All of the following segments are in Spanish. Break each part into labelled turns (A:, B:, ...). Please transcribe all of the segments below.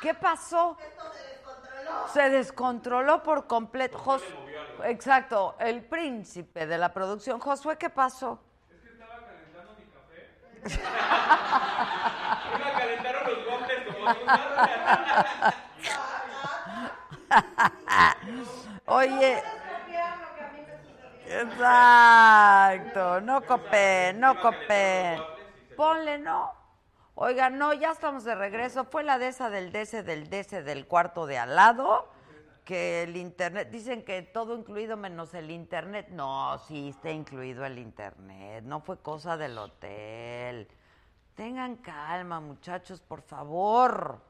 A: ¿Qué pasó? Se descontroló por completo. Jos- Exacto, el príncipe de la producción. Josué, ¿qué pasó? Oye. Exacto, no copé, no copé. Ponle no. Oiga, no, ya estamos de regreso. Fue la de esa del DC, del DC, del cuarto de al lado, que el internet, dicen que todo incluido menos el internet. No, sí está incluido el internet, no fue cosa del hotel. Tengan calma, muchachos, por favor.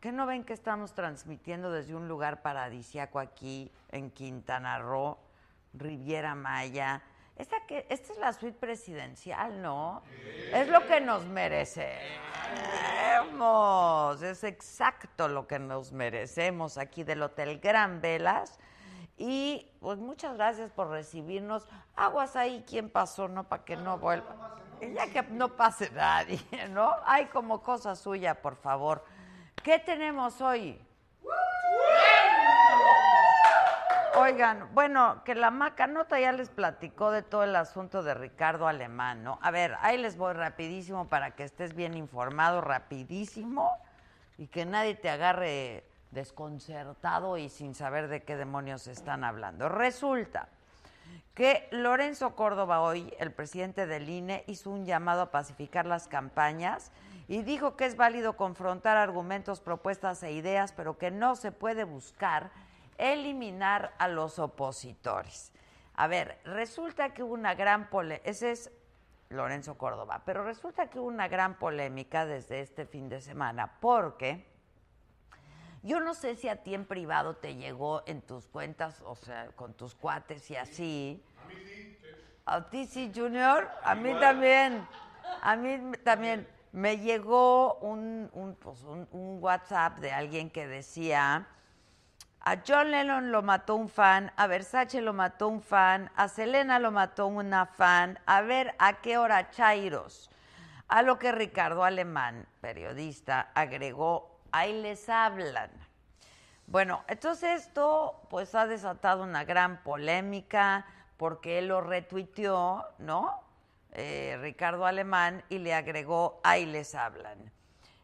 A: ¿Qué no ven que estamos transmitiendo desde un lugar paradisiaco aquí en Quintana Roo, Riviera Maya? Esta, que, esta es la suite presidencial, ¿no? Es lo que nos merecemos. Es exacto lo que nos merecemos aquí del Hotel Gran Velas. Y pues muchas gracias por recibirnos. Aguas ahí, ¿quién pasó? No, para que no vuelva. Ya que no pase nadie, ¿no? Hay como cosa suya, por favor. ¿Qué tenemos hoy? Oigan, bueno, que la maca nota ya les platicó de todo el asunto de Ricardo Alemán, ¿no? A ver, ahí les voy rapidísimo para que estés bien informado, rapidísimo, y que nadie te agarre desconcertado y sin saber de qué demonios están hablando. Resulta que Lorenzo Córdoba hoy, el presidente del INE, hizo un llamado a pacificar las campañas y dijo que es válido confrontar argumentos, propuestas e ideas, pero que no se puede buscar eliminar a los opositores. A ver, resulta que hubo una gran polémica, ese es Lorenzo Córdoba, pero resulta que hubo una gran polémica desde este fin de semana porque... Yo no sé si a ti en privado te llegó en tus cuentas, o sea, con tus cuates y así. A ti sí, Junior. A mí también. A mí m- también. Me llegó un, un, pues, un- un WhatsApp de alguien que decía, a John Lennon lo mató un fan, a Versace lo mató un fan, a Selena lo mató una fan, a ver a qué hora Chairos. A lo que Ricardo Alemán, periodista, agregó, ahí les hablan. Bueno, entonces esto pues ha desatado una gran polémica porque él lo retuiteó, ¿no? Eh, Ricardo Alemán y le agregó, ahí les hablan.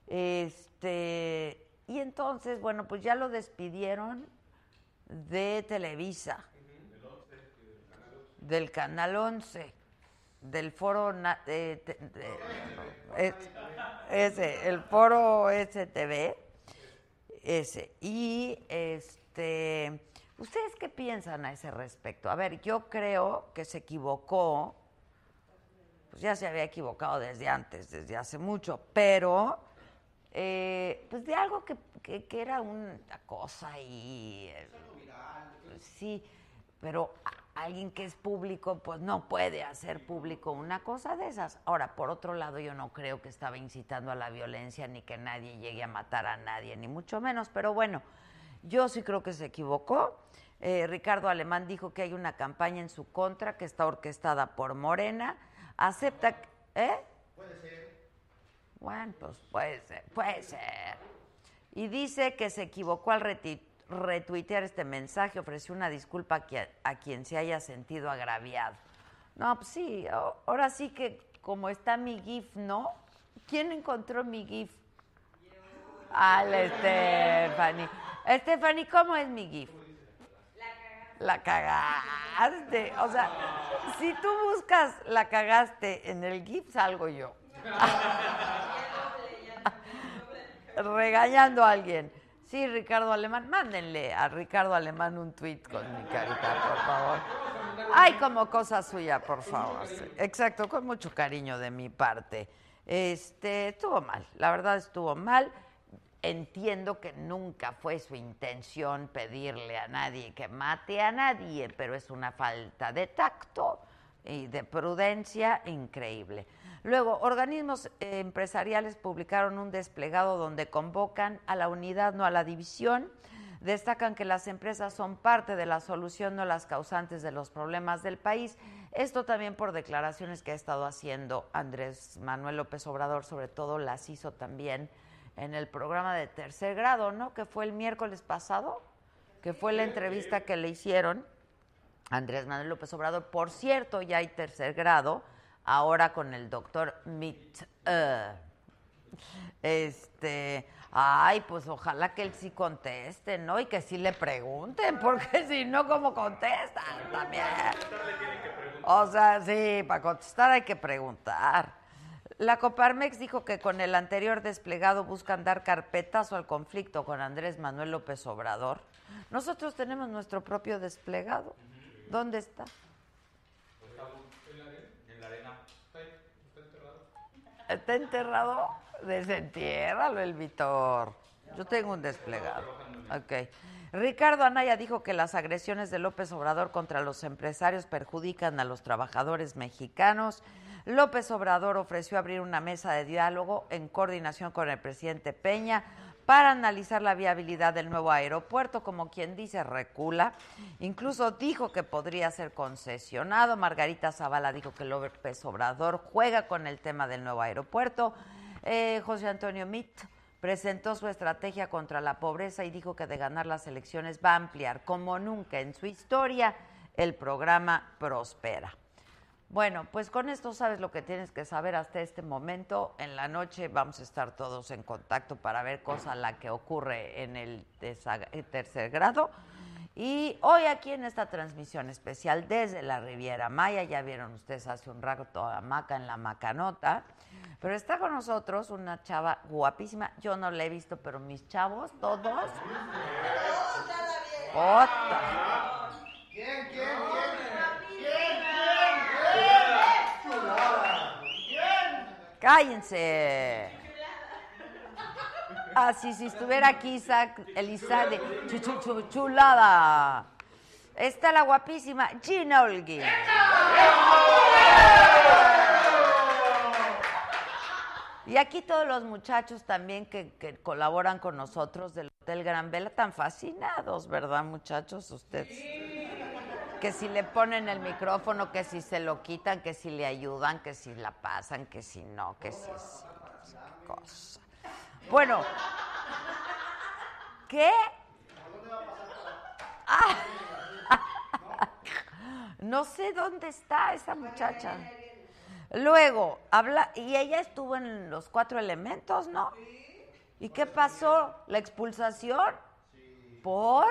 A: Este, y entonces, bueno, pues ya lo despidieron de Televisa. Del Canal 11. Del foro. na- eh, te- de- es- ese, el foro STV. Ese. Y este. ¿Ustedes qué piensan a ese respecto? A ver, yo creo que se equivocó. Pues ya se había equivocado desde antes, desde hace mucho, pero eh, pues de algo que, que- que era una cosa y eh, sí, pero a- alguien que es público, pues no puede hacer público una cosa de esas. Ahora, por otro lado, yo no creo que estaba incitando a la violencia ni que nadie llegue a matar a nadie, ni mucho menos, pero bueno, yo sí creo que se equivocó. Eh, Ricardo Alemán dijo que hay una campaña en su contra que está orquestada por Morena. Acepta ¿Eh? Bueno, pues puede ser, puede ser. Y dice que se equivocó al reti- retuitear este mensaje, ofreció una disculpa a, quien- a quien se haya sentido agraviado. No, pues sí, a- ahora sí que como está mi GIF, ¿no? ¿Quién encontró mi GIF? Ah, Al Stephanie. Stephanie, ¿cómo es mi GIF? La cagaste. O sea, si tú buscas la cagaste en el GIF, salgo yo. regañando a alguien. Sí, Ricardo Alemán, mándenle a Ricardo Alemán un tweet con mi carita, por favor. Ay, como cosa suya, por favor. Sí, Exacto, con mucho cariño de mi parte. Este, estuvo mal, la verdad estuvo mal. Entiendo que nunca fue su intención pedirle a nadie que mate a nadie, pero es una falta de tacto y de prudencia increíble. Luego, organismos eh, empresariales publicaron un desplegado donde convocan a la unidad, no a la división. Destacan que las empresas son parte de la solución, no las causantes de los problemas del país. Esto también por declaraciones que ha estado haciendo Andrés Manuel López Obrador, sobre todo las hizo también en el programa de tercer grado, ¿no? Que fue el miércoles pasado, que fue la entrevista que le hicieron. Andrés Manuel López Obrador. Por cierto, ya hay tercer grado, ahora con el doctor Mit. eh, este, ay, pues ojalá que él sí conteste, ¿no? Y que sí le pregunten, porque si no, ¿cómo contestan también? O sea, sí, para contestar hay que preguntar. La Coparmex dijo que con el anterior desplegado buscan dar carpetazo al conflicto con Andrés Manuel López Obrador. Nosotros tenemos nuestro propio desplegado. ¿Dónde está? Está enterrado. Desentiérralo, el Vitor. Yo tengo un desplegado. Ok. Ricardo Anaya dijo que las agresiones de López Obrador contra los empresarios perjudican a los trabajadores mexicanos. López Obrador ofreció abrir una mesa de diálogo en coordinación con el presidente Peña para analizar la viabilidad del nuevo aeropuerto, como quien dice, recula. Incluso dijo que podría ser concesionado. Margarita Zavala dijo que López Obrador juega con el tema del nuevo aeropuerto. Eh, José Antonio Mit presentó su estrategia contra la pobreza y dijo que de ganar las elecciones va a ampliar, como nunca en su historia, el programa Prospera. Bueno, pues con esto sabes lo que tienes que saber hasta este momento. En la noche vamos a estar todos en contacto para ver cosa la que ocurre en el desa- eh, tercer grado. Y hoy aquí en esta transmisión especial desde la Riviera Maya, ya vieron ustedes hace un rato a Maca en la Macanota, pero está con nosotros una chava guapísima. Yo no la he visto, pero mis chavos, todos. Otra. ¡Cállense! Así si estuviera aquí Isaac, el Isaac de chu- chu- chu- chulada. Está la guapísima Gina Olguín. Y aquí todos los muchachos también que, que colaboran con nosotros del Hotel Gran Vela, tan fascinados, ¿verdad, muchachos? Ustedes que si le ponen el micrófono, que si se lo quitan, que si le ayudan, que si la pasan, que si no, que si sí, que si qué cosa. Bueno, ¿qué? Ah. No sé dónde está esa muchacha. Luego, habla, y ella estuvo en los cuatro elementos, ¿no? ¿Y qué pasó? ¿La expulsación? ¿Por?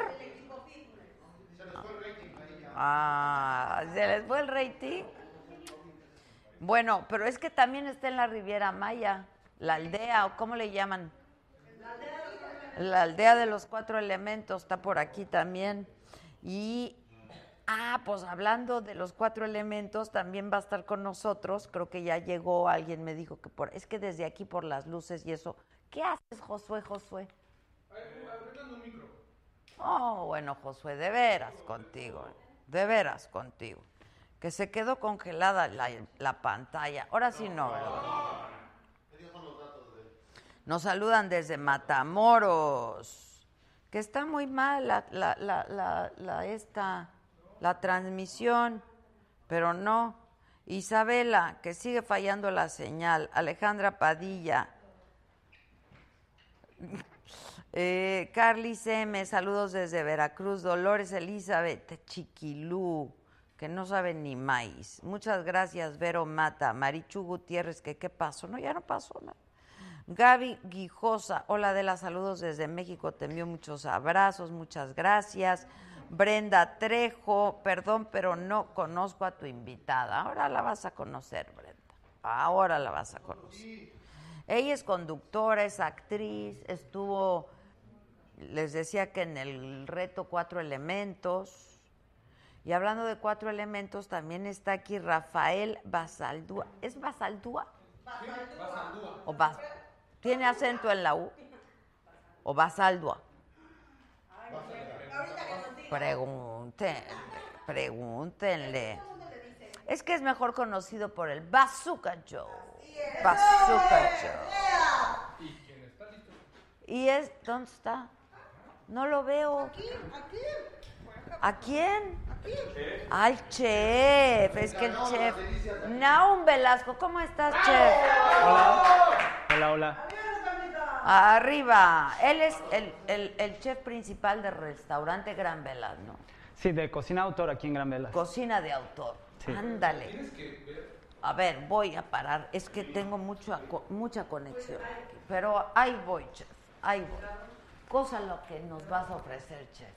A: Ah, se les fue el rating. Bueno, pero es que también está en la Riviera Maya, la aldea, o cómo le llaman. La aldea de los cuatro elementos está por aquí también. Y, ah, pues hablando de los cuatro elementos, también va a estar con nosotros. Creo que ya llegó alguien, me dijo que por. Es que desde aquí por las luces y eso. ¿Qué haces, Josué, Josué? Oh, bueno, Josué, de veras contigo, de veras contigo. Que se quedó congelada la, la pantalla. Ahora sí no, ¿verdad? Nos saludan desde Matamoros, que está muy mal la, la, la, la, la- esta, la transmisión, pero no. Isabela, que sigue fallando la señal. Alejandra Padilla. Eh, Carly Seme, saludos desde Veracruz. Dolores Elizabeth Chiquilú, que no sabe ni maíz. Muchas gracias, Vero Mata. Marichu Gutiérrez, que qué pasó. No, ya no pasó nada. Gaby Guijosa, hola de las saludos desde México. Te envío muchos abrazos, muchas gracias. Brenda Trejo, perdón, pero no conozco a tu invitada. Ahora la vas a conocer, Brenda. Ahora la vas a conocer. Ella es conductora, es actriz, estuvo, les decía que en el reto Cuatro Elementos. Y hablando de Cuatro Elementos, también está aquí Rafael Basaldúa. ¿Es Basaldúa? O Bas- ¿Tiene acento en la U? ¿O Basaldúa? Pregúntenle, pregúntenle. Es que es mejor conocido por el Bazooka Joe. Bazooka Joe. ¿Y es dónde está? No lo veo. ¿A quién? Al chef. Es que el chef. Naum Velasco, ¿cómo estás, chef?
B: Hola, hola.
A: Arriba. Él es el, el- el chef principal del restaurante Gran Velas, ¿no?
B: Sí, de cocina autor aquí en Gran Velas.
A: Cocina de autor.
B: Sí.
A: Ándale. A ver, voy a parar. Es que tengo mucha, co- mucha conexión. aquí. Pero ahí voy, chef. Ahí voy. Cosa lo que nos vas a ofrecer, chef.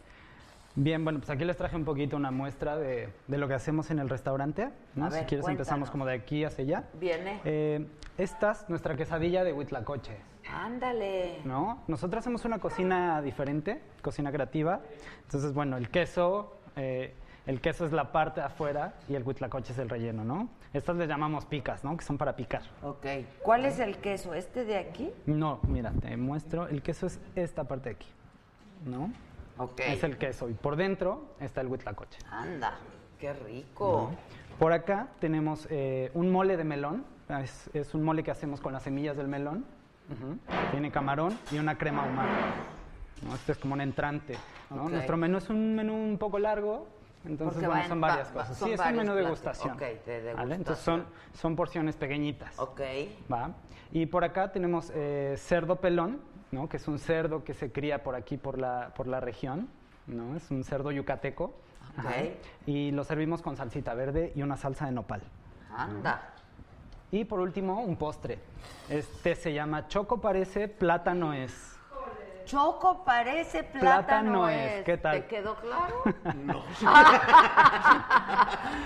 B: Bien, bueno, pues aquí les traje un poquito una muestra de, de lo que hacemos en el restaurante. ¿no?
A: A
B: si
A: ver,
B: quieres
A: cuéntanos.
B: empezamos como de aquí hacia allá.
A: Viene.
B: Eh, esta es nuestra quesadilla de huitlacoche,
A: Ándale.
B: ¿no? Nosotros hacemos una cocina diferente, cocina creativa. Entonces, bueno, el queso, eh, el queso es la parte afuera y el huitlacoche es el relleno, ¿no? Estas les llamamos picas, ¿no? Que son para picar.
A: Ok. ¿Cuál es el queso? ¿Este de aquí?
B: No, mira, te muestro. El queso es esta parte de aquí, ¿no?
A: Ok.
B: Es el queso. Y por dentro está el huitlacoche.
A: Anda. Qué rico.
B: Por acá tenemos eh, un mole de melón. Es, es un mole que hacemos con las semillas del melón. Ujú. Tiene camarón y una crema ahumada. ¿no? Este es como un entrante. ¿no?
A: Ok.
B: Nuestro menú es un menú un poco largo. Entonces,
A: Porque
B: bueno,
A: van-
B: son
A: va-
B: varias
A: va-
B: cosas.
A: son
B: sí, es un menú
A: varios
B: de
A: platos.
B: gustación.
A: Ok, de
B: ¿vale? Entonces, son, son porciones pequeñitas.
A: Ok.
B: ¿va? Y por acá tenemos eh, cerdo pelón, ¿no? que es un cerdo que se cría por aquí, por la, por la región. ¿no? Es un cerdo yucateco. Ajá.
A: Ok.
B: Y lo servimos con salsita verde y una salsa de nopal.
A: Anda.
B: Y por último, un postre. Este se llama Choco parece, plátano es.
A: Choco parece plátano,
B: Plátano es, ¿qué tal?
A: ¿Te quedó claro?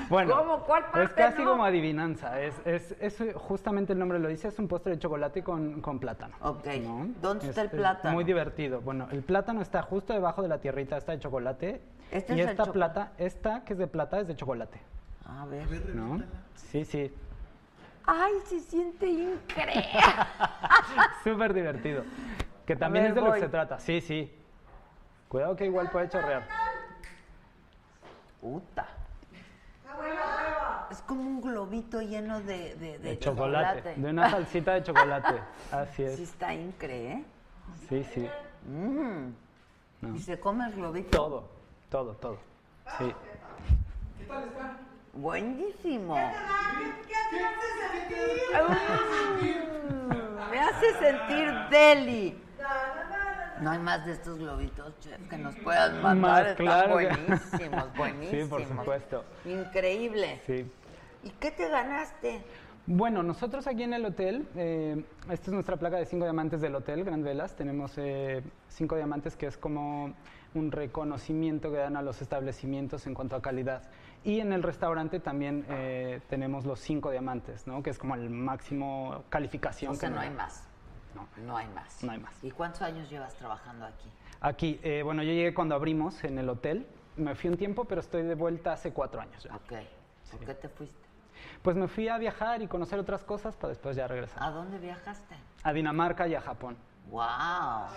A: ¿Cómo? ¿Cuál
B: es
A: parte
B: casi
A: no?
B: como adivinanza. Es, es- es- justamente el nombre lo dice, es un postre de chocolate con, con plátano. Este,
A: Ok. ¿Dónde está el plátano?
B: muy divertido. Bueno, el plátano está justo debajo de la tierrita esta de chocolate.
A: Este
B: y
A: es el
B: esta
A: choco-
B: plata, esta que es de plata es de chocolate.
A: A ver.
B: ¿No? Sí, sí.
A: Ay, se siente increíble.
B: Súper divertido. Que también
A: ver,
B: es de lo
A: voy.
B: que se trata. Sí, sí. Cuidado que igual puede chorrear.
A: Puta. Es como un globito lleno de, de, de
B: De chocolate. De una salsita de chocolate. Así
A: Sí
B: es.
A: está increíble. ¿eh?
B: Sí, sí.
A: Y se come el globito.
B: Todo. Todo, todo. Sí.
A: Buenísimo. Mm, Me hace sentir deli. No hay más de estos globitos, chef, que nos puedas mandar.
B: Más,
A: Están
B: claro que-
A: buenísimos, buenísimos.
B: Sí, por supuesto.
A: Increíble.
B: Sí.
A: ¿Y qué te ganaste?
B: Bueno, nosotros aquí en el hotel, eh, esta es nuestra placa de cinco diamantes del hotel, Gran Velas. Tenemos eh, cinco diamantes que es como un reconocimiento que dan a los establecimientos en cuanto a calidad. Y en el restaurante también eh, tenemos los cinco diamantes, ¿no? Que es como el máximo calificación.
A: O sea,
B: que
A: no
B: nos
A: hay
B: dan.
A: más.
B: No.
A: No hay más.
B: No hay más.
A: ¿Y cuántos años llevas trabajando aquí?
B: Aquí, eh, bueno, yo llegué cuando abrimos en el hotel. Me fui un tiempo, pero estoy de vuelta hace cuatro años ya.
A: Ok. ¿Por qué te fuiste?
B: Pues me fui a viajar y conocer otras cosas para después ya regresar.
A: ¿A dónde viajaste?
B: A Dinamarca y a Japón.
A: ¡Wow!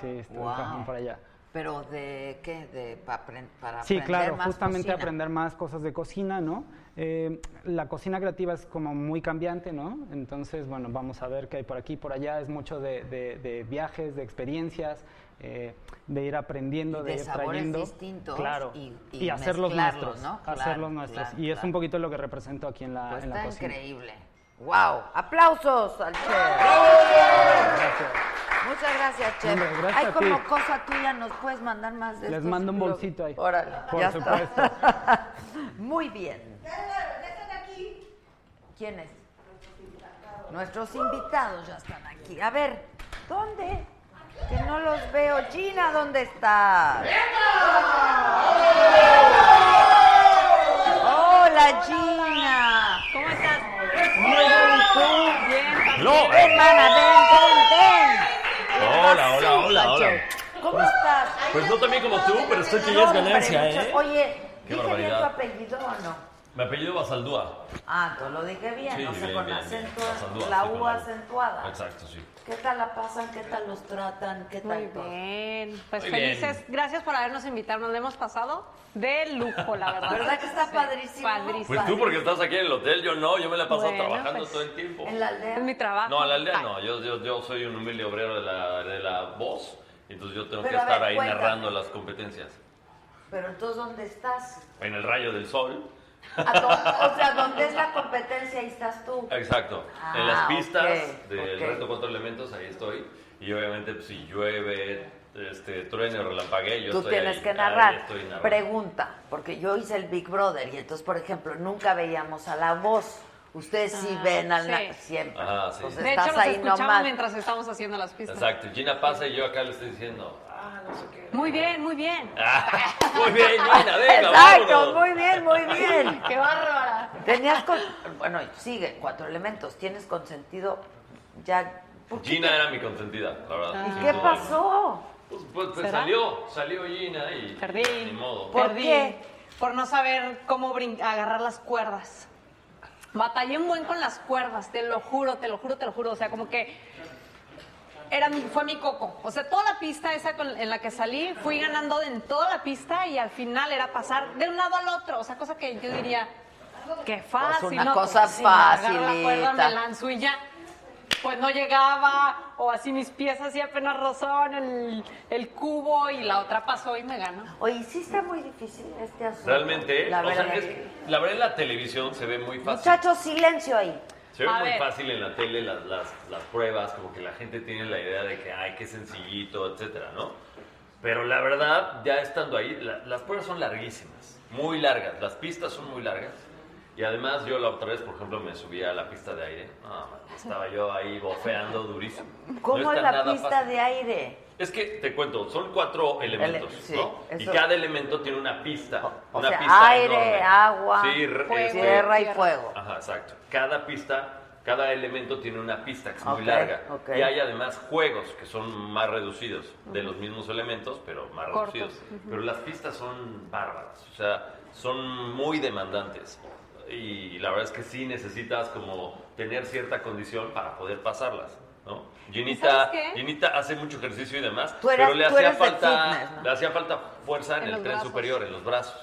B: Sí, estuve
A: wow.
B: trabajando para allá.
A: Pero de qué? De pa apren- para
B: Sí,
A: aprender
B: claro,
A: más
B: justamente
A: cocina.
B: aprender más cosas de cocina, ¿no? Eh, la cocina creativa es como muy cambiante, ¿no? Entonces, bueno, vamos a ver qué hay por aquí, por allá, es mucho de, de- de viajes, de experiencias, eh, de ir aprendiendo,
A: Y
B: de,
A: de
B: ir
A: sabores
B: trayendo.
A: distintos
B: claro,
A: y- y
B: hacerlos
A: mezclarlos,
B: nuestros,
A: ¿no? Claro,
B: hacerlos nuestros.
A: claro,
B: y es
A: claro.
B: un poquito lo que represento aquí en la,
A: Pues
B: en la
A: está
B: cocina.
A: increíble. ¡Wow! ¡Aplausos al chef!
B: Gracias.
A: Muchas gracias, chef.
B: Hombre, gracias
A: Hay
B: a
A: como
B: ti.
A: cosa tuya, nos puedes mandar más de
B: Les
A: estos
B: mando un
A: globos?
B: bolsito ahí.
A: Órale,
B: Por
A: ya
B: supuesto.
A: está. Muy bien. ¿Quiénes? Nuestros invitados ya están aquí. A ver, ¿dónde? Que no los veo. Gina, ¿dónde está? Hola, Gina. ¿Cómo estás? Muy bien, ¿tú?
C: No, eh,
A: Ven, mana, ven, ven, ven.
C: Hola, hola, hola,
A: Pachuca,
C: hola.
A: che. ¿Cómo estás?
C: pues no también como tú, pero estoy que ya
A: No,
C: es
A: hombre,
C: ganancia,
A: muchas-
C: ¿eh?
A: Oye,
C: Qué
A: ¿dije bien tu
C: barbaridad.
A: apellido o no?
C: Mi apellido Basaldúa.
A: Ah, tú lo dije bien,
C: Sí,
A: o sea,
C: bien, bien,
A: con
C: bien.
A: acento,
C: Basaldúa,
A: la
C: sí,
A: U
C: con la U.
A: acentuada.
C: Exacto, sí.
A: ¿Qué tal la pasan? ¿Qué tal los tratan? ¿Qué tal
D: Muy
A: todo?
D: bien, pues
C: Muy bien.
D: felices. Gracias por habernos invitado. Nos lo hemos pasado de lujo, la verdad.
A: ¿Verdad que está
D: Sí,
A: padrísimo?
D: Padrísimo.
C: Pues tú porque estás aquí en el hotel, yo no, yo me la he pasado
D: Bueno,
C: trabajando
D: pues,
C: todo el tiempo.
A: ¿En la aldea?
D: Es mi trabajo.
C: No, a la aldea
D: Ay,
C: no, yo, yo, yo soy un humilde obrero de la, de la voz, entonces yo tengo
A: Pero
C: que
A: a ver,
C: estar ahí
A: cuéntame.
C: narrando las competencias.
A: Pero entonces, ¿dónde estás?
C: En el rayo del sol,
A: ¿A dónde- o sea, ¿dónde es la competencia? Ahí estás tú.
C: exacto,
A: Ah,
C: en las
A: ok,
C: pistas del
A: ok.
C: reto contra elementos, ahí estoy. Y obviamente pues, si llueve, este, truene o relampaguee, yo
A: Tú
C: estoy
A: tienes
C: ahí,
A: que
C: ahí
A: narrar.
C: estoy narrando.
A: Pregunta, porque yo hice el Big Brother y entonces, por ejemplo, nunca veíamos a la voz. Ustedes sí
D: Ah,
A: ven al
D: sí.
A: na- siempre.
C: Ah, sí.
A: Pues
D: De
A: estás
D: hecho, nos
A: ahí
D: escuchamos
A: nomás.
D: mientras estamos haciendo las pistas.
C: Exacto, Gina pasa y yo acá le estoy diciendo,
D: Muy bien, muy bien.
C: Ah, muy bien, Gina, venga,
A: Exacto,
C: vámonos.
A: muy bien, muy bien.
D: ¡Qué bárbara!
A: Tenías con, bueno, sigue, cuatro elementos, tienes consentido ya. ¿por qué
C: Gina
A: te-
C: era mi consentida, la verdad.
A: ¿Y
C: sin
A: qué
C: duda alguna.
A: pasó?
C: Pues, pues, pues,
D: ¿Será?
C: salió, salió Gina y
D: Perdí.
C: ni modo.
A: ¿Por
D: Perdí
A: qué?
D: Por no saber cómo brin- agarrar las cuerdas. Batallé un buen con las cuerdas, te lo juro, te lo juro, te lo juro. O sea, como que era mi, fue mi coco. O sea, toda la pista esa con- en la que salí, fui ganando en toda la pista y al final era pasar de un lado al otro. O sea, cosa que yo diría, qué fácil.
A: Pues una
D: ¿no?
A: cosa
D: sí, agarro la
A: facilita.
D: cuerda, me lanzo y ya. Pues no llegaba, o así mis pies así apenas rozaban el, el cubo y la otra pasó y me ganó.
A: Oye, sí está muy difícil este asunto.
C: Realmente,
A: la
C: o sea,
A: verdad.
C: es- la verdad en la televisión se ve muy fácil.
A: Muchachos, silencio ahí.
C: Se ve
D: A
C: muy
D: ver.
C: fácil en la tele las, las- las pruebas, como que la gente tiene la idea de que, ay, qué sencillito, etcétera, ¿no? Pero la verdad, ya estando ahí, la- las pruebas son larguísimas, muy largas, las pistas son muy largas. Y además yo la otra vez, por ejemplo, me subí a la pista de aire. Ah, man, estaba yo ahí bofeando durísimo. No
A: ¿Cómo
C: está
A: es la
C: nada
A: pista
C: fácil.
A: de aire?
C: Es que te cuento, son cuatro elementos,
A: Ele- sí,
C: ¿no? Y
A: eso-
C: cada elemento tiene una pista.
A: O
C: una
A: sea,
C: pista
A: aire,
C: enorme.
A: agua,
C: Sí, r-
D: fuego.
C: este,
A: tierra y fuego.
C: Ajá, exacto. Cada pista, cada elemento tiene una pista que es muy
A: Ok,
C: larga.
A: ok.
C: Y hay además juegos que son más reducidos, de los mismos elementos, pero más
D: Cortos,
C: reducidos. Pero las pistas son bárbaras, o sea, son muy demandantes. Y la verdad es que sí necesitas como tener cierta condición para poder pasarlas, ¿no? Ginita,
D: sabes qué?
C: Ginita hace mucho ejercicio y demás,
A: Tú eras-
C: pero le
A: tú
C: hacía
A: eres de
C: falta
A: fitness, ¿no?
C: le hacía falta fuerza en,
D: En
C: el
D: los
C: tren
D: brazos.
C: superior, en los brazos.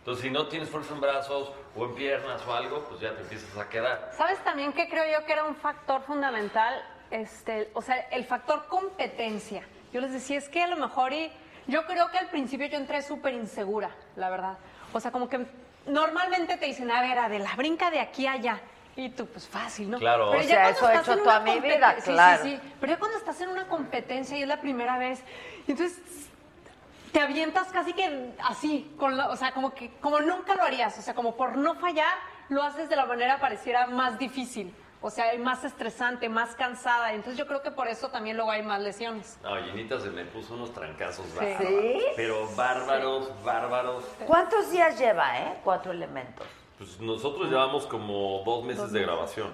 C: Entonces, si no tienes fuerza en brazos o en piernas o algo, pues ya te empiezas a quedar.
D: ¿Sabes también que creo yo que era un factor fundamental? Este, o sea, el factor competencia. Yo les decía, es que a lo mejor y yo creo que al principio yo entré súper insegura, la verdad. O sea, como que normalmente te dicen, a ver, Adela, brinca de aquí a allá. Y tú, pues fácil, ¿no?
C: Claro. O
A: sea,
D: cuando
A: eso he
D: estás
A: hecho
D: en
A: toda
D: una
A: mi
D: compet-
A: vida,
D: sí, sí,
A: claro.
D: sí. Pero ya cuando estás en una competencia y es la primera vez, entonces te avientas casi que así, con la- o sea, como que como nunca lo harías, o sea, como por no fallar, lo haces de la manera pareciera más difícil, o sea, y más estresante, más cansada. Entonces yo creo que por eso también luego hay más lesiones.
C: No, Ginita se me puso unos trancazos
D: Sí.
C: bárbaros.
A: ¿Sí?
C: Pero bárbaros, bárbaros.
A: ¿Cuántos días lleva, eh? Cuatro elementos.
C: Pues nosotros llevamos como dos meses de grabación.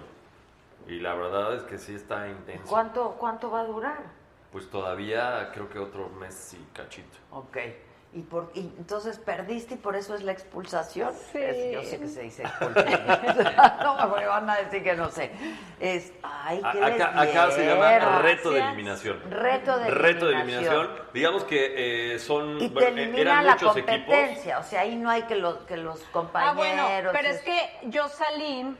C: Y la verdad es que sí está intenso.
A: ¿Cuánto, cuánto va a durar?
C: Pues todavía creo que otro mes y cachito.
A: Ok. Y, por, y entonces perdiste y por eso es la expulsación.
D: Sí.
A: Es- yo sé que se dice expulsación. no, me van a decir que no sé. Es, ay,
C: A-
A: qué
C: Acá, acá se llama
A: despierta.
C: reto de
D: Gracias.
C: eliminación.
A: Reto de
C: Reto de
A: eliminación.
C: eliminación. Digamos que eh, son
A: Y
C: bueno,
A: te
C: eh,
A: elimina
C: eran
A: la
C: muchos equipos.
A: competencia. O sea, ahí no hay que, los que los compañeros.
D: Ah, bueno, pero es
A: es-
D: que yo salí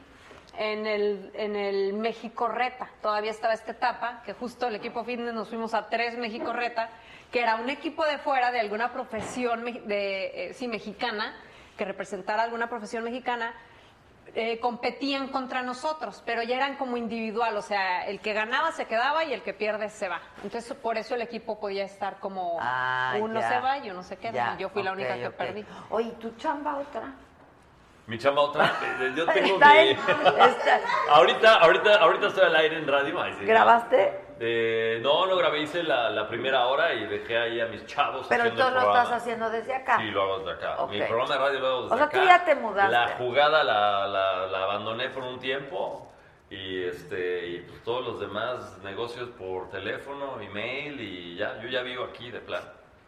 D: en el, en el México Reta. Todavía estaba esta etapa, que justo el equipo fitness nos fuimos a tres México Reta, que era un equipo de fuera de alguna profesión me- de, eh, sí, mexicana, que representara alguna profesión mexicana. eh, competían contra nosotros, pero ya eran como individual, o sea, el que ganaba se quedaba y el que pierde se va. Entonces, por eso el equipo podía estar como
A: Ah,
D: uno
A: ya.
D: se va y uno se queda.
A: Ya,
D: y yo fui la
A: ok,
D: única que
A: ok.
D: perdí.
A: Oye, ¿tu chamba otra?
C: Mi chamba otra. eh, Yo tengo
A: Está
C: que.
A: en- está- Este.
C: Ahorita, ahorita, ahorita estoy al aire en radio. ay, sí.
A: ¿Grabaste?
C: Eh, no, no grabé, hice la, la primera hora y dejé ahí a mis chavos.
A: Pero
C: haciendo
A: tú
C: el
A: lo
C: programa.
A: estás haciendo desde acá.
C: Sí, lo hago desde acá.
A: Ok.
C: Mi programa de radio lo hago desde
A: O sea,
C: acá.
A: tú ya te mudaste.
C: La jugada la, la- la abandoné por un tiempo y este y pues todos los demás negocios por teléfono, email y ya. Yo ya vivo aquí de plan.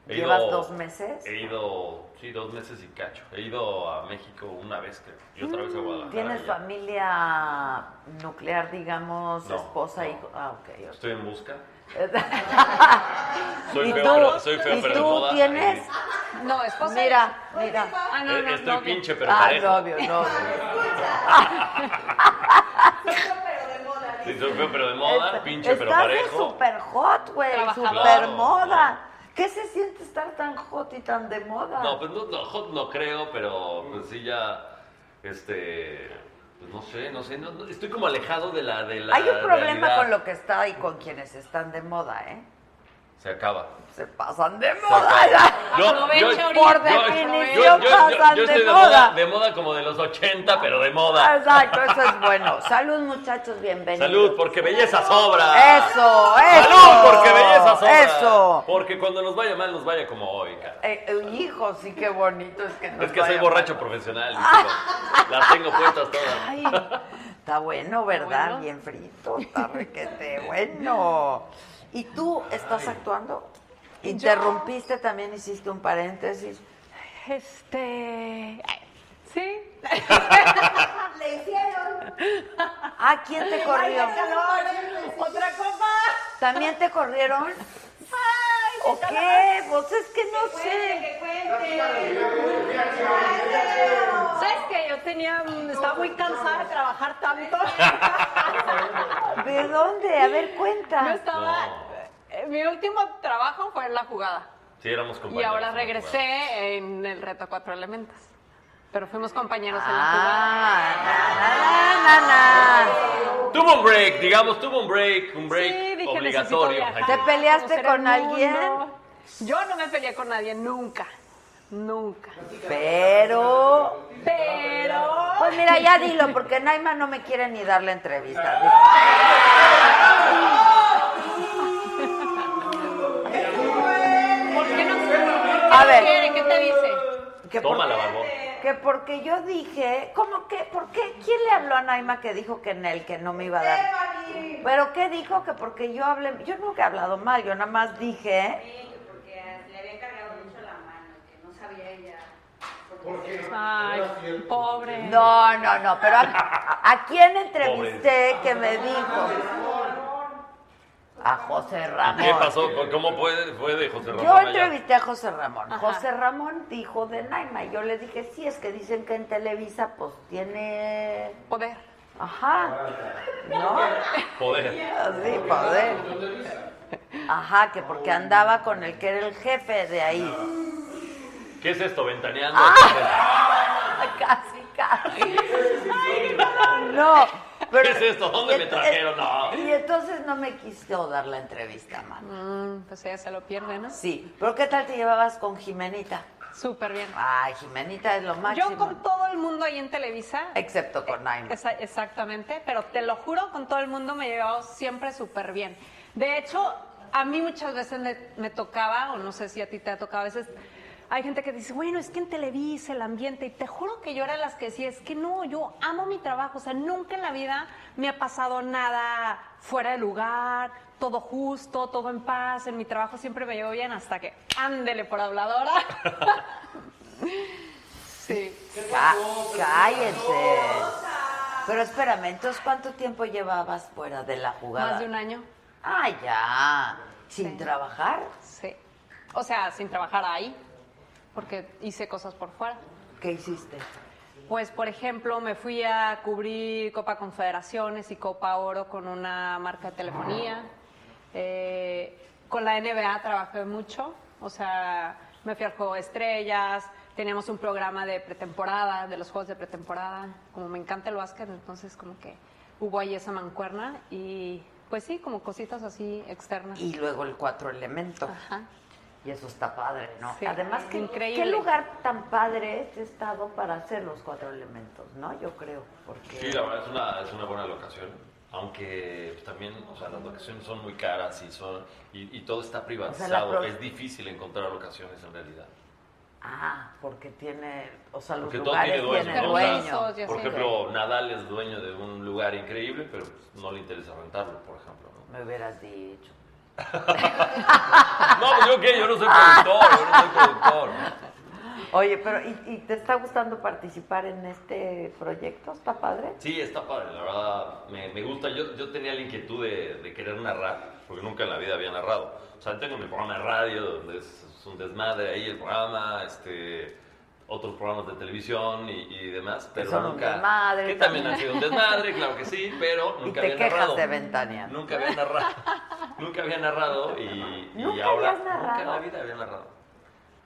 A: ¿Llevas dos meses?
C: He ido, sí, dos meses y cacho. He ido a México una vez creo, y otra vez a Guadalajara.
A: Mm, ¿Tienes
C: y ya.
A: familia nuclear, digamos,
C: No,
A: esposa y...
C: no.
A: Ah, ok, ok.
C: Estoy en busca.
A: ¿Y
C: Soy
A: tú?
C: feo, pero- soy feo,
A: ¿Y
C: pero
A: tú
C: de moda.
A: tienes?
D: No, esposa.
A: Mira, mira.
D: Ah, no,
C: Eh,
D: no,
C: Estoy
D: novia.
C: pinche, pero
A: ah,
C: parejo.
A: novio, novio.
C: Sí, soy feo, pero de moda,
A: Este-
C: pinche, pero
A: estás de
C: parejo.
A: super hot, güey,
D: Trabajador.
A: super
C: Claro,
A: moda. ¿Qué se siente estar tan hot y tan de moda?
C: No, pues no, no, hot no creo, pero pues sí ya, este, pues no sé, no sé, no- no, estoy como alejado de la, de la
A: Hay un problema
C: realidad.
A: con lo que está y con quienes están de moda, ¿eh?
C: Se acaba.
A: Se pasan de
C: Se acaba.
A: moda.
D: Aprovecha ahorita.
A: Por definición pasan
C: yo
A: de
C: estoy
A: moda.
C: de moda como de los 80, pero de moda.
A: Exacto, eso es bueno. Salud, muchachos, bienvenidos.
C: Salud, porque belleza sobra.
A: Eso, eso.
C: Salud, porque belleza sobra.
A: Eso.
C: Porque cuando nos vaya mal, nos vaya como hoy, cara.
A: Eh, eh, hijo, sí, qué bonito es que no
C: Es que soy borracho profesional. digo, Las tengo puestas todas.
A: Ay, está bueno, ¿verdad?
D: Bueno.
A: Bien frito, está requete, bueno. ¿Y tú estás actuando? ¿Interrumpiste? También hiciste un paréntesis.
D: Este. ay, Sí.
E: Le hicieron.
A: Ah, ¿quién te corrió?
E: Ay, qué calor. Otra copa.
A: ¿También te corrieron? ¿O qué? Pues es que no sé.
D: ¿Sabes qué? Yo tenía. mm, Estaba muy cansada de trabajar tanto.
A: ¿De dónde? A ver,
D: Yo
A: cuenta.
D: estaba.
C: No.
D: eh, Mi último trabajo fue en la jugada.
C: Sí, éramos
D: Y
C: compañeros.
D: ahora
C: ¿no? Bueno.
D: regresé en el reto Cuatro Elementos. Pero fuimos compañeros en la jugada.
A: Ah, na, na, na, na.
C: Tuvo un break, digamos, tuvo un break, un break
D: sí, dije,
C: obligatorio.
D: "Necesito
C: Ay,
D: viajar,
A: ¿Te peleaste
D: conocer
A: con
D: el mundo".
A: alguien?
D: Yo no me peleé con nadie, nunca. Nunca.
A: Pero.
D: Pero.
A: Pues mira, ya dilo, porque Naima no me quiere ni dar la entrevista. Dilo.
D: ¿Por qué no?
A: A
D: A
A: ver.
D: ver. ¿Qué te dice?
A: Que
C: Toma
A: porque-
C: la barbón.
A: Que porque yo dije, ¿cómo que? ¿Por qué? ¿Quién le habló a Naima que dijo que en él, que no me iba a dar? ¿Pero qué dijo? Que porque yo hablé, yo nunca he hablado mal, yo nada más dije,
E: Porque le había cargado mucho la mano, que no sabía ella.
D: Ay, pobre.
A: no, no, no, pero ¿a, a quién entrevisté que me dijo? A José Ramón.
C: ¿Qué pasó? ¿Cómo fue, fue de José Ramón?
A: Yo
C: allá?
A: entrevisté a José Ramón. José Ramón dijo de Naima, y yo le dije, sí, es que dicen que en Televisa pues tiene...
D: Poder.
A: Ajá, ¿no?
C: Joder.
A: Así, poder. Ajá, que porque andaba con el que era el jefe de ahí.
C: ¿Qué es esto? ¿Ventaneando?
A: Ah. Casi, casi. No. pero-
C: ¿Qué es esto? ¿Dónde me trajeron? No.
A: Y entonces no me quiso dar la entrevista, mano.
D: Mm, pues ella se lo pierde, ¿no?
A: Sí, pero ¿qué tal te llevabas con Jimenita?
D: Súper bien.
A: Ay, Jimenita es lo máximo.
D: Yo con Eh, todo el mundo ahí en Televisa.
A: Excepto con Naima.
D: Esa- exactamente, pero te lo juro, con todo el mundo me he llevado siempre súper bien. De hecho, a mí muchas veces me, me tocaba, o no sé si a ti te ha tocado a veces, Hay gente que dice, bueno, es que en Televisa el ambiente, y te juro que yo era de las que decía, es que no, yo amo mi trabajo, o sea, nunca en la vida me ha pasado nada fuera de lugar, todo justo, todo en paz, en mi trabajo siempre me llevo bien hasta que ándele por habladora. sí.
A: Ca- cállense. Pero espérame, entonces, ¿cuánto tiempo llevabas fuera de la jugada?
D: Más de un año.
A: Ah, ya. ¿Sin
D: Sí.
A: trabajar?
D: Sí. O sea, sin trabajar ahí, porque hice cosas por fuera.
A: ¿Qué hiciste?
D: Pues, por ejemplo, me fui a cubrir Copa Confederaciones y Copa Oro con una marca de telefonía. Eh, con la NBA trabajé mucho, o sea, me fui al Juego de Estrellas, teníamos un programa de pretemporada, de los juegos de pretemporada. Como me encanta el básquet, entonces como que hubo ahí esa mancuerna y pues sí, como cositas así externas.
A: Y luego el cuatro elementos.
D: Ajá.
A: Y eso está padre, ¿no?
D: Sí,
A: Además,
D: es
A: ¿qué,
D: increíble.
A: qué lugar tan padre este estado para hacer los cuatro elementos, ¿no? Yo creo, porque...
C: Sí, la verdad es una, es una buena locación. Aunque pues, también, o sea, las locaciones son muy caras y son y, y todo está privatizado.
A: pro-
C: Es difícil encontrar locaciones en realidad.
A: Ah, porque tiene... O sea, los
C: Porque todo
A: lugares
C: tiene dueño.
A: tienen
C: ¿no? O sea,
A: dueño.
D: Permisos, ya
C: por
D: sé.
C: ejemplo, Nadal es dueño de un lugar increíble, pero pues, no le interesa rentarlo, por ejemplo. ¿no?
A: Me hubieras dicho.
C: No, pues, yo qué, yo no soy productor, yo no soy productor. ¿no?
A: Oye, pero ¿y, y te está gustando participar en este proyecto? ¿Está padre?
C: Sí, está padre, la verdad, me, me gusta. Yo, yo tenía la inquietud de, de querer narrar, porque nunca en la vida había narrado. O sea, tengo mi programa de radio, donde es, es un desmadre ahí el programa, este, otros programas de televisión y, y demás, pero
A: son un
C: nunca...
A: desmadre
C: que también
A: también.
C: ha sido un desmadre, claro que sí, pero
A: Y
C: nunca
A: te
C: había
A: quejas
C: narrado.
A: de Ventania.
C: Nunca había narrado, nunca había narrado y, y
A: ¿Nunca
C: ahora...
A: habías narrado?
C: Nunca en la vida había narrado.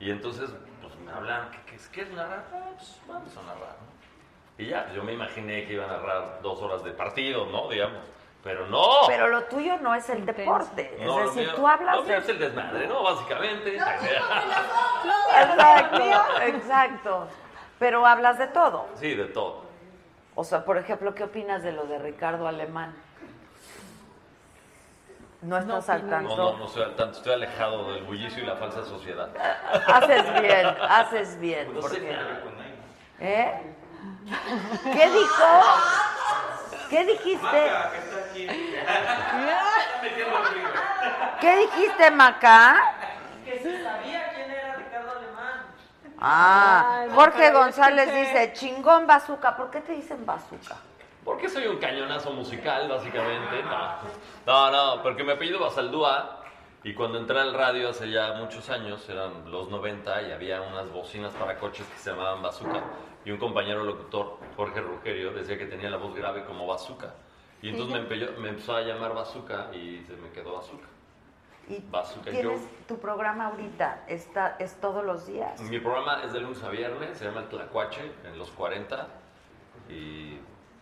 C: Y entonces, pues me hablaron, ¿qué, qué, es- qué es narrar? Ah, pues vamos a narrar, ¿no? Y ya, yo me imaginé que iban a narrar dos horas de partido, ¿no? Digamos. Pero no.
A: Pero lo tuyo no es el
D: Intenso.
A: deporte.
C: no,
A: es
C: lo
A: decir,
C: mío-
A: tú hablas
C: lo mío
A: de-
C: es el desmadre, ¿no? Básicamente.
A: Exacto, exacto. Pero hablas de todo.
C: sí, de todo.
A: O sea, por ejemplo, ¿qué opinas de lo de Ricardo Alemán? No estás al
C: No,
A: tanto.
C: no, no soy al tanto. Estoy alejado del bullicio y la falsa sociedad.
A: Haces bien, haces bien.
C: Pues No sé
A: porque-
C: nada con nadie.
A: ¿Eh? ¿Qué dijo? ¿Qué dijiste? ¿Qué dijiste, Maca? Ah,
D: Ay, Maca,
A: Jorge
D: yo
A: González
D: escuché.
A: dice, chingón bazooka. ¿Por qué te dicen bazooka?
C: Porque soy un cañonazo musical, básicamente. No, no, no porque mi apellido Basaldúa. Y cuando entré al radio hace ya muchos años, eran los 90, y había unas bocinas para coches que se llamaban Bazooka. Y un compañero locutor, Jorge Rugerio, decía que tenía la voz grave como Bazooka. Y entonces me, empe- me empezó a llamar Bazooka y se me quedó Bazooka.
A: Y
C: Bazooka
A: tienes
C: Joe.
A: tu programa ahorita, está, es todos los días.
C: Mi programa es de lunes a viernes, se llama El Tlacuache, en los 40, y,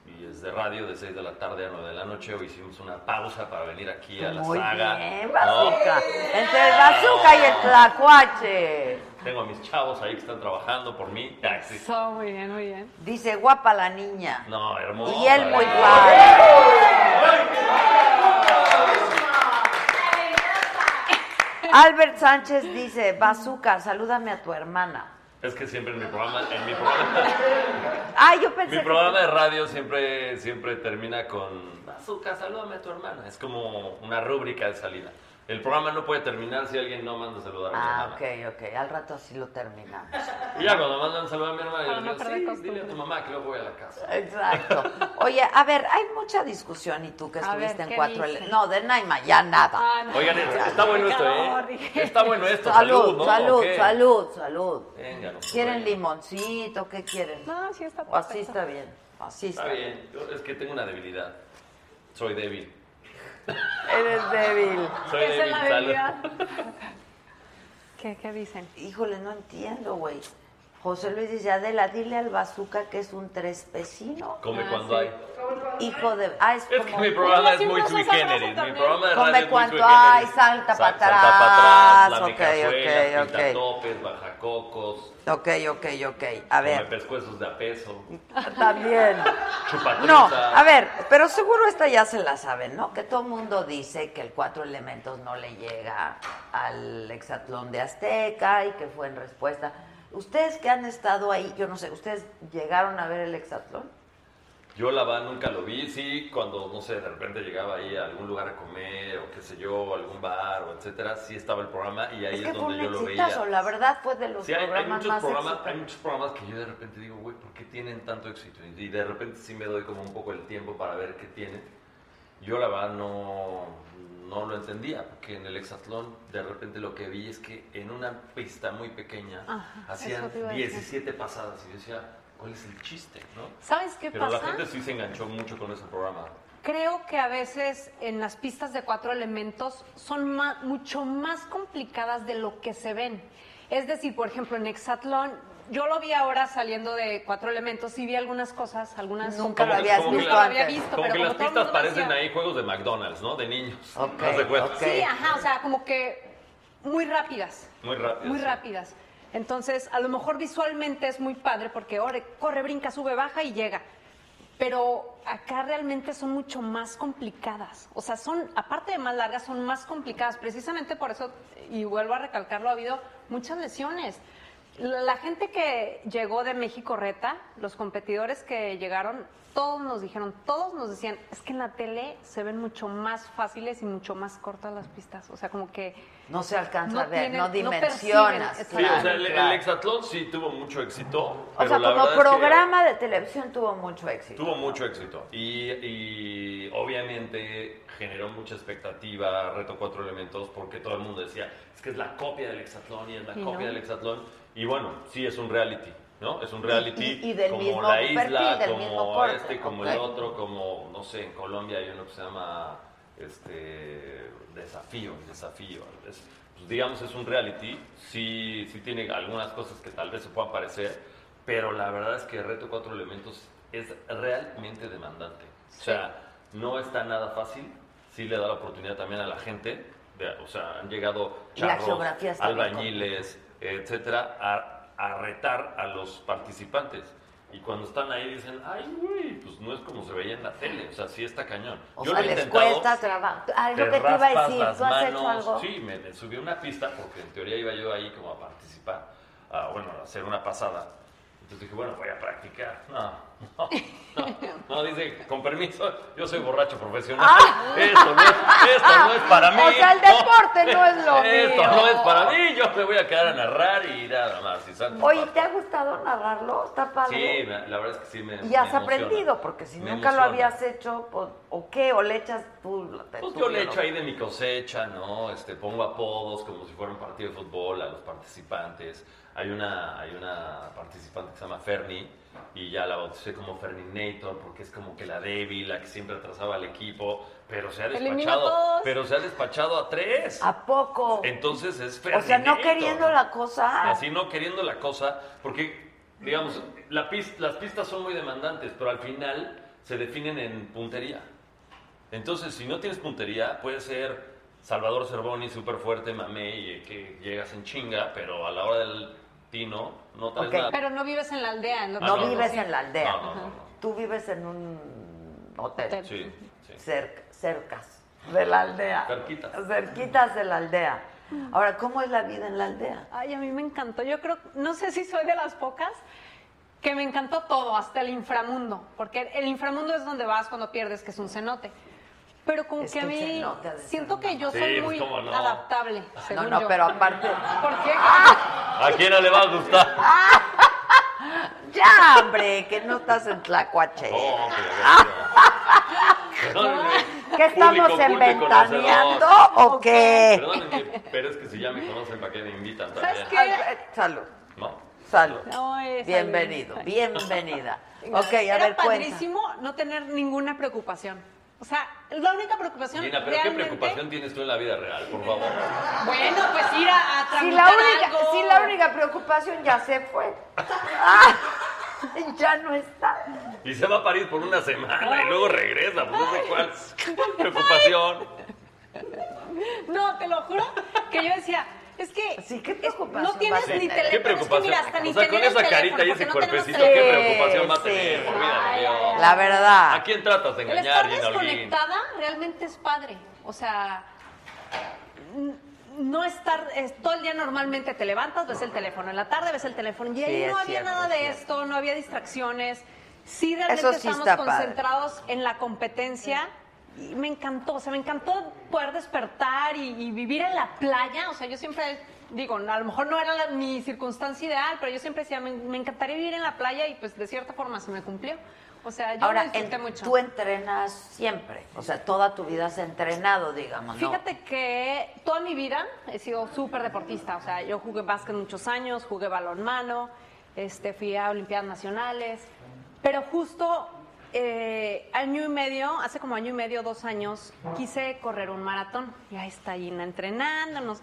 C: y es de radio de 6 de la tarde a 9 de la noche. Hoy hicimos una pausa para venir aquí a la
A: Muy
C: saga.
A: bien,
C: ¿no?
A: bazooka. Entre el bazooka y el tlacuache.
C: Tengo a mis chavos ahí que están trabajando por mí. Taxi.
D: Eso, muy bien, muy bien.
A: Dice, guapa la niña.
C: No, hermoso.
A: Y él muy
C: ¿eh?
A: guapo. Albert Sánchez dice, bazooka, salúdame a tu hermana.
C: Es que siempre en mi programa, en mi programa,
A: Ah, yo pensé
C: mi
A: que-
C: programa de radio siempre, siempre termina con Azúcar, salúdame a tu hermana. Es como una rúbrica de salida. El programa no puede terminar si alguien no manda a saludar a mi
A: Ah,
C: hermana.
A: ok, ok. Al rato así lo terminamos.
C: Y ya cuando mandan saludar a mi hermana,
D: Para
C: yo
D: no
C: les digo,
D: perder
C: sí,
D: costumbre".
C: dile a tu mamá que luego voy a la casa.
A: Exacto. Oye, a ver, hay mucha discusión y tú que
D: A
A: estuviste
D: ver,
A: en
D: ¿qué
A: cuatro... ele-
D: dicen?
A: No, de Naima, ya nada.
D: Ah, no.
C: Oigan, está bueno esto, ¿eh? Está bueno esto. Salud,
A: Salud,
C: ¿no?
A: salud,
C: ¿O qué?
A: salud, salud.
C: Venga, no, pues,
A: ¿Quieren
C: venga.
A: limoncito? ¿Qué quieren?
D: No, sí está
A: O así
D: perfecto.
A: está bien. Así está,
C: Está bien, yo- es que tengo una debilidad. Soy débil.
A: Eres débil.
C: Soy
D: Esa es
C: débil,
D: la
C: salud.
D: habilidad. ¿Qué, qué dicen?
A: Híjole, no entiendo, güey. José Luis dice, Adela, dile al bazooka que es un trespecino.
C: Come
D: Ah,
C: cuando
D: sí.
C: hay.
A: Hijo de... Ah, es,
C: Es que
A: como...
C: mi programa
D: Como
C: es muy
D: siempre
C: sui
D: usas abrazos
C: generis. Mi
D: también.
C: programa de
A: Come
C: radio es muy
A: cuanto
C: sui generis.
A: hay, salta pa'
C: Salta pa'
A: atrás,
C: la
A: ok,
C: mecajuela,
A: ok, ok.
C: pintatopes, bajacocos,
A: Ok, ok, ok. A
C: come
A: ver,
C: pescuezos de a peso,
A: también.
C: chupatruza.
A: No, a ver, pero seguro esta ya se la saben, ¿no? Que todo el mundo dice que el Cuatro Elementos no le llega al hexatlón de Azteca y que fue en respuesta. Ustedes que han estado ahí, yo no sé, ¿ustedes llegaron a ver el hexatlón?
C: Yo la verdad nunca lo vi, sí, cuando, no sé, de repente llegaba ahí a algún lugar a comer, o qué sé yo, o algún bar, o etcétera, sí estaba el programa y ahí
A: Es
C: es,
A: que fue un
C: donde yo lo
A: exitazo,
C: veía.
A: la verdad fue de los
C: Sí, hay, hay
A: programas
C: muchos
A: más
C: programas, hay
A: exitosos.
C: muchos programas que yo de repente digo, güey, ¿por qué tienen tanto éxito? Y de repente sí me doy como un poco el tiempo para ver qué tienen. Yo la verdad no, no lo entendía, porque en el hexatlón de repente lo que vi es que en una pista muy pequeña
D: Ajá,
C: hacían
D: eso te iba a decir.
C: 17 pasadas y yo decía, ¿cuál es el chiste? ¿no?
D: ¿Sabes qué
C: Pero
D: pasa?
C: la gente sí se enganchó mucho con ese programa.
D: Creo que a veces en las pistas de cuatro elementos son ma- mucho más complicadas de lo que se ven. Es decir, por ejemplo, en Hexatlón, yo lo vi ahora saliendo de cuatro elementos y vi algunas cosas, algunas...
A: Nunca lo
C: Como-
A: habías
C: como que
A: visto
C: la-
D: había
A: antes.
D: visto,
C: Como
D: pero
C: que
D: como
C: las
D: todo el
C: pistas
D: mundo
C: parecen
D: decía-
C: ahí juegos de McDonald's, ¿no? De niños.
A: Ok,
C: Haz de cuenta.
A: ok.
D: Sí, ajá, o sea, como que muy rápidas.
C: Muy rápidas,
D: Muy
C: sí.
D: rápidas. Entonces, a lo mejor visualmente es muy padre porque ore, corre, brinca, sube, baja y llega. Pero acá realmente son mucho más complicadas. O sea, son, aparte de más largas, son más complicadas. Precisamente por eso, y vuelvo a recalcarlo, ha habido muchas lesiones. La la gente que llegó de México Reta, los competidores que llegaron, todos nos dijeron, todos nos decían, es que en la tele se ven mucho más fáciles y mucho más cortas las pistas. O sea, como que
A: No se alcanza a
D: No
A: ver,
D: tienen-
A: no
D: no perciben,
A: dimensionas.
D: exacto.
C: Sí,
A: claro,
C: o sea, el, el
A: claro.
C: Hexatlón sí tuvo mucho éxito.
A: O
C: pero
A: sea,
C: la
A: como
C: verdad es que
A: programa de televisión tuvo mucho éxito.
C: Tuvo mucho éxito. Y, y obviamente generó mucha expectativa Reto Cuatro Elementos porque todo el mundo decía, es que es la copia del Hexatlón y es la
D: Y
C: copia
D: no.
C: del Hexatlón. Y bueno, sí es un reality, ¿no? Es un reality
A: y- y del
C: como
A: mismo
C: la
A: perfil,
C: isla,
A: del mismo
C: como
A: corte,
C: este, como
A: ok.
C: el otro, como, no sé, en Colombia hay uno que se llama este Desafío, Desafío. Es- pues, digamos, es un reality, sí, sí tiene algunas cosas que tal vez se puedan parecer, pero la verdad es que Reto Cuatro Elementos es realmente demandante. O sea, no está nada fácil, sí le da la oportunidad también a la gente, de- o sea, han llegado
A: Y la
C: charros,
A: geografía está bien
C: albañiles, etcétera, a, a retar a los participantes. Y cuando están ahí dicen, ay, güey, pues no es como se veía en la tele, o sea, sí está cañón.
A: O
C: Yo
A: sea,
C: lo he
A: les
C: intentado,
A: cuesta trabajo. Algo
C: te
A: que te iba a
C: raspas
A: decir,
C: las
A: ¿tú has hecho
C: manos.
A: algo?
C: Sí, me, me subí a una pista porque en teoría iba yo ahí como a participar, a, bueno, a hacer una pasada. Entonces dije, bueno, voy a practicar. No, no, no, no, dice, con permiso, yo soy borracho profesional. Esto, no es, esto no es para mí.
A: Ah. O sea, el
C: No.
A: deporte no es lo
C: Esto
A: mío.
C: no es para mí, yo me voy a quedar a narrar y nada más. Y santo
A: Oye,
C: papas.
A: ¿te ha gustado narrarlo? Está
C: Sí,
A: padre.
C: me- la verdad es que sí me.
A: y has
C: me emociona.
A: aprendido, porque si
C: Me
A: nunca lo
C: emociona.
A: habías hecho, pues, ¿o qué? ¿O le echas tú? la-
C: Pues
A: tú
C: yo le
A: lo-
C: echo ahí de mi cosecha, ¿no? Este, pongo apodos como si fuera un partido de fútbol a los participantes. Hay una, hay una participante que se llama Ferni y ya la bauticé como Ferninator porque es como que la débil, la que siempre atrasaba al equipo, pero se ha
D: Elimina
C: despachado,
D: a todos.
C: pero se ha despachado a tres.
A: ¿A poco?
C: Entonces es
A: o sea, no
C: Ferninator,
A: queriendo
C: ¿no?
A: la cosa.
C: Así no queriendo la cosa, porque, digamos, la pis- las pistas son muy demandantes, pero al final se definen en puntería. Entonces, si no tienes puntería, puede ser Salvador Cervoni súper fuerte, mamé, y que llegas en chinga, pero a la hora del tino no traes
A: Ok.
C: nada.
D: Pero no vives en la aldea. en lo
C: Ah,
A: no,
C: no, no,
A: vives
C: sí.
A: en la aldea.
C: No, no, no, no.
A: Tú vives en un hotel.
D: Hotel.
C: Sí, sí.
A: Cerca- cercas de la aldea.
C: Cerquitas.
A: Cerquitas de la aldea. Ahora, ¿cómo es la vida en la aldea?
D: Ay, a mí me encantó. Yo creo, no sé si soy de las pocas que me encantó todo, hasta el inframundo, porque el inframundo es donde vas cuando pierdes, que es un cenote. Pero como
A: Es
D: que a
A: que el
D: mí
A: cenote ha de ser
D: siento
A: una
D: que yo
C: Sí,
D: soy
C: pues,
D: muy
C: cómo no.
D: adaptable.
A: No,
D: según
A: no,
D: yo.
A: pero Ah, aparte.
D: ¿Por qué?
C: ¿A quién no le va a gustar?
A: ¡Ya, hombre! Que no estás en Tlacuache.
C: No, que la verdad.
A: ¿Qué estamos
C: Público,
A: en
C: culto y
A: ventaneando
C: conocedor.
A: o qué?
C: Perdónenme, pero es que si ya me conocen, ¿para qué me invitan
D: ¿Sabes
C: también?
D: qué?
A: Ah, eh, Salud,
C: No.
A: salud.
D: No, es
A: Bienvenido,
D: alguien.
A: bienvenida. Ok, a
D: Era
A: ver, cuenta.
D: padrísimo no tener ninguna preocupación. O sea, la única preocupación
C: Gina, pero ¿qué
D: realmente...
C: preocupación tienes tú en la vida real? Por favor.
D: Bueno, pues ir a, a
A: Si
D: tramitar
A: la, única,
D: algo.
A: si la única preocupación ya se fue. Ah, ya no está.
C: Y se va a París por una semana y luego regresa, pues no sé cuál. Preocupación.
D: No, te lo juro que yo decía, es que
A: Sí, ¿qué
D: es-
A: preocupación
D: no tienes
A: vas a
D: ni
A: tener?
D: teléfono,
C: ¿Qué
D: es que
C: preocupación?
D: mira, hasta ni
C: o sea, con
D: tener el
C: esa
D: teléfono,
C: carita y ese
D: porque no tenemos
C: cuerpecito,
A: teléfono.
C: ¿qué
D: teléfono.
C: preocupación va a
A: Sí.
C: tener? Por vida de Dios.
A: La
C: ¿A
A: verdad.
C: quién tratas de
D: El
C: engañar,
D: estar
C: Gina Holguín?
D: desconectada realmente es padre. O sea, n- no estar es- todo el día normalmente te levantas, ves el teléfono, en la tarde ves el teléfono y ahí
A: Sí,
D: no
A: es
D: había
A: cierto,
D: nada
A: es
D: de
A: cierto.
D: esto, no había distracciones. Sí, realmente
A: Eso sí
D: estamos
A: está padre.
D: concentrados en la competencia. Y me encantó, o sea, me encantó poder despertar y, y vivir en la playa. O sea, yo siempre digo, a lo mejor no era la- mi circunstancia ideal, pero yo siempre decía, me, me encantaría vivir en la playa y pues de cierta forma se me cumplió. O sea, yo
A: Ahora,
D: lo disfruté
A: en-
D: mucho.
A: tú entrenas siempre. O sea, toda tu vida has entrenado, digamos. ¿no?
D: Fíjate que toda mi vida he sido súper deportista. O sea, yo jugué básquet muchos años, jugué balonmano, este, fui a Olimpiadas Nacionales. Pero justo eh, año y medio, hace como año y medio, dos años, quise correr un maratón. Y ahí está Gina entrenándonos.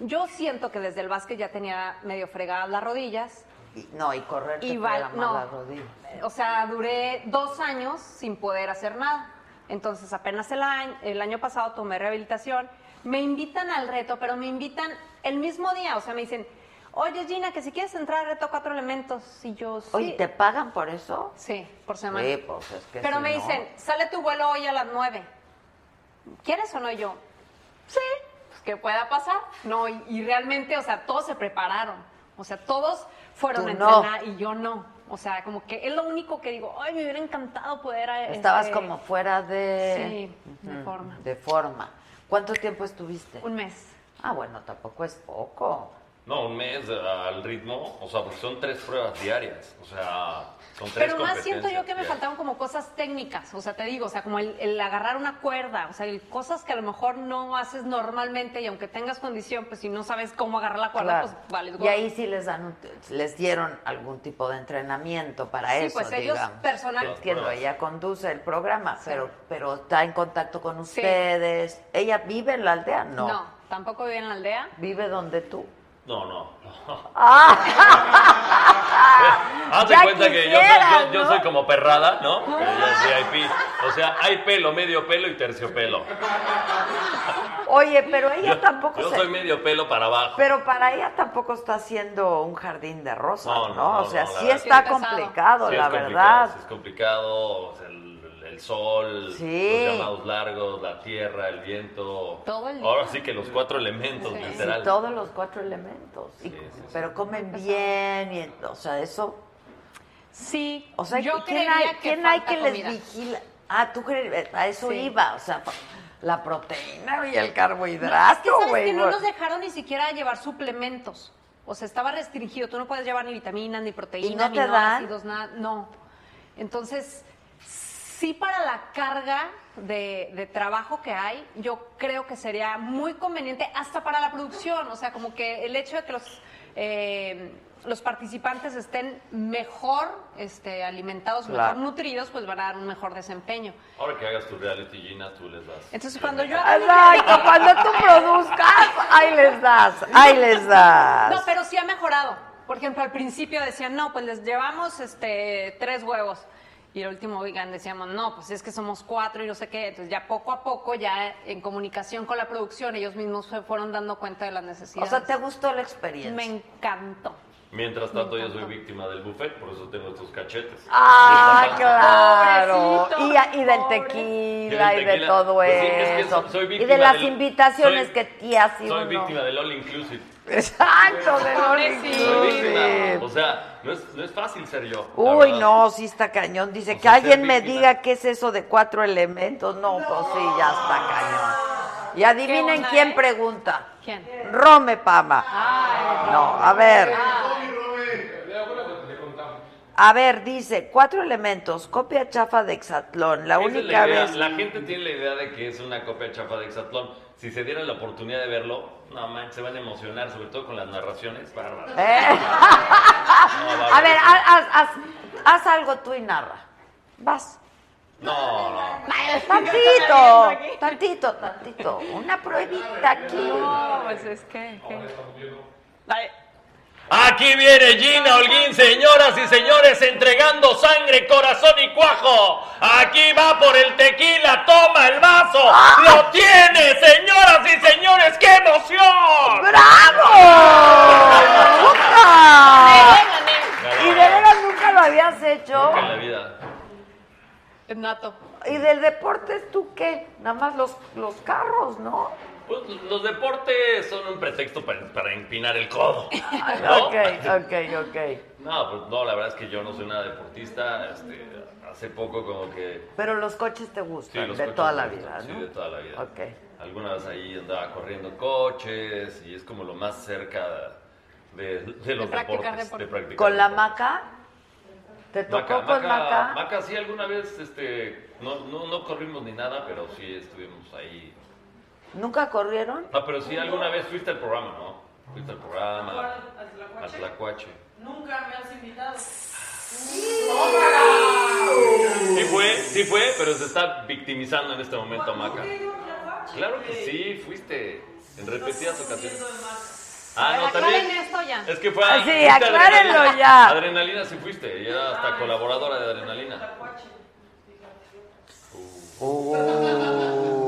D: Yo siento que desde el básquet ya tenía medio fregadas las rodillas.
A: Y- no, y correr te
D: Y
A: pega
D: val-
A: mal
D: no.
A: las rodillas.
D: O sea, duré dos años sin poder hacer nada. Entonces, apenas el año, el año pasado tomé rehabilitación. Me invitan al reto, pero me invitan el mismo día. O sea, me dicen, oye Gina, que si quieres entrar al reto cuatro elementos. Y yo, sí.
A: Oye, ¿te pagan por eso?
D: Sí, por semana.
A: Sí, pues, es que
D: pero
A: si
D: me
A: no-
D: dicen, sale tu vuelo hoy a las nueve. ¿Quieres o no? Y yo, sí, pues que pueda pasar. No, y, y realmente, o sea, todos se prepararon. O sea, todos fueron
A: Tú
D: a
A: no.
D: entrenar y yo no. O sea, como que es lo único que digo, ay, me hubiera encantado poder. eh,
A: Estabas
D: este,
A: como fuera de...
D: Sí, de forma.
A: De forma. ¿Cuánto tiempo estuviste?
D: Un mes.
A: Ah, bueno, tampoco es poco.
C: No, un mes eh, al ritmo, o sea, porque son tres pruebas diarias, o sea, son tres
D: Pero más siento yo
C: competencias
D: que me
C: diarias.
D: faltaban como cosas técnicas, o sea, te digo, o sea, como el, el agarrar una cuerda, o sea, el- cosas que a lo mejor no haces normalmente y aunque tengas condición, pues si no sabes cómo agarrar la cuerda,
A: Claro.
D: pues vale.
A: y ahí sí les dan un- les dieron algún tipo de entrenamiento para
D: Sí,
A: eso,
D: pues ellos
A: digamos.
D: personal.
A: Entiendo, ella conduce el programa, pero pero está en contacto con ustedes. ¿Ella vive en la aldea? No.
D: tampoco vive en la aldea.
A: Vive donde tú.
C: No, no. Haz de
A: Ah. Ya
C: cuenta que yo
A: quisieras,
C: soy, yo- yo
A: ¿no?
C: soy como perrada, ¿no? Que ella es VIP. O sea, hay pelo, medio pelo y terciopelo.
A: Oye, pero ella
C: Yo,
A: tampoco
C: yo
A: se-
C: soy medio pelo para abajo.
A: Pero para ella tampoco está haciendo un jardín de rosas, ¿no?
C: No, no, no,
A: o sea,
C: no, la
A: sí
C: verdad.
A: está
D: Sí, pesado.
A: complicado,
C: Sí,
A: la
C: es complicado,
A: verdad.
C: sí es complicado, o sea, el, el sol,
A: Sí.
C: los llamados largos, la tierra, el viento.
D: Todo el
C: Ahora
D: día.
C: sí que los cuatro elementos,
D: Sí.
C: literal.
A: Y todos los cuatro elementos.
C: Sí,
A: Y-
C: sí, sí.
A: Pero comen bien, y, o sea, eso.
D: Sí,
A: O sea,
D: yo
A: ¿y ¿quién
D: creería
A: hay
D: que,
A: quién hay
D: falta
A: que les
D: comida.
A: vigila? Ah, tú crees, a eso
D: Sí.
A: iba, o sea, pa- la proteína y el
D: Es que
A: carbohidrato,
D: sabes
A: güey.
D: que no
A: güey.
D: nos dejaron ni siquiera llevar suplementos. O sea, estaba restringido. Tú no puedes llevar ni vitaminas, ni proteínas,
A: ¿Y no te dan?
D: aminoácidos, nada. No. Entonces, sí para la carga de, de trabajo que hay, yo creo que sería muy conveniente hasta para la producción. O sea, como que el hecho de que los... eh, los participantes estén mejor este, alimentados,
A: Claro.
D: mejor nutridos, pues van a dar un mejor desempeño.
C: Ahora que hagas tu reality, Gina, tú les das.
D: Entonces, cuando yo haga mi
A: Exacto, cuando tú produzcas, ahí les das, ahí les das.
D: No, pero sí ha mejorado. Por ejemplo, al principio decían, no, pues les llevamos este tres huevos. Y el último, oigan, decíamos, no, pues es que somos cuatro y no sé qué. Entonces ya poco a poco, ya en comunicación con la producción, ellos mismos se fueron dando cuenta de las
A: o
D: necesidades.
A: sea, ¿te gustó la experiencia?
D: Me encantó.
C: Mientras tanto, yo soy
D: encanta.
C: víctima del buffet, por eso tengo estos cachetes.
A: Ah, claro. Y,
D: Pobrecito,
A: y del
D: pobre.
A: tequila y
C: Y del
A: de
C: tequila.
A: todo
C: Pues sí, es que
A: eso.
C: so- soy
A: y de
C: víctima
A: las
C: del-
A: invitaciones
C: soy-
A: que te ha sido.
C: Soy víctima del all inclusive.
A: Exacto, de los
D: Pobrecito.
C: Soy
A: inclusive.
C: víctima. O sea, no es, no es fácil ser yo. la
A: Uy,
C: verdad.
A: no, sí está cañón. Dice
C: O sea,
A: que alguien
C: ser
A: me
C: víctima.
A: diga qué es eso de cuatro elementos. No, pues sí, ya está cañón. Y adivinen
D: onda,
A: quién
D: eh?
A: pregunta.
D: ¿Quién? Ah.
A: Rome Pama. no, a ver. A ver, dice, cuatro elementos, copia chafa de Exatlón. La
C: Esa es idea.
A: única vez.
C: La gente tiene la idea de que es una copia chafa de Exatlón. Si se diera la oportunidad de verlo, no manches, se van a emocionar, sobre todo con las narraciones. Bárbaro.
A: ¿Eh?
C: No,
A: A
C: bárbaro.
A: ver, haz, haz- haz- haz algo tú y narra. Vas.
C: No, no.
A: Tantito, tantito, tantito. Una pruebita aquí.
D: No, pues es que. que- Ay,
C: Aquí viene Gina Holguín, señoras y señores, entregando sangre, corazón y cuajo. Aquí va por el tequila, toma el vaso.
A: ¡Ah!
C: ¡Lo tiene, señoras y señores! ¡Qué emoción!
A: ¡Bravo! ¡Nunca!
D: gané,
A: Y de veras nunca lo habías hecho.
C: En la vida.
D: gané. Nato.
A: Y del deporte, ¿tú qué? Nada más los, los carros, ¿no?
C: Pues, los deportes son un pretexto para, para empinar el codo. ¿no?
A: Ok, ok, ok.
C: No, pues no, la verdad es que yo no soy nada deportista. Este, hace poco como que...
A: Pero los coches te
C: sí,
A: gustan,
C: los
A: de
C: coches
A: toda
C: me
A: la vida,
C: gustan,
A: ¿no?
C: Sí, de toda la vida.
A: Ok.
C: Alguna vez ahí andaba corriendo coches y es como lo más cerca de, de los
D: De practicar
C: deportes.
D: deporte.
C: de practicar
A: ¿Con la
C: deporte.
A: maca? ¿Te tocó
C: Maca,
A: con
C: Maca,
A: maca?
C: Maca, sí, alguna vez este, no, no, no corrimos ni nada, pero sí estuvimos ahí.
A: ¿Nunca corrieron?
C: No, Ah, pero sí, alguna vez fuiste al programa, ¿no? Fuiste al programa. Al Tlacuache. Nunca me has invitado. Sí fue, sí fue, pero se está victimizando en este momento, Maca. Claro que sí, fuiste. En repetidas ocasiones. Ah, no,
D: Aclaren
C: también.
D: esto ya.
C: Es que fue.
A: Ah, sí,
C: fuiste
A: aclárenlo
C: adrenalina.
A: ya.
C: Adrenalina sí fuiste, ya hasta colaboradora Ah, de adrenalina.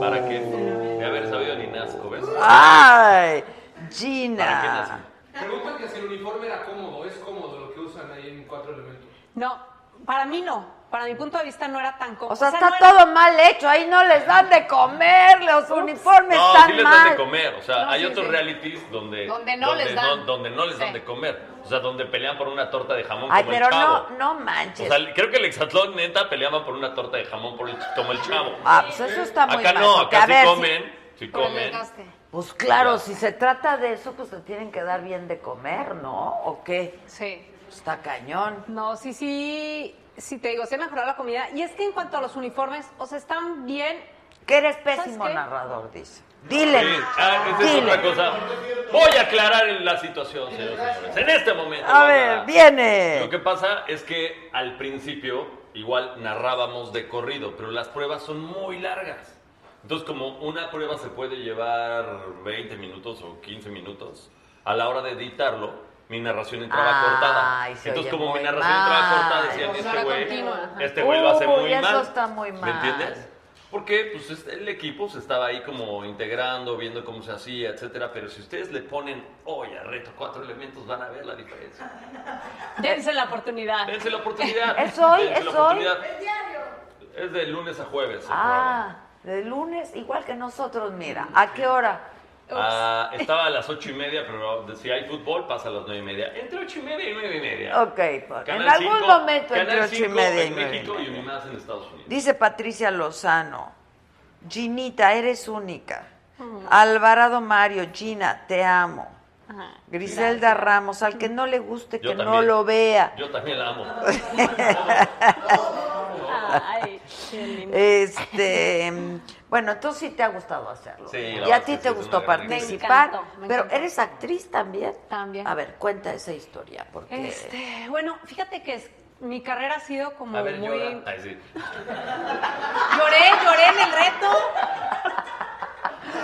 C: ¿Para qué? De haber sabido ni nazco, ¿ves?
A: Ah,
C: ¿Para
A: ¡Ay!
C: qué nací?
A: Gina.
F: Pregunta que si el uniforme era cómodo, es cómodo lo que usan ahí en cuatro elementos.
D: No, para mí no. Para mi punto de vista no era tan cómodo.
A: O sea,
D: no
A: está
D: era-
A: todo mal hecho. Ahí no les dan de comer. Los uniformes
C: No, sí
A: están
C: les dan de
A: mal.
C: comer. O sea,
D: No,
C: hay
D: sí,
C: otros
D: sí.
C: realities donde,
D: Donde no les dan.
C: no- donde no les dan
D: Sí.
C: de comer. O sea, donde pelean por una torta de jamón
A: Ay,
C: como
A: pero
C: el chavo.
A: no, no
C: O
A: manches.
C: sea, creo que el hexatlón neta peleaba por una torta de jamón por el ch- como el chavo.
A: Ah, pues eso está muy
C: acá
A: mal.
C: no,
A: porque
C: acá
A: a
C: sí
A: ver, si-
C: comen. Sí
D: Por el
C: comen.
D: desgaste.
A: Pues claro, si se trata de eso, pues te tienen que dar bien de comer, ¿no? ¿O qué?
D: Sí.
A: Está cañón.
D: No, sí, sí, sí te digo, se ha mejorado la comida. Y es que en cuanto a los uniformes, o sea, están bien.
A: Que eres pésimo
D: qué?
A: narrador, dice.
C: Sí,
A: Dile,
C: ah, esa es otra
A: dile.
C: cosa. Voy a aclarar en la situación, señores y señores. En este momento.
A: A
C: voy
A: ver, viene.
C: Lo que pasa es que al principio igual narrábamos de corrido, pero las pruebas son muy largas. Entonces, como una prueba se puede llevar 20 minutos o 15 minutos, a la hora de editarlo, mi narración entraba
A: Ay,
C: cortada.
A: se
C: Entonces,
A: oye
C: como mi
A: muy
C: narración entraba cortada,
A: mal.
C: decían,
D: Como
C: este
D: narra
C: güey,
D: continua, ajá.
C: este güey lo hace
A: Uy,
C: muy
A: eso
C: mal.
A: está muy mal.
C: ¿Me entiendes? Porque pues, es- el equipo se estaba ahí como integrando, viendo cómo se hacía, etcétera. Pero si ustedes le ponen hoy a reto cuatro elementos, van a ver la diferencia.
D: Dense la oportunidad.
C: Dense la oportunidad.
A: ¿Es hoy?
C: Dense
A: ¿Es
C: la
A: hoy?
C: oportunidad. Es de lunes a jueves. el
A: Ah, de lunes, igual que nosotros, mira. ¿A qué hora?
C: programa. Ah, estaba a las ocho y media, pero de- si hay fútbol pasa a las nueve y media. Entre ocho y media y nueve y media.
A: Ok, por- en
C: Canal
A: algún
C: cinco-
A: momento entre
C: Canal
A: ocho y
C: cinco
A: media y
C: En
A: nueve.
C: México y más en Estados Unidos.
A: Dice Patricia Lozano, Ginita, eres única. Alvarado Mario, Gina, te amo.
D: Ajá.
A: Griselda Ramos, al que no le guste,
C: Yo
A: que no
C: también.
A: lo vea.
C: Yo también la amo.
D: Ah, Ay, qué lindo.
A: Este, mm, bueno, entonces sí te ha gustado hacerlo.
C: Sí, la
A: y
C: verdad
A: a ti
C: es que
A: te
C: sí, es
A: gustó
C: una gran idea.
A: participar,
D: Me encantó, me
A: pero
D: encantó.
A: eres actriz también.
D: También.
A: A ver, cuenta esa historia, porque
D: Este, bueno, fíjate que es- mi carrera ha sido como
C: A ver,
D: muy.
C: llora. Ay, sí.
D: Lloré, lloré en el reto.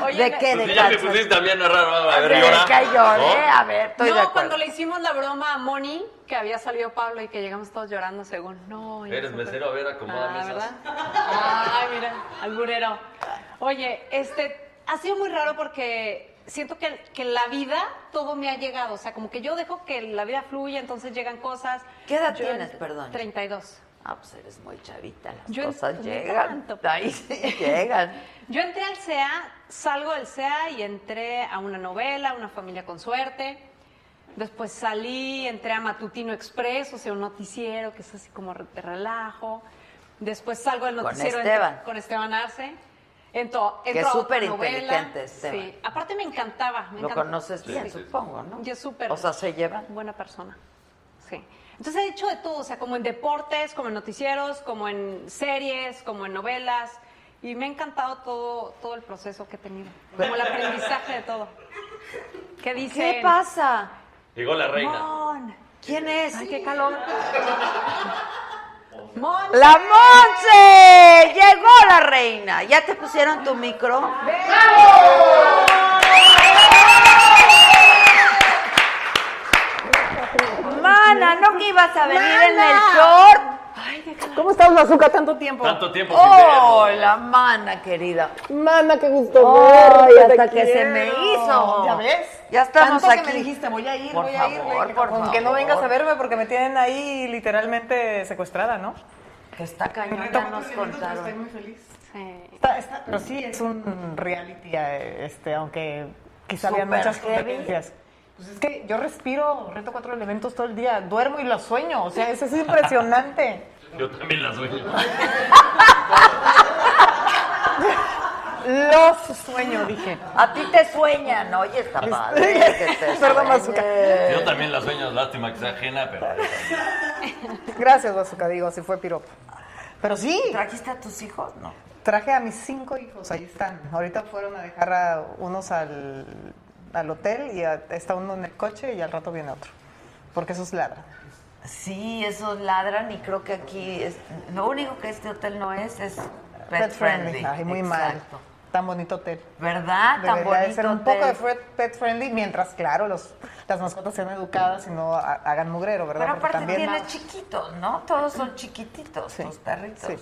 D: Oye,
A: ¿De
D: me-
A: qué?
C: Pues si ya me
A: calzón.
C: pusiste también a narrar, a ver,
A: Ay,
C: llora.
A: que Ah, lloré,
C: ¿No?
A: ¿eh? a ver, estoy de
D: no,
A: acuerdo.
D: cuando le hicimos la broma a Moni, que había salido Pablo y que llegamos todos llorando, según. No, ya
C: Eres
D: se fue.
C: mesero, a ver, acomoda
D: ah,
C: mesas.
D: ¿verdad? Ay, mira, alburero. Oye, este, ha sido muy raro porque siento que, que en la vida todo me ha llegado. O sea, como que yo dejo que la vida fluya, entonces llegan cosas.
A: ¿Qué edad
D: Yo-
A: tienes, perdón?
D: 32.
A: Ah, pues eres muy chavita, las
D: Yo
A: cosas
D: ni
A: llegan.
D: tanto.
A: Ahí sí llegan.
D: Yo entré al CEA, salgo del CEA y entré a una novela, una familia con suerte. Después salí, entré a Matutino Express, o sea, un noticiero que es así como re- de relajo. Después salgo del
A: Con
D: noticiero
A: Esteban.
D: entro- con Esteban Arce. Entro,
A: Que
D: entro
A: es
D: a otra
A: superinteligente,
D: novela.
A: Esteban.
D: Sí. Aparte me encantaba. me
A: Lo
D: encantaba.
A: conoces bien,
C: sí, sí.
A: supongo, ¿no?
D: Yo súper.
A: O sea, se llevan.
D: Buena persona. Sí. Entonces he hecho de todo, o sea, como en deportes, como en noticieros, como en series, como en novelas. Y me ha encantado todo, todo el proceso que he tenido. Como el aprendizaje de todo. ¿Qué dice?
A: ¿Qué pasa?
C: Llegó la reina.
A: ¿Quién es?
D: Ay, qué calor. ¡Monse!
A: ¡La Monse! ¡Llegó la reina! ¿Ya te pusieron tu micro? Mana, ¿no que ibas a venir en el short?
G: Ay, déjala. ¿Cómo estás, Mazuca, tanto tiempo?
C: Tanto tiempo sin
A: ¡Oh,
C: vernos.
A: la mana, querida!
G: Mana, qué gusto
A: ¡Ay,
G: verte,
A: hasta
G: te
A: que se
G: quiero.
A: me hizo!
G: ¿Ya ves?
A: Ya estamos
G: tanto
A: aquí.
G: que me dijiste, voy a ir,
A: Por
G: voy a ir.
A: favor,
G: le-
A: por
G: Aunque no
A: favor.
G: vengas a verme porque me tienen ahí literalmente secuestrada, ¿no?
A: Que está cañón, ya nos contaron.
G: muy feliz.
D: Sí.
G: Está, está, pero sí, es un reality, eh, este, aunque quizá habían
A: Súper
G: muchas
A: heavy.
G: competencias. Pues es que yo respiro, reto cuatro elementos todo el día, duermo y los sueño, o sea, eso es impresionante.
C: Yo también la sueño.
G: Los sueño, dije.
A: A ti te sueñan, oye, está padre. que te
G: Perdón,
A: sueñe.
G: Mazuca.
C: Yo también la sueño, lástima que sea ajena, pero...
G: Gracias, Bazooka, digo, si fue piropo. Pero sí,
A: ¿Trajiste a tus hijos? No.
G: traje a mis cinco hijos, ahí están. Ahorita fueron a dejar a unos al, al hotel y a- está uno en el coche y al rato viene otro. Porque esos ladran.
A: Sí, esos ladran y creo que aquí es, lo único que este hotel no es es pet,
G: Pet
A: friendly.
G: Ay, muy
A: Exacto.
G: mal. Tan bonito hotel.
A: ¿Verdad? Tan
G: Debería de
A: bonito
G: ser un
A: hotel.
G: poco de fre- pet friendly, mientras, claro, los, las mascotas sean educadas y no ha- hagan mugrero, ¿verdad?
A: Pero
G: Porque
A: aparte
G: también-
A: tiene chiquitos, ¿no? Todos son chiquititos,
G: Sí,
A: los perritos.
G: sí.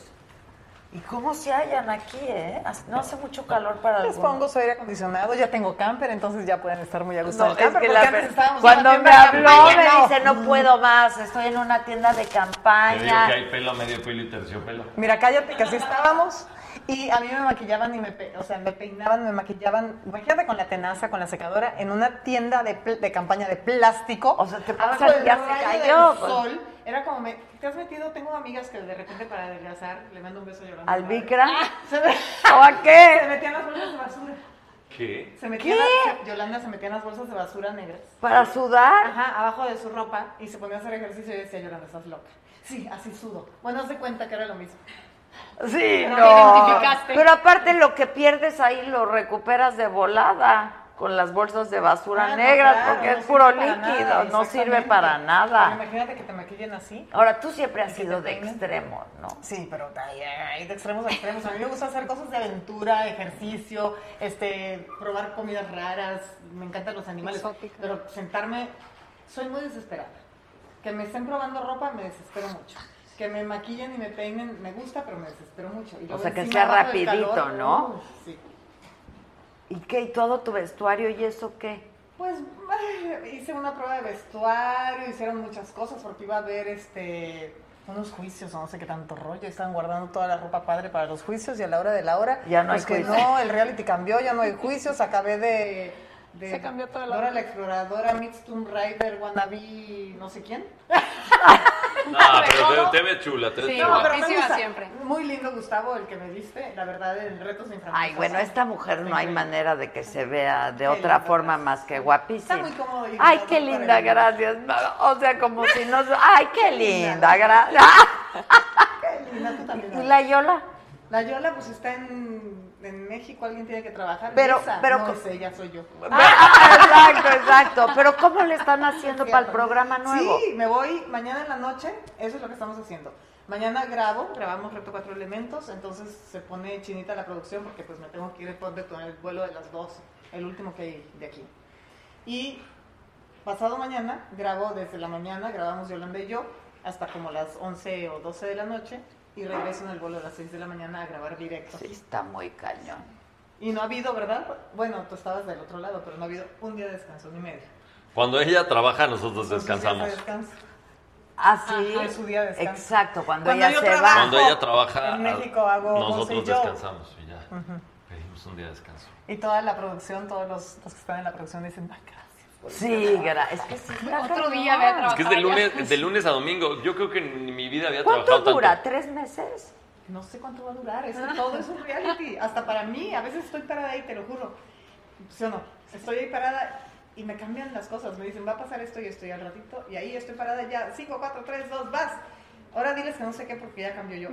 A: ¿Y cómo se hallan aquí, eh? Hace- No hace mucho calor para
G: Les
A: algunos.
G: pongo su aire acondicionado, ya tengo camper, entonces ya pueden estar muy a gusto.
A: No,
G: en el
A: es
G: camper,
A: que
G: porque
A: la
G: antes
A: per-
G: estábamos en
A: cuando
G: una
A: me
G: tienda de
A: habló me Mm.
G: campaña, no.
A: dice no puedo más, estoy en una tienda de
C: Te digo que
A: campaña.
C: hay pelo, medio pelo y terciopelo.
G: Mira, cállate, que así estábamos. Y a mí me maquillaban y me, pe- o sea, me peinaban, me maquillaban, imagínate con la tenaza, con la secadora, en una tienda de, pl- de campaña de plástico.
A: O sea, te
G: abajo
A: pasa,
G: del
A: ya se
G: rayo del
A: cayó, pues.
G: sol. Era como, me, ¿te has metido? Tengo amigas que de repente para adelgazar, le mando un beso llorando.
A: ¿Al Bikram?
G: Se me-
A: ¿O a qué?
G: se metían las bolsas de basura.
C: ¿Qué?
G: Se metían las- se- Yolanda se metían las bolsas de basura negras.
A: ¿Para sudar?
G: Ajá, abajo de su ropa y se ponía a hacer ejercicio y decía, Yolanda, estás loca. Sí, así sudo. Bueno, haz de cuenta que era lo mismo.
A: Sí,
D: Pero
A: no.
D: te identificaste.
A: Pero aparte lo que pierdes ahí lo recuperas de volada con las bolsas de basura
G: Ah, no,
A: negras
G: claro,
A: porque
G: no
A: es
G: sirve
A: puro
G: para
A: líquido,
G: nada,
A: no sirve
G: exactamente.
A: para
G: Pero
A: nada.
G: imagínate que te maquillen así.
A: Ahora tú siempre has
G: que
A: sido
G: te
A: de
G: peinan.
A: extremo, ¿no?
G: Sí, pero ay, ay, de extremos a extremos. A mí me gusta hacer cosas de aventura, ejercicio, este, probar comidas raras. Me encantan los animales.
D: Exótica.
G: Pero sentarme, soy muy desesperada. Que me estén probando ropa me desespero mucho. Que me maquillen y me peinen me gusta, pero me desespero mucho. Y luego
A: sea, que
G: encima
A: sea
G: abajo del
A: rapidito,
G: calor,
A: ¿no?
G: uy, sí.
A: ¿Y qué? ¿Y todo tu vestuario y eso qué?
G: Pues ay, hice una prueba de vestuario, hicieron muchas cosas porque iba a haber este unos juicios o no sé qué tanto rollo, estaban guardando toda la ropa padre para los juicios y a la hora de la hora
A: Ya no hay
G: pues que
A: juicio.
G: no, el reality cambió, ya no hay juicios, acabé de, de
D: Se cambió toda la
G: Dora
D: hora.
G: la exploradora, Mixed Tomb Raider, Wannabe, no sé quién.
C: No, pero te, te ves chula, te ves
D: Sí,
C: chula.
D: pero- Guapísima siempre.
G: Muy lindo Gustavo el que me diste, la verdad el reto sin fronteras.
A: Ay, bueno, esta mujer no hay
G: Increíble.
A: manera de que se vea de
G: Qué
A: otra
G: linda,
A: forma
G: gracias.
A: más que guapísima.
G: Está muy cómodo y
A: Ay,
G: todo
A: qué
G: para
A: linda,
G: el-
A: gracias. O sea, como si no... Ay, qué linda, gracias.
G: Qué linda, tú también,
A: ¿Y
G: Dora.
A: la Yola?
G: La Yola pues está en, en México, alguien tiene que trabajar.
A: Pero-
G: Esa
A: pero
G: no
A: co-
G: es ella, soy yo.
A: Ah, exacto, exacto. Pero ¿cómo le están haciendo para el programa nuevo?
G: Sí, me voy mañana en la noche, eso es lo que estamos haciendo. Mañana grabo, grabamos Reto Cuatro Elementos, entonces se pone chinita la producción porque pues me tengo que ir ponte con el vuelo de las dos, el último que hay de aquí. Y pasado mañana grabo desde la mañana, grabamos Yolanda y yo hasta como las 11 o 12 de la noche y regreso en el vuelo a las 6 de la mañana a grabar directo.
A: Sí, está muy cañón.
G: Y no ha habido, ¿verdad? Bueno, tú estabas del otro lado, pero no ha habido un día de descanso, ni medio.
C: Cuando ella trabaja, nosotros descansamos.
G: Entonces, Pues ya se descansa.
A: Así.
G: Ajá, es su día de descanso.
A: Exacto, cuando,
G: Cuando
A: ella
G: yo
A: se va.
G: trabajo.
C: Cuando ella trabaja,
G: En México hago once
C: nosotros
G: y yo.
C: descansamos y ya. Pedimos un día de descanso.
G: Y toda la producción, todos los, los que están en la producción dicen, "Ah, gracias. por
A: Sí, gra- es que sí. está
D: Otro
A: cañón.
D: día ve a
C: Es
D: trabajar.
C: que es de lunes, de lunes a domingo. Yo creo que en mi vida había
A: ¿Cuánto
C: trabajado tanto.
A: dura? ¿Tres meses?
G: el-". No sé cuánto va a durar, es que todo es un reality. Hasta para mí, a veces estoy parada ahí, te lo juro. ¿Sí o no? Estoy ahí parada y me cambian las cosas. Me dicen, va a pasar esto y estoy al ratito. Y ahí estoy parada ya, 5, 4, 3, 2, vas. Ahora diles que no sé qué porque ya cambió yo.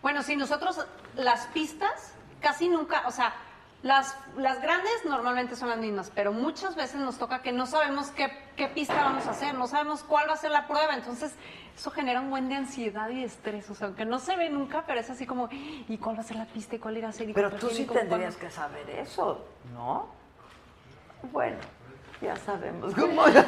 D: Bueno, si nosotros las pistas casi nunca, o sea, Las, las grandes normalmente son las mismas, pero muchas veces nos toca que no sabemos qué, qué pista vamos a hacer, no sabemos cuál va a ser la prueba, entonces eso genera un buen de ansiedad y de estrés, o sea, aunque no se ve nunca, pero es así como, ¿y cuál va a ser la pista y cuál irá a ser? ¿Y
A: Pero
D: contra
A: tú
D: quién? ¿Y
A: sí
D: con cuándo?
A: tendrías que saber eso, ¿no? Bueno, ya sabemos cómo era.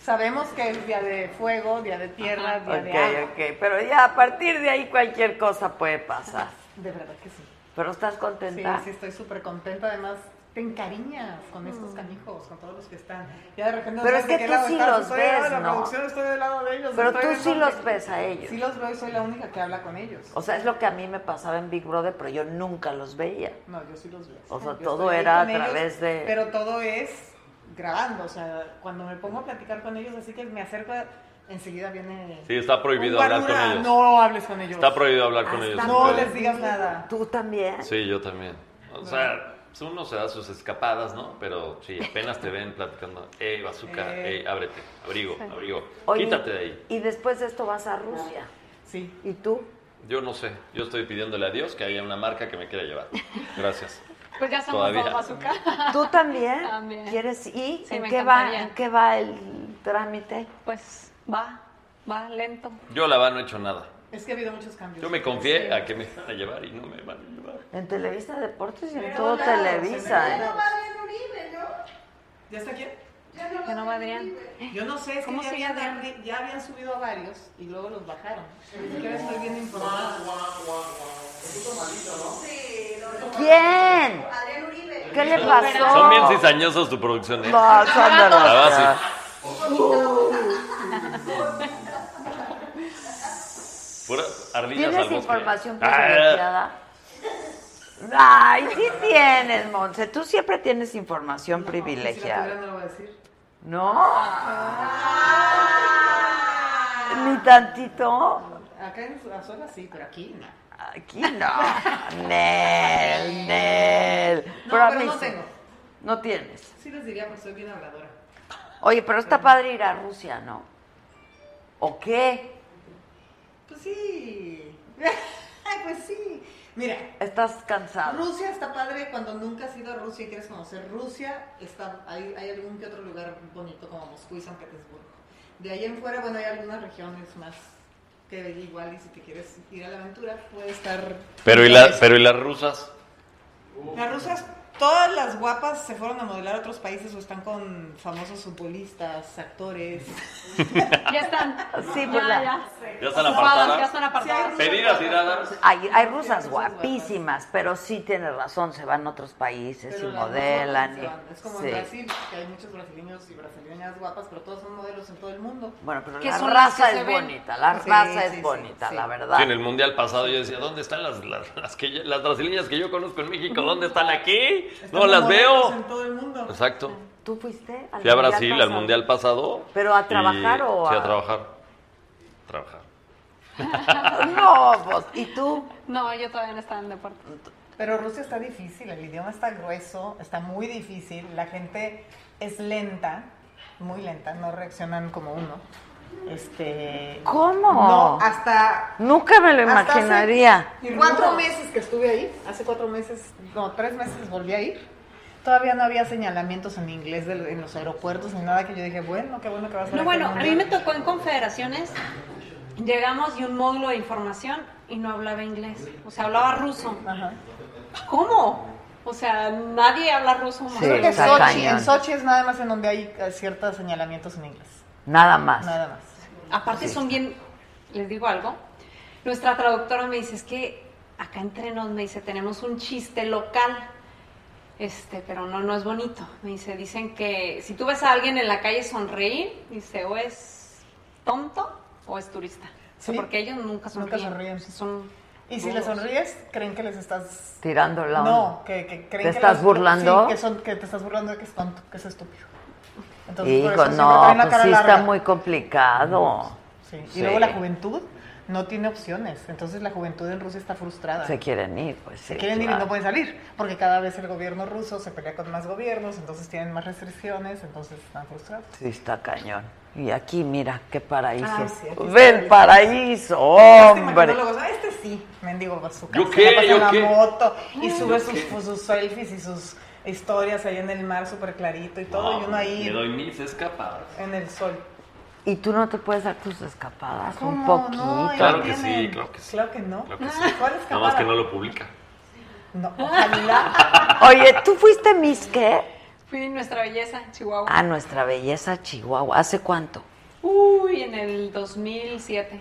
G: Sabemos que es día de fuego, día de tierra, día de
A: ok,
G: agua.
A: ok, pero ya a partir de ahí cualquier cosa puede pasar.
G: De verdad que sí.
A: Pero estás
G: Sí,
A: contenta.
G: sí, estoy súper contenta. Además, te encariñas con estos canijos, con todos los que están. Ya de repente no
A: Mm. Pero
G: sabes
A: es
G: de
A: que
G: qué
A: tú
G: lado
A: sí
G: estás.
A: los
G: Estoy del lado de
A: ves,
G: la
A: ¿no?
G: producción, estoy del lado de ellos.
A: Pero
G: estoy
A: tú
G: del
A: sí
G: lado de-
A: los ves a ellos.
G: Sí los veo y soy la única que habla con ellos.
A: O sea, es lo que a mí me pasaba en Big Brother, pero yo nunca los veía.
G: No, yo sí los veo.
A: O sea,
G: Yo
A: todo
G: estoy ahí
A: era
G: con
A: a través de-
G: Pero todo es grabando, o sea, cuando me pongo a platicar con ellos, así que me acerco, enseguida viene...
C: Sí, está prohibido
G: un
C: hablar con
G: guarura,
C: ellos.
G: No hables con ellos.
C: Está prohibido hablar con
A: Ah,
C: ellos.
A: está
G: No
C: ustedes.
G: les digas nada.
A: ¿Tú también?
C: Sí, yo también. O sea, uno se da sus escapadas, ¿no? Pero sí, apenas te ven platicando, ey, bazooka,
G: Eh.
C: ey, ábrete, abrigo, abrigo,
A: Oye,
C: quítate de ahí.
A: Y después de esto vas a Rusia.
G: Sí.
A: ¿Y tú?
C: Yo no sé, yo estoy pidiéndole a Dios que haya una marca que me quiera llevar. Gracias.
D: Pues ya somos
C: Todavía.
D: dos bazooka.
A: ¿Tú también?
D: También.
A: ¿Quieres ir?
D: Sí,
A: ¿En,
D: me
A: qué va,
D: encantaría.
A: ¿En qué va el trámite?
D: Pues va, va lento.
C: Yo la verdad no he hecho nada.
G: Es que ha habido muchos cambios.
C: Yo me confié a que me van a llevar y no me van a llevar.
A: En Televisa Deportes y en
G: Pero
A: todo
G: no,
A: Televisa,
G: se me
A: ¿eh?
G: quedó.
H: Adrián Uribe, ¿no?
G: ¿Ya está aquí?
D: Que no va Adrián.
G: Yo no sé, es que
D: ¿Cómo
G: ya,
D: se
G: habían,
D: llama?
G: arri- ya habían subido a varios y luego los bajaron. Ni siquiera estoy bien informada.
A: ¿Quién?
H: Adrián Uribe.
A: ¿Qué le pasó?
C: Son bien cizañosos tu producción, ¿eh?
A: No, son de los-
C: La verdad, sí. Pura ardillas al
A: ¿Tienes
C: bosque.
A: información
C: Ah,
A: privilegiada? Ay, sí tienes, Monse. Tú siempre tienes información
G: Si la tuviera
A: privilegiada.
G: no lo voy a decir.
A: ¿No? Ni tantito.
G: Acá en Azuela sí, pero aquí no.
A: Aquí no. Nel, Nel.
G: No,
A: a
G: pero
A: mí
G: no
A: sí.
G: tengo.
A: No tienes.
G: Sí les diría, pero soy bien habladora.
A: Oye, pero está padre ir a Rusia, ¿no? ¿O qué?
G: Pues sí. Ay, pues sí. Mira,
A: ¿Estás cansado?
G: Rusia está padre cuando nunca has ido a Rusia y quieres conocer Rusia. Está, hay, hay algún que otro lugar bonito como Moscú y San Petersburgo. De ahí en fuera, bueno, hay algunas regiones más que igual y si te quieres ir a la aventura puede estar...
C: Pero y, la- pero y las rusas, Uh.
G: Las rusas, todas las guapas se fueron a modelar a otros países o están con famosos futbolistas, actores.
D: Ya están.
A: Sí,
D: ya,
A: pues la-
D: ya.
C: ya están
D: Ocupadas, ya
C: apartadas.
D: están apartadas.
C: Pedidas y dadas.
A: Hay, hay rusas guapísimas, pero sí tienes razón, se van a otros países
G: Pero
A: y
G: las más guapas
A: modelan. y-
G: se van. Es como
A: sí.
G: en Brasil, que hay muchos brasileños y brasileñas guapas, pero todos son modelos en todo el mundo.
A: Bueno, pero
D: Que
A: la
D: son las
A: raza
D: que se
A: es
D: ven.
A: bonita, la
G: Sí,
A: raza
G: sí,
A: es
G: sí,
A: bonita,
G: sí.
A: la verdad.
C: Sí, en el mundial pasado yo decía, ¿dónde están las, las, las que yo- las brasileñas que yo conozco en México? ¿Dónde están aquí?
G: Están
C: No las
G: modelos
C: veo.
G: En todo el mundo.
C: Exacto.
A: ¿Tú fuiste al
C: Fui a
A: mundial
C: Brasil al
A: pasado?
C: mundial pasado.
A: ¿Pero a
C: y-
A: trabajar o
C: Sí,
A: a-
C: a trabajar. Trabajar.
A: No, vos, ¿y tú?
D: No, yo todavía no estaba en deporte.
G: Pero Rusia está difícil, el idioma está grueso, está muy difícil, la gente es lenta, muy lenta, no reaccionan como uno. Este,
A: ¿Cómo?
G: No, hasta
A: Nunca me lo
G: Hasta hace
A: imaginaría.
G: Cuatro meses que estuve ahí, hace cuatro meses, no, tres meses volví a ir. Todavía no había señalamientos en inglés de- en los aeropuertos ni nada que yo dije, bueno, qué bueno que vas a
D: No, bueno, a mí me tocó en confederaciones. Llegamos y un módulo de información y no hablaba inglés. O sea, hablaba ruso.
G: Ajá.
D: ¿Cómo? O sea, nadie habla ruso más.
A: Sí,
G: Creo que
A: está
G: Sochi,
A: cañón.
G: en Sochi es nada más en donde hay eh, ciertos señalamientos en inglés,
A: Nada más.
G: nada más.
D: Aparte son bien, les digo algo, nuestra traductora me dice, es que acá entre nos me dice, tenemos un chiste local, este, pero no, no es bonito. Me dice, dicen que si tú ves a alguien en la calle sonreír, dice, o es tonto o es turista. O sea,
G: Sí.
D: Porque ellos nunca sonríen.
G: Nunca sonríen.
D: Son
G: Y si les
D: rudos.
G: sonríes, creen que les estás...
A: Tirando la
G: No,
A: onda.
G: que, que creen que
A: ¿Te estás
G: los-
A: burlando?
G: sí, que, son, que te estás burlando de que es tonto, que es estúpido. Entonces, por
A: Hijo,
G: eso siempre
A: no,
G: traen la
A: pues
G: cara
A: sí está
G: larga.
A: muy complicado.
G: Sí. Y
A: Sí.
G: luego la juventud no tiene opciones. Entonces la juventud en Rusia está frustrada.
A: Se quieren ir, pues sí.
G: Se quieren ir y
A: claro.
G: no pueden salir, porque cada vez el gobierno ruso se pelea con más gobiernos, entonces tienen más restricciones, entonces están frustrados.
A: Sí, está cañón. Y aquí, mira, qué paraíso.
G: Ay, Ah, sí, aquí
A: Ve
G: está
A: el
G: el-
A: paraíso,
G: Lástima que
A: hombre.
G: no lo gozan. este sí, mendigo por su casa.
C: ¿Yo qué?
G: se la pasa en
C: ¿Yo
G: la
C: qué? Mm,
G: moto y
C: ¿Yo
G: sube
C: qué?
G: sus, sus selfies y sus historias ahí en el mar súper clarito y todo, y
C: Le
G: uno ahí
C: doy mis escapadas.
G: en el sol.
A: ¿Y tú no te puedes dar tus escapadas? Un
G: ¿Cómo?
A: poquito.
G: No, ahí
C: Claro
G: lo
C: que sí,
G: tienen.
C: claro que sí.
G: Claro que no.
C: Claro que sí. Nada
G: ¿Cuál
C: más
G: escapada?
C: que no lo publica.
G: No, ojalá.
A: Oye, ¿tú fuiste Miss qué?
D: Fui nuestra belleza, Chihuahua.
A: A nuestra belleza Chihuahua. ¿Hace cuánto?
D: Uy, en el 2007.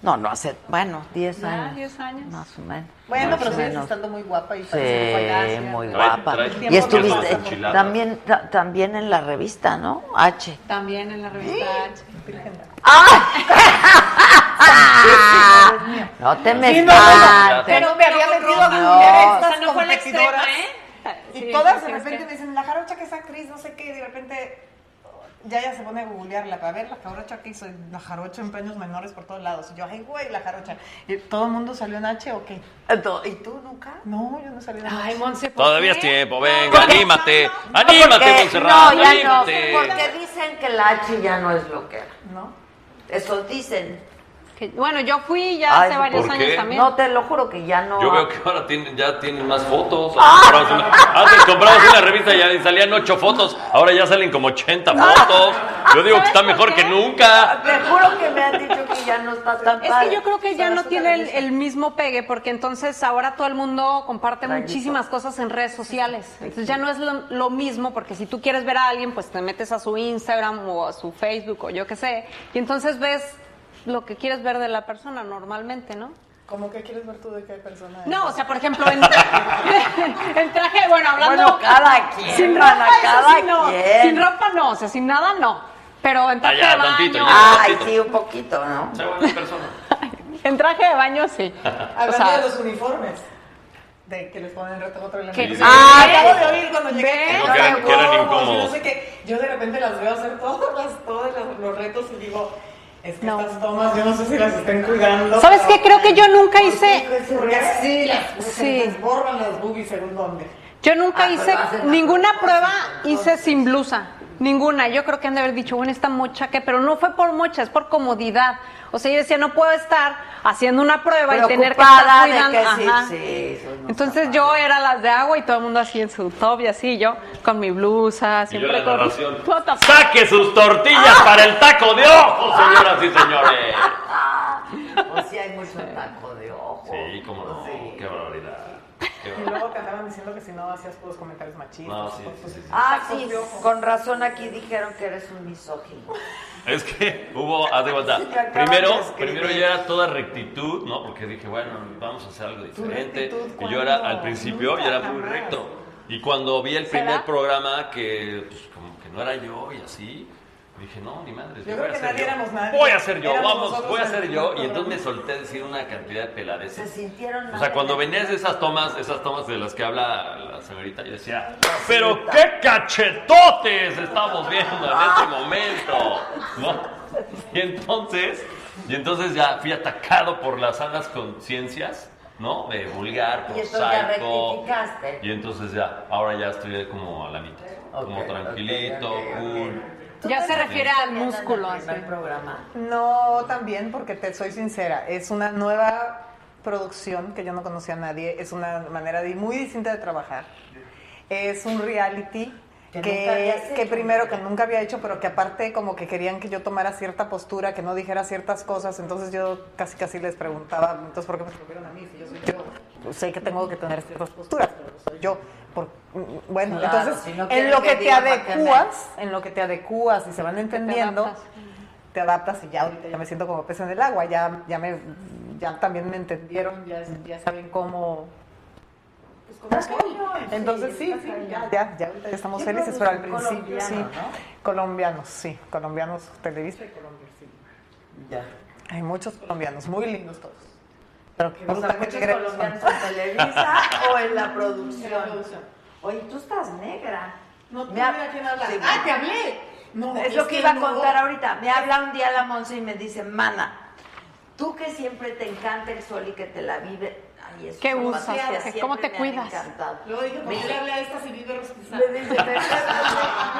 A: No, no hace, bueno, 10
D: Ah,
A: años.
D: 10 años.
A: Más o menos.
G: Bueno,
A: más
G: pero
A: o
G: sigues
A: menos.
G: estando muy guapa y parece que
A: Sí,
G: fallaste.
A: muy
C: Trae-
A: guapa.
C: trae
A: y
G: tiempo de
A: estuviste
G: sus
C: enchiladas.
A: también, ta- también en la revista, ¿no? H.
D: También en la revista H.
G: Virgen.
A: No te me
G: Sí, no, no, no.
A: espantes.
G: Pero me había metido
D: Roma,
G: con
A: no.
G: mujeres,
D: O sea,
G: estas
D: no fue la extrema,
G: competidoras.
D: ¿eh?
G: Y
D: Sí,
G: todas
D: sí,
G: de
D: sí, es
G: repente
D: que-
G: me dicen, la jarocha que es actriz, no sé qué, y de repente ya ya se pone a googlearla para ver la jarocha que hizo, y la jarocha en premios menores por todos lados. Y yo, ay, güey, la jarocha. ¿Y todo el mundo salió en H o qué?
A: Ento- ¿Y tú nunca?
G: No, yo no salí en H.
D: Ay, Monse, ¿por
C: Todavía es
D: qué?
C: tiempo,
D: No,
C: venga,
D: no,
C: anímate.
D: no, no.
C: Anímate,
A: Porque-
C: Monserrat,
A: No, ya no.
C: anímate.
A: Porque dicen que la H ya no es lo que era.
G: ¿No?
A: Eso dicen.
D: Que- Bueno, yo fui ya
A: Ay,
D: hace varios
C: ¿por
D: años
C: qué?
D: también.
A: No, te lo juro que ya no.
C: Yo veo que ahora tienen, ya tienen más fotos.
D: Ah.
C: Compramos una- antes comprabas una revista y ahí salían ocho fotos, ahora ya salen como 80 fotos. Yo digo que está
D: Ah. ¿Sabes por
C: mejor que
D: qué?
C: nunca.
A: Te juro que me han dicho que ya no está tan
D: Es
A: padre.
D: que yo creo que ya
G: Sabes,
D: no
G: una
D: tiene el,
G: revista.
D: el mismo pegue, porque entonces ahora todo el mundo comparte
A: Rayito.
D: muchísimas cosas en redes sociales. Entonces ya no es lo, lo mismo, porque si tú quieres ver a alguien, pues te metes a su Instagram o a su Facebook o yo qué sé, y entonces ves lo que quieres ver de la persona normalmente, ¿no?
G: ¿Cómo que quieres ver tú de qué persona eres?
D: No, o sea, por ejemplo, en, en traje, bueno, hablando...
A: Bueno, cada quien,
D: Sin ropa,
A: mana,
D: eso
A: cada
D: sí no.
A: quien.
D: Sin ropa no, o sea, sin nada no. Pero en traje
C: Ah, ya,
D: de baño...
C: tantito, ya.
A: Ay, sí, un poquito, ¿no?
C: Soy buena persona.
D: En traje de baño, sí.
G: Hablando
D: O sea,
G: de los uniformes. De que les ponen reto otro elemento.
D: ¿Qué?
G: Sí.
A: Ah,
G: acabo de oír cuando llegué.
D: ¿Ves?
C: Que eran- que eran
G: gorros,
C: incómodos.
G: No sé qué. Yo de repente las veo hacer todas las, todos los, los retos y digo, es que
D: No.
G: estas tomas yo no sé si las estén cuidando.
D: ¿Sabes
G: pero-
D: qué? Creo que yo nunca
G: Porque
D: hice-
G: es surreal. Sí, las
D: Sí.
G: se les borran las boobies según dónde.
D: Yo nunca
A: Ah,
D: hice
A: pero haces la
D: ninguna
A: prueba,
D: prueba,
A: sí,
D: hice sin blusa. Ninguna. Yo creo que han de haber dicho, bueno, esta mocha que, pero no fue por mocha, es por comodidad. O sea, yo decía, no puedo estar haciendo una prueba y tener que
A: Preocupada
D: estar
A: de
D: cuidando.
A: que sí,
D: Ajá.
A: sí, eso no
D: Entonces
A: está
D: yo era las de agua y todo el mundo así en su top y así, yo con mi blusa,
C: Y yo
D: siempre
C: la
D: con- Ah.
C: narración.
D: Todo tapado.
C: ¡Saque sus tortillas para el taco de ojo,
D: Ah.
C: señoras y señores!
A: O sea, hay mucho taco de ojo.
C: Sí, cómo no. Qué barbaridad. Qué
G: Y
C: barbaridad.
G: luego te andaban diciendo que si no hacías puros comentarios machistas.
C: No, sí, sí, sí, sí.
A: Ah, sí, con razón aquí dijeron que eres un misógino.
C: Es que hubo, haz de cuenta,
A: Sí, acaban
C: primero,
A: de escribir.
C: primero yo era toda rectitud, ¿no? Porque dije, bueno, vamos a hacer algo diferente.
G: rectitud,
C: Y yo era,
G: ¿cuándo?
C: al principio, yo era muy
G: Nunca, jamás.
C: recto. Y cuando vi el
D: ¿Será?
C: primer programa que, pues, como que no era yo y así, dije, no, ni madre,
G: Yo
C: voy
G: creo
C: a
G: que
C: ser
G: nadie éramos
C: yo.
G: nadie.
C: Voy a ser yo,
G: Éramos
C: vamos,
G: nosotros
C: voy a
G: en
C: ser
G: el
C: yo. Y
G: programa.
C: entonces me solté a decir una cantidad de peladeces.
A: Se sintieron.
C: O sea, cuando venías de esas tomas, esas tomas de las que habla la señorita, yo decía, pero qué cachetotes estamos viendo en este momento, ¿no? Y entonces, y entonces ya fui atacado por las sanas conciencias, ¿no? De vulgar, por
A: Y entonces ya
C: psycho.
A: rectificaste.
C: Y entonces ya, ahora ya estoy como a la mitad, como
A: Ok,
C: tranquilito,
A: ok, ok,
C: cool.
D: Ya se refiere al músculo.
A: En el
D: así.
A: programa.
G: No, también porque te soy sincera, es una nueva producción que yo no conocía a nadie, es una manera di- muy distinta de trabajar. Es un reality
A: Que
G: que,
A: nunca habías
G: que
A: hecho.
G: primero que nunca había hecho, pero que aparte como que querían que yo tomara cierta postura, que no dijera ciertas cosas, entonces yo casi casi les preguntaba, entonces ¿por qué me escogieron a mí si yo soy yo? Pues sé que tengo que tener ciertas posturas, pero soy yo. Por- mm, bueno,
A: Claro,
G: entonces
A: si no quieren
G: en lo
A: que
G: que te
A: digan, ¿para qué me-
G: adecuas, en lo que te adecuas y se van entendiendo,
D: adaptas.
G: te adaptas y ya ahorita ya me siento como pez en el agua, ya, ya me ya también me entendieron, ya, ya saben cómo. pues, Entonces sí, sí, ya, ya, ya ahorita ya estamos
A: ¿Qué
G: felices, pero al
A: producen?
G: principio sí.
A: Colombianos,
G: Colombianos, sí, colombianos televisa y colombianos, sí.
A: Ya.
G: Hay muchos colombianos, muy lindos todos. Pero que
A: O sea, muchos colombianos en Televisa o en la producción. Oye, tú estás negra.
G: No
A: Me
G: tuve
A: ha-
G: a quién hablar.
A: Sí.
G: ¡Ah, te hablé! No,
A: es lo que
G: que
A: iba a
G: no.
A: contar ahorita. Me habla un día la Monse y me dice, mana, Tú que siempre te encanta el sol y que te la vive. Ay, eso
D: ¿Qué
A: es una
D: usas?
A: paciencia,
D: ¿Qué-
A: siempre
D: cómo te
A: me han
D: cuidas?
A: encantado.
G: Luego dije, ¿por
A: Me
G: qué
A: dice-
G: le hablé a esta si vive rostizada?
A: me dice, me,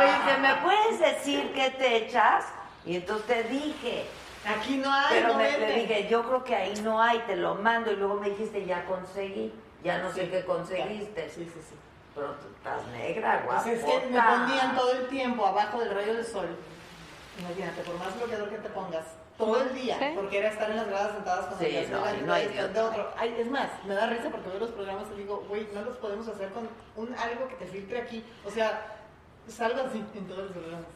A: dice, ¿me puedes decir qué te echas? Y entonces te dije,
G: Aquí no hay,
A: pero
G: no
A: me, le
G: venden.
A: dije, yo creo que ahí no hay, te lo mando. Y luego me dijiste, ya conseguí, ya no sé qué conseguiste.
G: Sí, sí, sí.
A: Pero tú estás negra,
G: Pues
A: guapota.
G: es que me pondían todo el tiempo abajo del rayo del sol. Imagínate, por más bloqueador que te pongas, todo el día,
D: Sí.
G: porque era estar en las gradas sentadas con
A: Sí,
G: ellas,
A: no,
G: una
A: y no hay
G: detrás
A: de
G: de
A: otra.
G: otro. Ay, es más, me da risa porque veo los programas y digo, güey, no los podemos hacer con un algo que te filtre aquí. O sea, salgo así en todos los programas.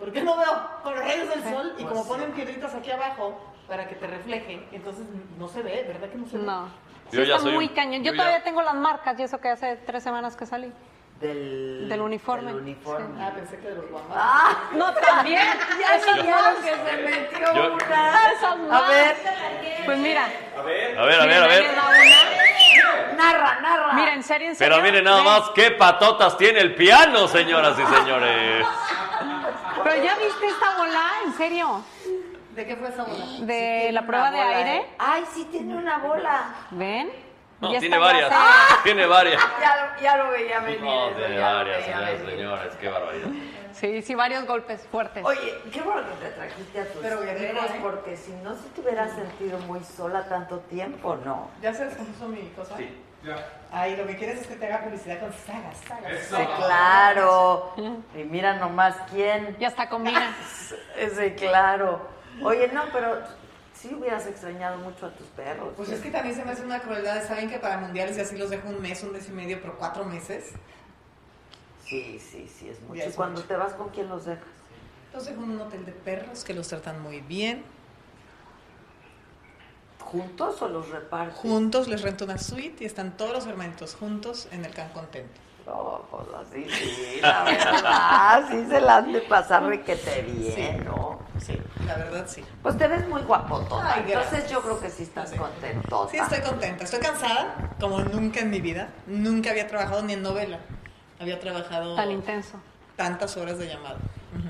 G: ¿Por qué no veo con los rayos del sol? Y
A: Pues
G: como
A: sí.
G: ponen piedritas aquí abajo para que te refleje, entonces no se ve, ¿verdad que no se ve?
D: No.
C: Yo
D: Sí
C: ya
D: está
C: soy un-
D: muy cañón. Yo,
C: yo ya-
D: todavía tengo las marcas y eso que hace tres semanas que salí.
A: Del,
D: Del uniforme.
A: del uniforme.
G: Ah, pensé que de los guamás.
A: Ah,
D: No, también.
A: ya
D: Esas
A: sabía
D: marcas.
A: que se metió
C: Yo-
A: una.
D: Esas
A: A ver,
D: Pues mira.
C: A ver, a ver, a ver.
D: miren, ahí les va una.
A: narra, narra.
D: Mira, en serio, en serio.
C: Pero miren nada
D: ven.
C: más qué patotas tiene el piano, señoras y señores.
D: Pero ya viste esta bola, en serio.
G: ¿De qué fue esa bola?
D: De la prueba de
A: Una bola,
D: aire.
A: ¿eh? Ay, sí tiene una bola.
D: ¿Ven?
C: No,
D: Ya
C: tiene
D: está, ya
C: varias. ¡Ah!
D: sé.
C: Tiene varias.
A: Ya lo, ya lo veía venir.
C: No,
A: eso,
C: tiene
A: ya lo
C: varias,
A: veía
C: señoras y
A: venir.
C: señores. Qué barbaridad.
D: Sí, sí, varios golpes fuertes.
A: Oye, qué bueno que te trajiste a tus
G: Pero guerrera,
A: hijos,
G: ¿eh?
A: porque si no se te hubiera sentido muy sola tanto tiempo, ¿no?
G: ¿Ya se descompuso mi cosa?
C: Sí.
I: Ya.
G: Ay, lo que quieres es que te haga publicidad con sagas, sagas.
I: Eso.
A: Sí, claro. Y mira nomás quién.
D: Ya está combina.
A: Ese, claro. Oye, no, pero sí hubieras extrañado mucho a tus perros.
G: Pues es que también se me hace una crueldad. ¿Saben que para mundiales y así los dejo un mes, un mes y medio, pero cuatro meses?
A: Sí, sí, sí, es mucho.
G: Ya
A: ¿Y
G: es
A: cuando
G: mucho.
A: te vas, con quién los dejas?
G: Los dejo en un hotel de perros que los tratan muy bien.
A: ¿Juntos o los repartes?
G: Juntos les rento una suite y están todos los hermanitos juntos en el Can Contento.
A: No, pues así sí, la verdad. Sí se la han de pasar requete bien, ¿no?
G: Sí, la verdad sí.
A: Pues te ves muy guapotona.
G: Ay, gracias.
A: Entonces yo creo que sí estás
G: Sí.
A: contentota.
G: Sí, estoy contenta. Estoy cansada, como nunca en mi vida. Nunca había trabajado ni en novela. Había trabajado
D: Tan intenso.
G: tantas horas de llamada. Ujú.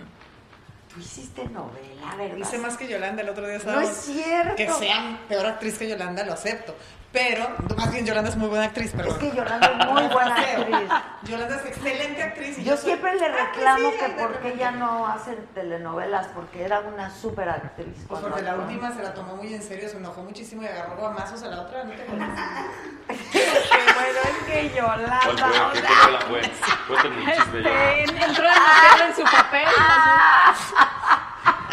A: Tú hiciste novela, ¿verdad?
G: Hice más que Yolanda el otro día.
A: No
G: estábamos-
A: es cierto.
G: que sea peor actriz que Yolanda, lo acepto. Pero, más bien, Yolanda es muy buena actriz, pero...
A: Es que Yolanda es muy buena actriz.
G: Yolanda es excelente actriz. y
A: Yo
G: soy-
A: siempre le
G: Ah, pues
A: reclamo
G: sí,
A: que
G: de
A: por qué
G: repente.
A: ella no hacen telenovelas, porque era una súper actriz.
G: Pues porque la última se la tomó muy en serio, se enojó muchísimo y agarró a mazos a la otra, ¿no te
A: Ah.
G: acuerdas?
A: bueno, es que Yolanda.
C: ¿Cuál fue? ¿Por
A: o sea,
C: qué no hablan, güey? Cuéntame el chisme
D: Este,
C: ya.
D: entró demasiado en su papel.
G: pues,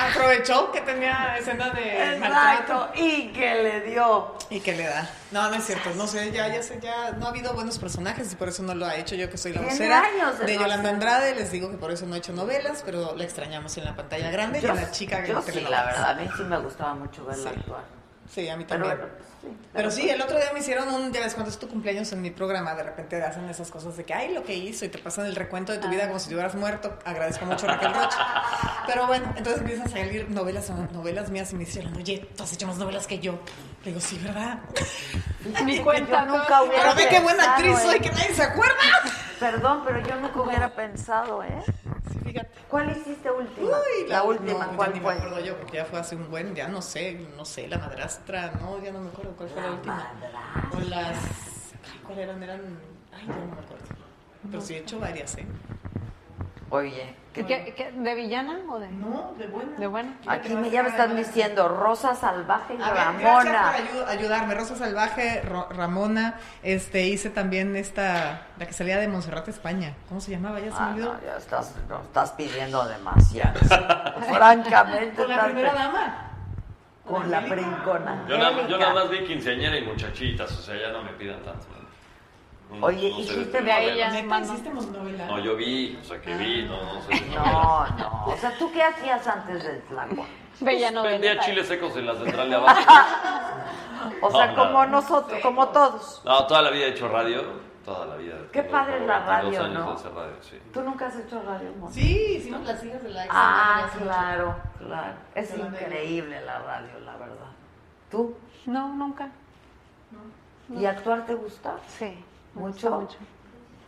G: Aprovechó que tenía escena de maltrato.
A: Exacto. Y que le dio.
G: ¿Y qué le da? No, no es cierto, no sé, ya, ya sé, ya no ha habido buenos personajes y por eso no lo ha hecho yo que soy la
A: Tiene
G: vocera
A: años de
G: de
A: no
G: Yolanda
A: hacer.
G: Andrade, les digo que por eso no ha hecho novelas, pero la extrañamos en la pantalla grande y
A: Yo,
G: en la chica que
A: yo sí, la verdad, a mí sí me gustaba mucho verla
G: Sí.
A: actuar.
G: Sí, a mí
A: Pero
G: también.
A: bueno, pues sí.
G: Pero sí, el otro día me hicieron un, ya ves cuando es tu cumpleaños en mi programa, de repente hacen esas cosas de que, ay, lo que hizo, y te pasan el recuento de tu
A: Ah.
G: vida como si te hubieras muerto. Agradezco mucho a Raquel Rocha. Pero bueno, entonces empiezan a salir novelas, novelas mías, y me dicen, oye, tú has hecho más novelas que yo. Le digo, sí, ¿verdad?
D: Ni
A: Yo
D: cuenta. ¿no?
A: nunca hubiera
G: Pero ve qué buena
A: pensado
G: actriz soy,
A: en-
G: que nadie se acuerda.
A: Perdón, pero yo nunca hubiera pensado, ¿eh?
G: Sí, fíjate.
A: ¿Cuál hiciste última?
G: Uy,
A: la, última,
G: no, ya
A: ¿cuál
G: ni
A: fue?
G: me acuerdo yo, porque ya fue hace un buen, ya no sé, no sé, la madrastra, no, ya no me acuerdo cuál fue la,
A: La
G: última.
A: madrastra.
G: O las, ay, ¿cuál eran? Eran, ay, ya no me acuerdo. Pero sí he hecho varias, ¿eh?
A: Oye,
D: ¿Qué- qué- qué- ¿De villana o de.?
G: No, de buena.
D: De buena.
A: aquí me ya me están diciendo Rosa Salvaje y
G: A ver,
A: Ramona.
G: gracias por ayu- ayudarme. Rosa Salvaje, Ro- Ramona, este, hice también esta, la que salía de Monserrate, España. ¿Cómo se llamaba? Ya se me
A: Ah,
G: olvidó.
A: no, ya estás, no, estás pidiendo demasiado. Francamente,
G: Con la
A: estás-
G: primera dama.
A: con la brincona.
C: Yo nada, yo nada más vi quinceañera y muchachitas, o sea, ya no me pidan tanto. No,
A: Oye,
C: no sé
A: ¿hiciste
C: qué
D: de ahí
C: novela.
D: ya?
G: Neta,
D: Mano.
G: hiciste novela.
C: No, yo vi, o sea, que vi, no, no sé. de
A: No, no. O sea, ¿tú qué hacías antes del flaco?
D: Villano
C: novelas. Vendía
D: novela.
C: chiles secos en la central de abajo.
A: O sea,
C: No,
A: como
C: nada.
A: nosotros, como todos.
C: No, toda la vida he hecho radio, toda la vida.
A: Qué
C: Tengo
A: padre
C: como
A: la
C: 22
A: radio,
C: años
A: ¿no?
C: de hacer radio, sí.
A: ¿Tú nunca has hecho radio, Mon?
G: Sí, hicimos las hijas de la ex.
A: Ah,
G: Hace mucho.
A: claro, claro. Es
G: Yo la negué.
A: increíble la radio, la verdad. ¿Tú?
D: No, nunca.
A: ¿Y actuar te gusta?
D: Sí. me
A: ¿Mucho?
D: gusta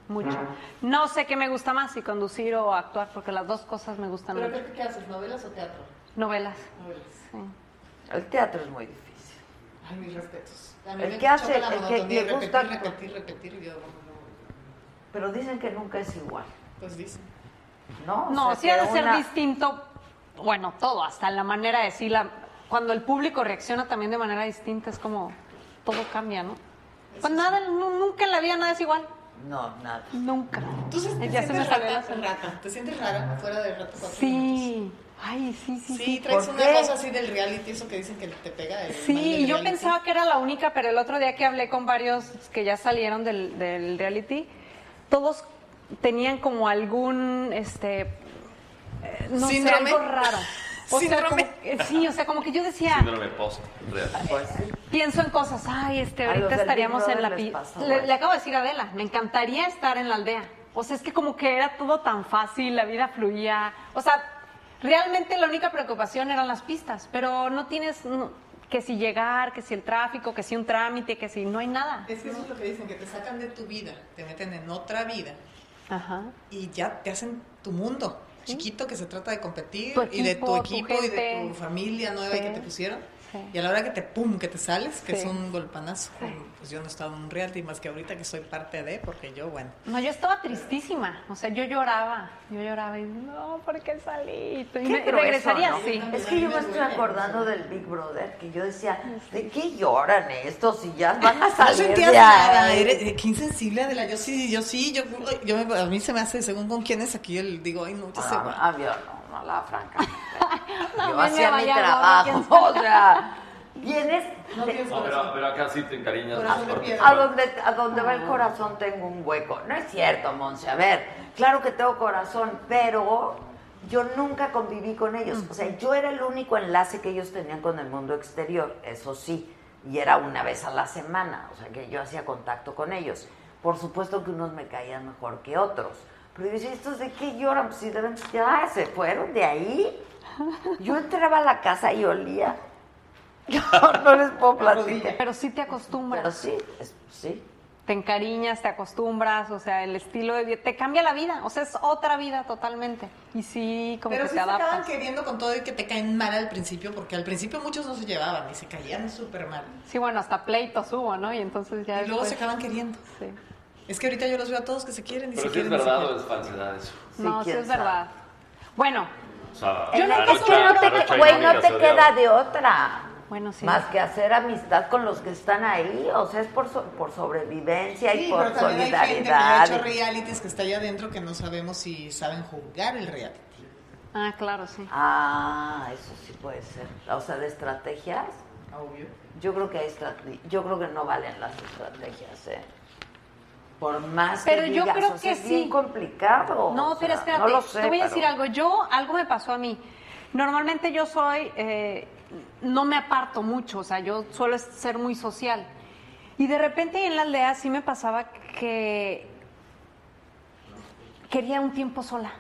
D: Mucho. Mucho. No sé qué me gusta más, si conducir o actuar, porque las dos cosas me gustan
G: Pero
D: mucho.
G: ¿qué, qué haces? ¿Novelas o teatro?
D: Novelas.
G: Novelas.
D: Sí.
A: El teatro es muy difícil.
G: Ay, mis respetos. A
A: El
G: me
A: que
G: choca
A: hace-
G: la
A: el que
G: monotonía,
A: le
G: repetir,
A: gusta-
G: Repetir, repetir, y yo, no,
A: Pero dicen que nunca es igual,
G: no, pues dicen.
A: ¿no? O
D: No,
A: sea,
D: sí
A: que
D: ha de ser
A: una-
D: distinto, bueno, todo, hasta la manera de decirla. Cuando el público reacciona también de manera distinta, es como todo cambia, ¿no? Pues nada, nu- nunca en la vida nada es igual.
A: No, nada.
D: Nunca.
G: Tú se- te
D: Ya se me
G: sientes
D: salió
G: rara,
D: la-
G: rara, te sientes rara fuera de rato cuatro minutos.
D: Sí. Ay, sí, sí,
G: Sí,
D: sí.
G: traes
A: ¿Por
G: una
A: qué?
G: cosa así del reality, eso que dicen que te pega. El mal
D: Sí,
G: del
D: y yo
G: reality.
D: pensaba que era la única, pero el otro día que hablé con varios que ya salieron del, del reality, todos tenían como algún, este, eh, no sé,
G: Síndrome.
D: algo raro. O sea, como
G: Síndrome.
D: que- sí, o sea, como que yo decía,
C: Síndrome post. real.
A: Pues sí.
D: pienso en cosas, ay, este,
A: A los
D: ahorita
A: del
D: estaríamos
A: Big
D: en la...
A: Brother les
D: pi-
A: pasó,
D: Le,
A: güey.
D: le acabo de decir a Adela, me encantaría estar en la aldea. O sea, es que como que era todo tan fácil, la vida fluía. O sea, realmente la única preocupación eran las pistas, pero no tienes no, que si llegar, que si el tráfico, que si un trámite, que si no hay nada.
G: Es que eso es lo que dicen, que te sacan de tu vida, te meten en otra vida
D: Ajá.
G: y ya te hacen tu mundo chiquito que se trata de competir
D: Tu
G: y de tu
D: equipo, tu
G: equipo y de
D: gente.
G: tu familia nueva
D: Sí.
G: que te pusieron.
D: Sí.
G: Y a la hora que te pum, que te sales, que es
D: Sí.
G: un golpanazo. Pues yo no he estado en un reality más que ahorita que soy parte de, porque yo, bueno.
D: No, yo estaba tristísima. O sea, yo lloraba. Yo lloraba y no, ¿por qué salí? Y me-
A: Qué grueso,
D: regresaría
A: ¿no?
D: así.
A: Es que yo me estoy acordando del Big Brother, que yo decía, ¿de qué lloran estos si ya van a
G: No
A: salir
G: sentías
A: de
G: nada,
A: ahí?
G: eres, eh, qué insensible de la yo sí, yo sí, yo, yo me- a mí se me hace según con quién es aquí el digo, ay no, ya se va.
A: Ah, ah, yo no, no, la franca.
D: No,
A: yo
D: me
A: hacía mi
D: vaya, no,
A: trabajo,
D: no,
A: o sea, vienes
G: No tienes
C: No, pero, pero acá sí te encariñas.
G: Corazón
C: más
G: de
C: porque-
G: piedra.
A: a donde, a donde va el corazón tengo un hueco. No es cierto, Monse, a ver, claro que tengo corazón, pero yo nunca conviví con ellos. O sea, yo era el único enlace que ellos tenían con el mundo exterior, eso sí, y era una vez a la semana, o sea, que yo hacía contacto con ellos. Por supuesto que unos me caían mejor que otros. Pero yo decía, ¿estos de qué lloran? Pues si deben, ya se fueron de ahí. Yo entraba a la casa y olía. Yo no les puedo platicar.
D: Pero sí te acostumbras.
A: Pero sí, es- sí.
D: te encariñas, te acostumbras, o sea, el estilo de vida, te cambia la vida, o sea, es otra vida totalmente. Y sí, como
G: Pero
D: que
G: sí
D: te
G: se acaban
D: adaptas.
G: queriendo con todo y que te caen mal al principio, porque al principio muchos no se llevaban y se caían súper mal.
D: Sí, bueno, hasta pleitos hubo, ¿no? Y entonces ya
G: Y luego se
D: después-
G: acaban queriendo.
D: Sí.
G: Es que ahorita yo los veo a todos que se quieren y
C: Pero
G: se
C: si es
G: quieren. y se
C: verdad o
G: quieren.
C: es falsedad eso.
A: Sí,
D: no, sí
A: quién
D: es verdad. Bueno,
C: O sea,
D: no-
A: Yo
C: la
D: es que
C: lucha-
D: no te-
C: la lucha
A: Güey, no
C: económica
A: te
C: se
A: queda
C: odiaba.
A: de otra.
D: bueno, sí.
A: Más que hacer amistad con los que están ahí, o sea, es por, so- por sobrevivencia
G: Sí,
A: y
G: pero
A: por
G: también hay gente que ha
A: solidaridad.
G: hecho realities que está allá adentro que no sabemos si saben jugar el reality.
D: Ah, claro, sí.
A: Ah, eso sí puede ser. O sea, de estrategias,
G: Obvio.
A: yo creo que hay estrate- yo creo que no valen las estrategias, ¿eh? Por más
D: Pero
A: que
D: yo
A: digas,
D: creo
A: o sea,
D: que
A: es bien
D: sí.
A: complicado.
D: No,
A: o
D: pero
A: sea,
D: espérate,
A: no lo sé,
D: te voy a
A: pero-
D: decir algo. Yo, algo me pasó a mí. Normalmente yo soy, eh, no me aparto mucho, o sea, yo suelo ser muy social. Y de repente ahí en la aldea sí me pasaba que quería un tiempo sola.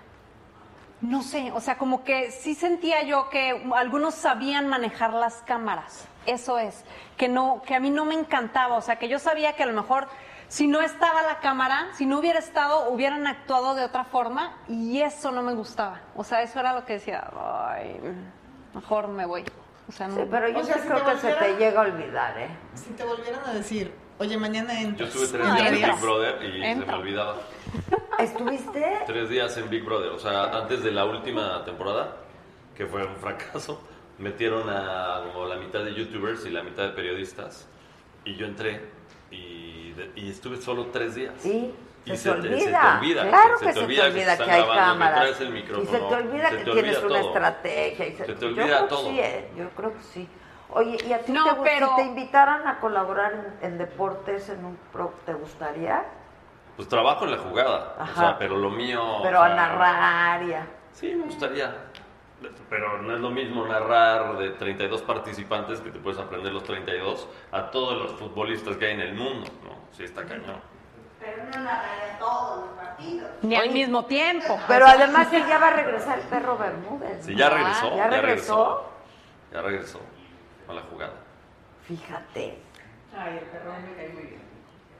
D: No sé, o sea, como que sí sentía yo que algunos sabían manejar las cámaras. Eso es, que no, que a mí no me encantaba, o sea, que yo sabía que a lo mejor si no estaba la cámara, si no hubiera estado, hubieran actuado de otra forma y eso no me gustaba. O sea, eso era lo que decía, ay, mejor me voy. O sea, no.
A: Sí, pero yo
G: O sea,
A: sí
G: si
A: creo
G: te
A: que se te
G: volvieran-
A: llega a olvidar, ¿eh?
G: Si te volvieran a decir, oye, mañana
C: Yo
G: entras.
C: estuve tres
D: No,
C: días en
D: entras.
C: Big Brother y se me
D: Entra.
C: olvidaba.
A: ¿Estuviste?
C: Tres días en Big Brother, o sea, antes de la última temporada, que fue un fracaso, metieron a como la mitad de youtubers y la mitad de periodistas. Y yo entré y, de- y estuve solo tres días.
A: Sí,
C: Y
A: se,
C: se
A: te
C: te-
A: olvida.
C: se te olvida,
A: Claro
C: se
A: que
C: te olvida que te están
A: que hay
C: grabando, que
A: cámaras.
C: traes el
A: y se
C: micrófono,
A: te olvida
C: se
A: que
C: te
A: tienes
C: olvida
A: una
C: todo.
A: estrategia. Y
C: Se te
A: yo
C: olvida
A: creo
C: todo.
A: Que sí, ¿eh? Yo creo que sí. Oye, ¿y a ti
D: No,
A: te gusta-
D: pero-
A: si te invitaran a colaborar en, en deportes, en un pro, ¿te gustaría?
C: Pues trabajo en la jugada, o
A: Ajá.
C: sea, pero lo mío...
A: Pero
C: o
A: a
C: sea,
A: narrar y a-
C: Sí, me gustaría. Pero no es lo mismo narrar de 32 participantes que te puedes aprender los 32 a todos los futbolistas que hay en el mundo, ¿no? Sí, está cañón.
J: Pero no la a todos los partidos.
D: Ni al mismo tiempo.
A: Pero además que ya va a regresar el perro Bermúdez.
C: Sí,
A: ¿no?
C: ya regresó.
A: Ah, ¿Ya regresó?
C: Ya regresó a la jugada.
A: Fíjate.
G: Ay, el perrón me cae muy bien.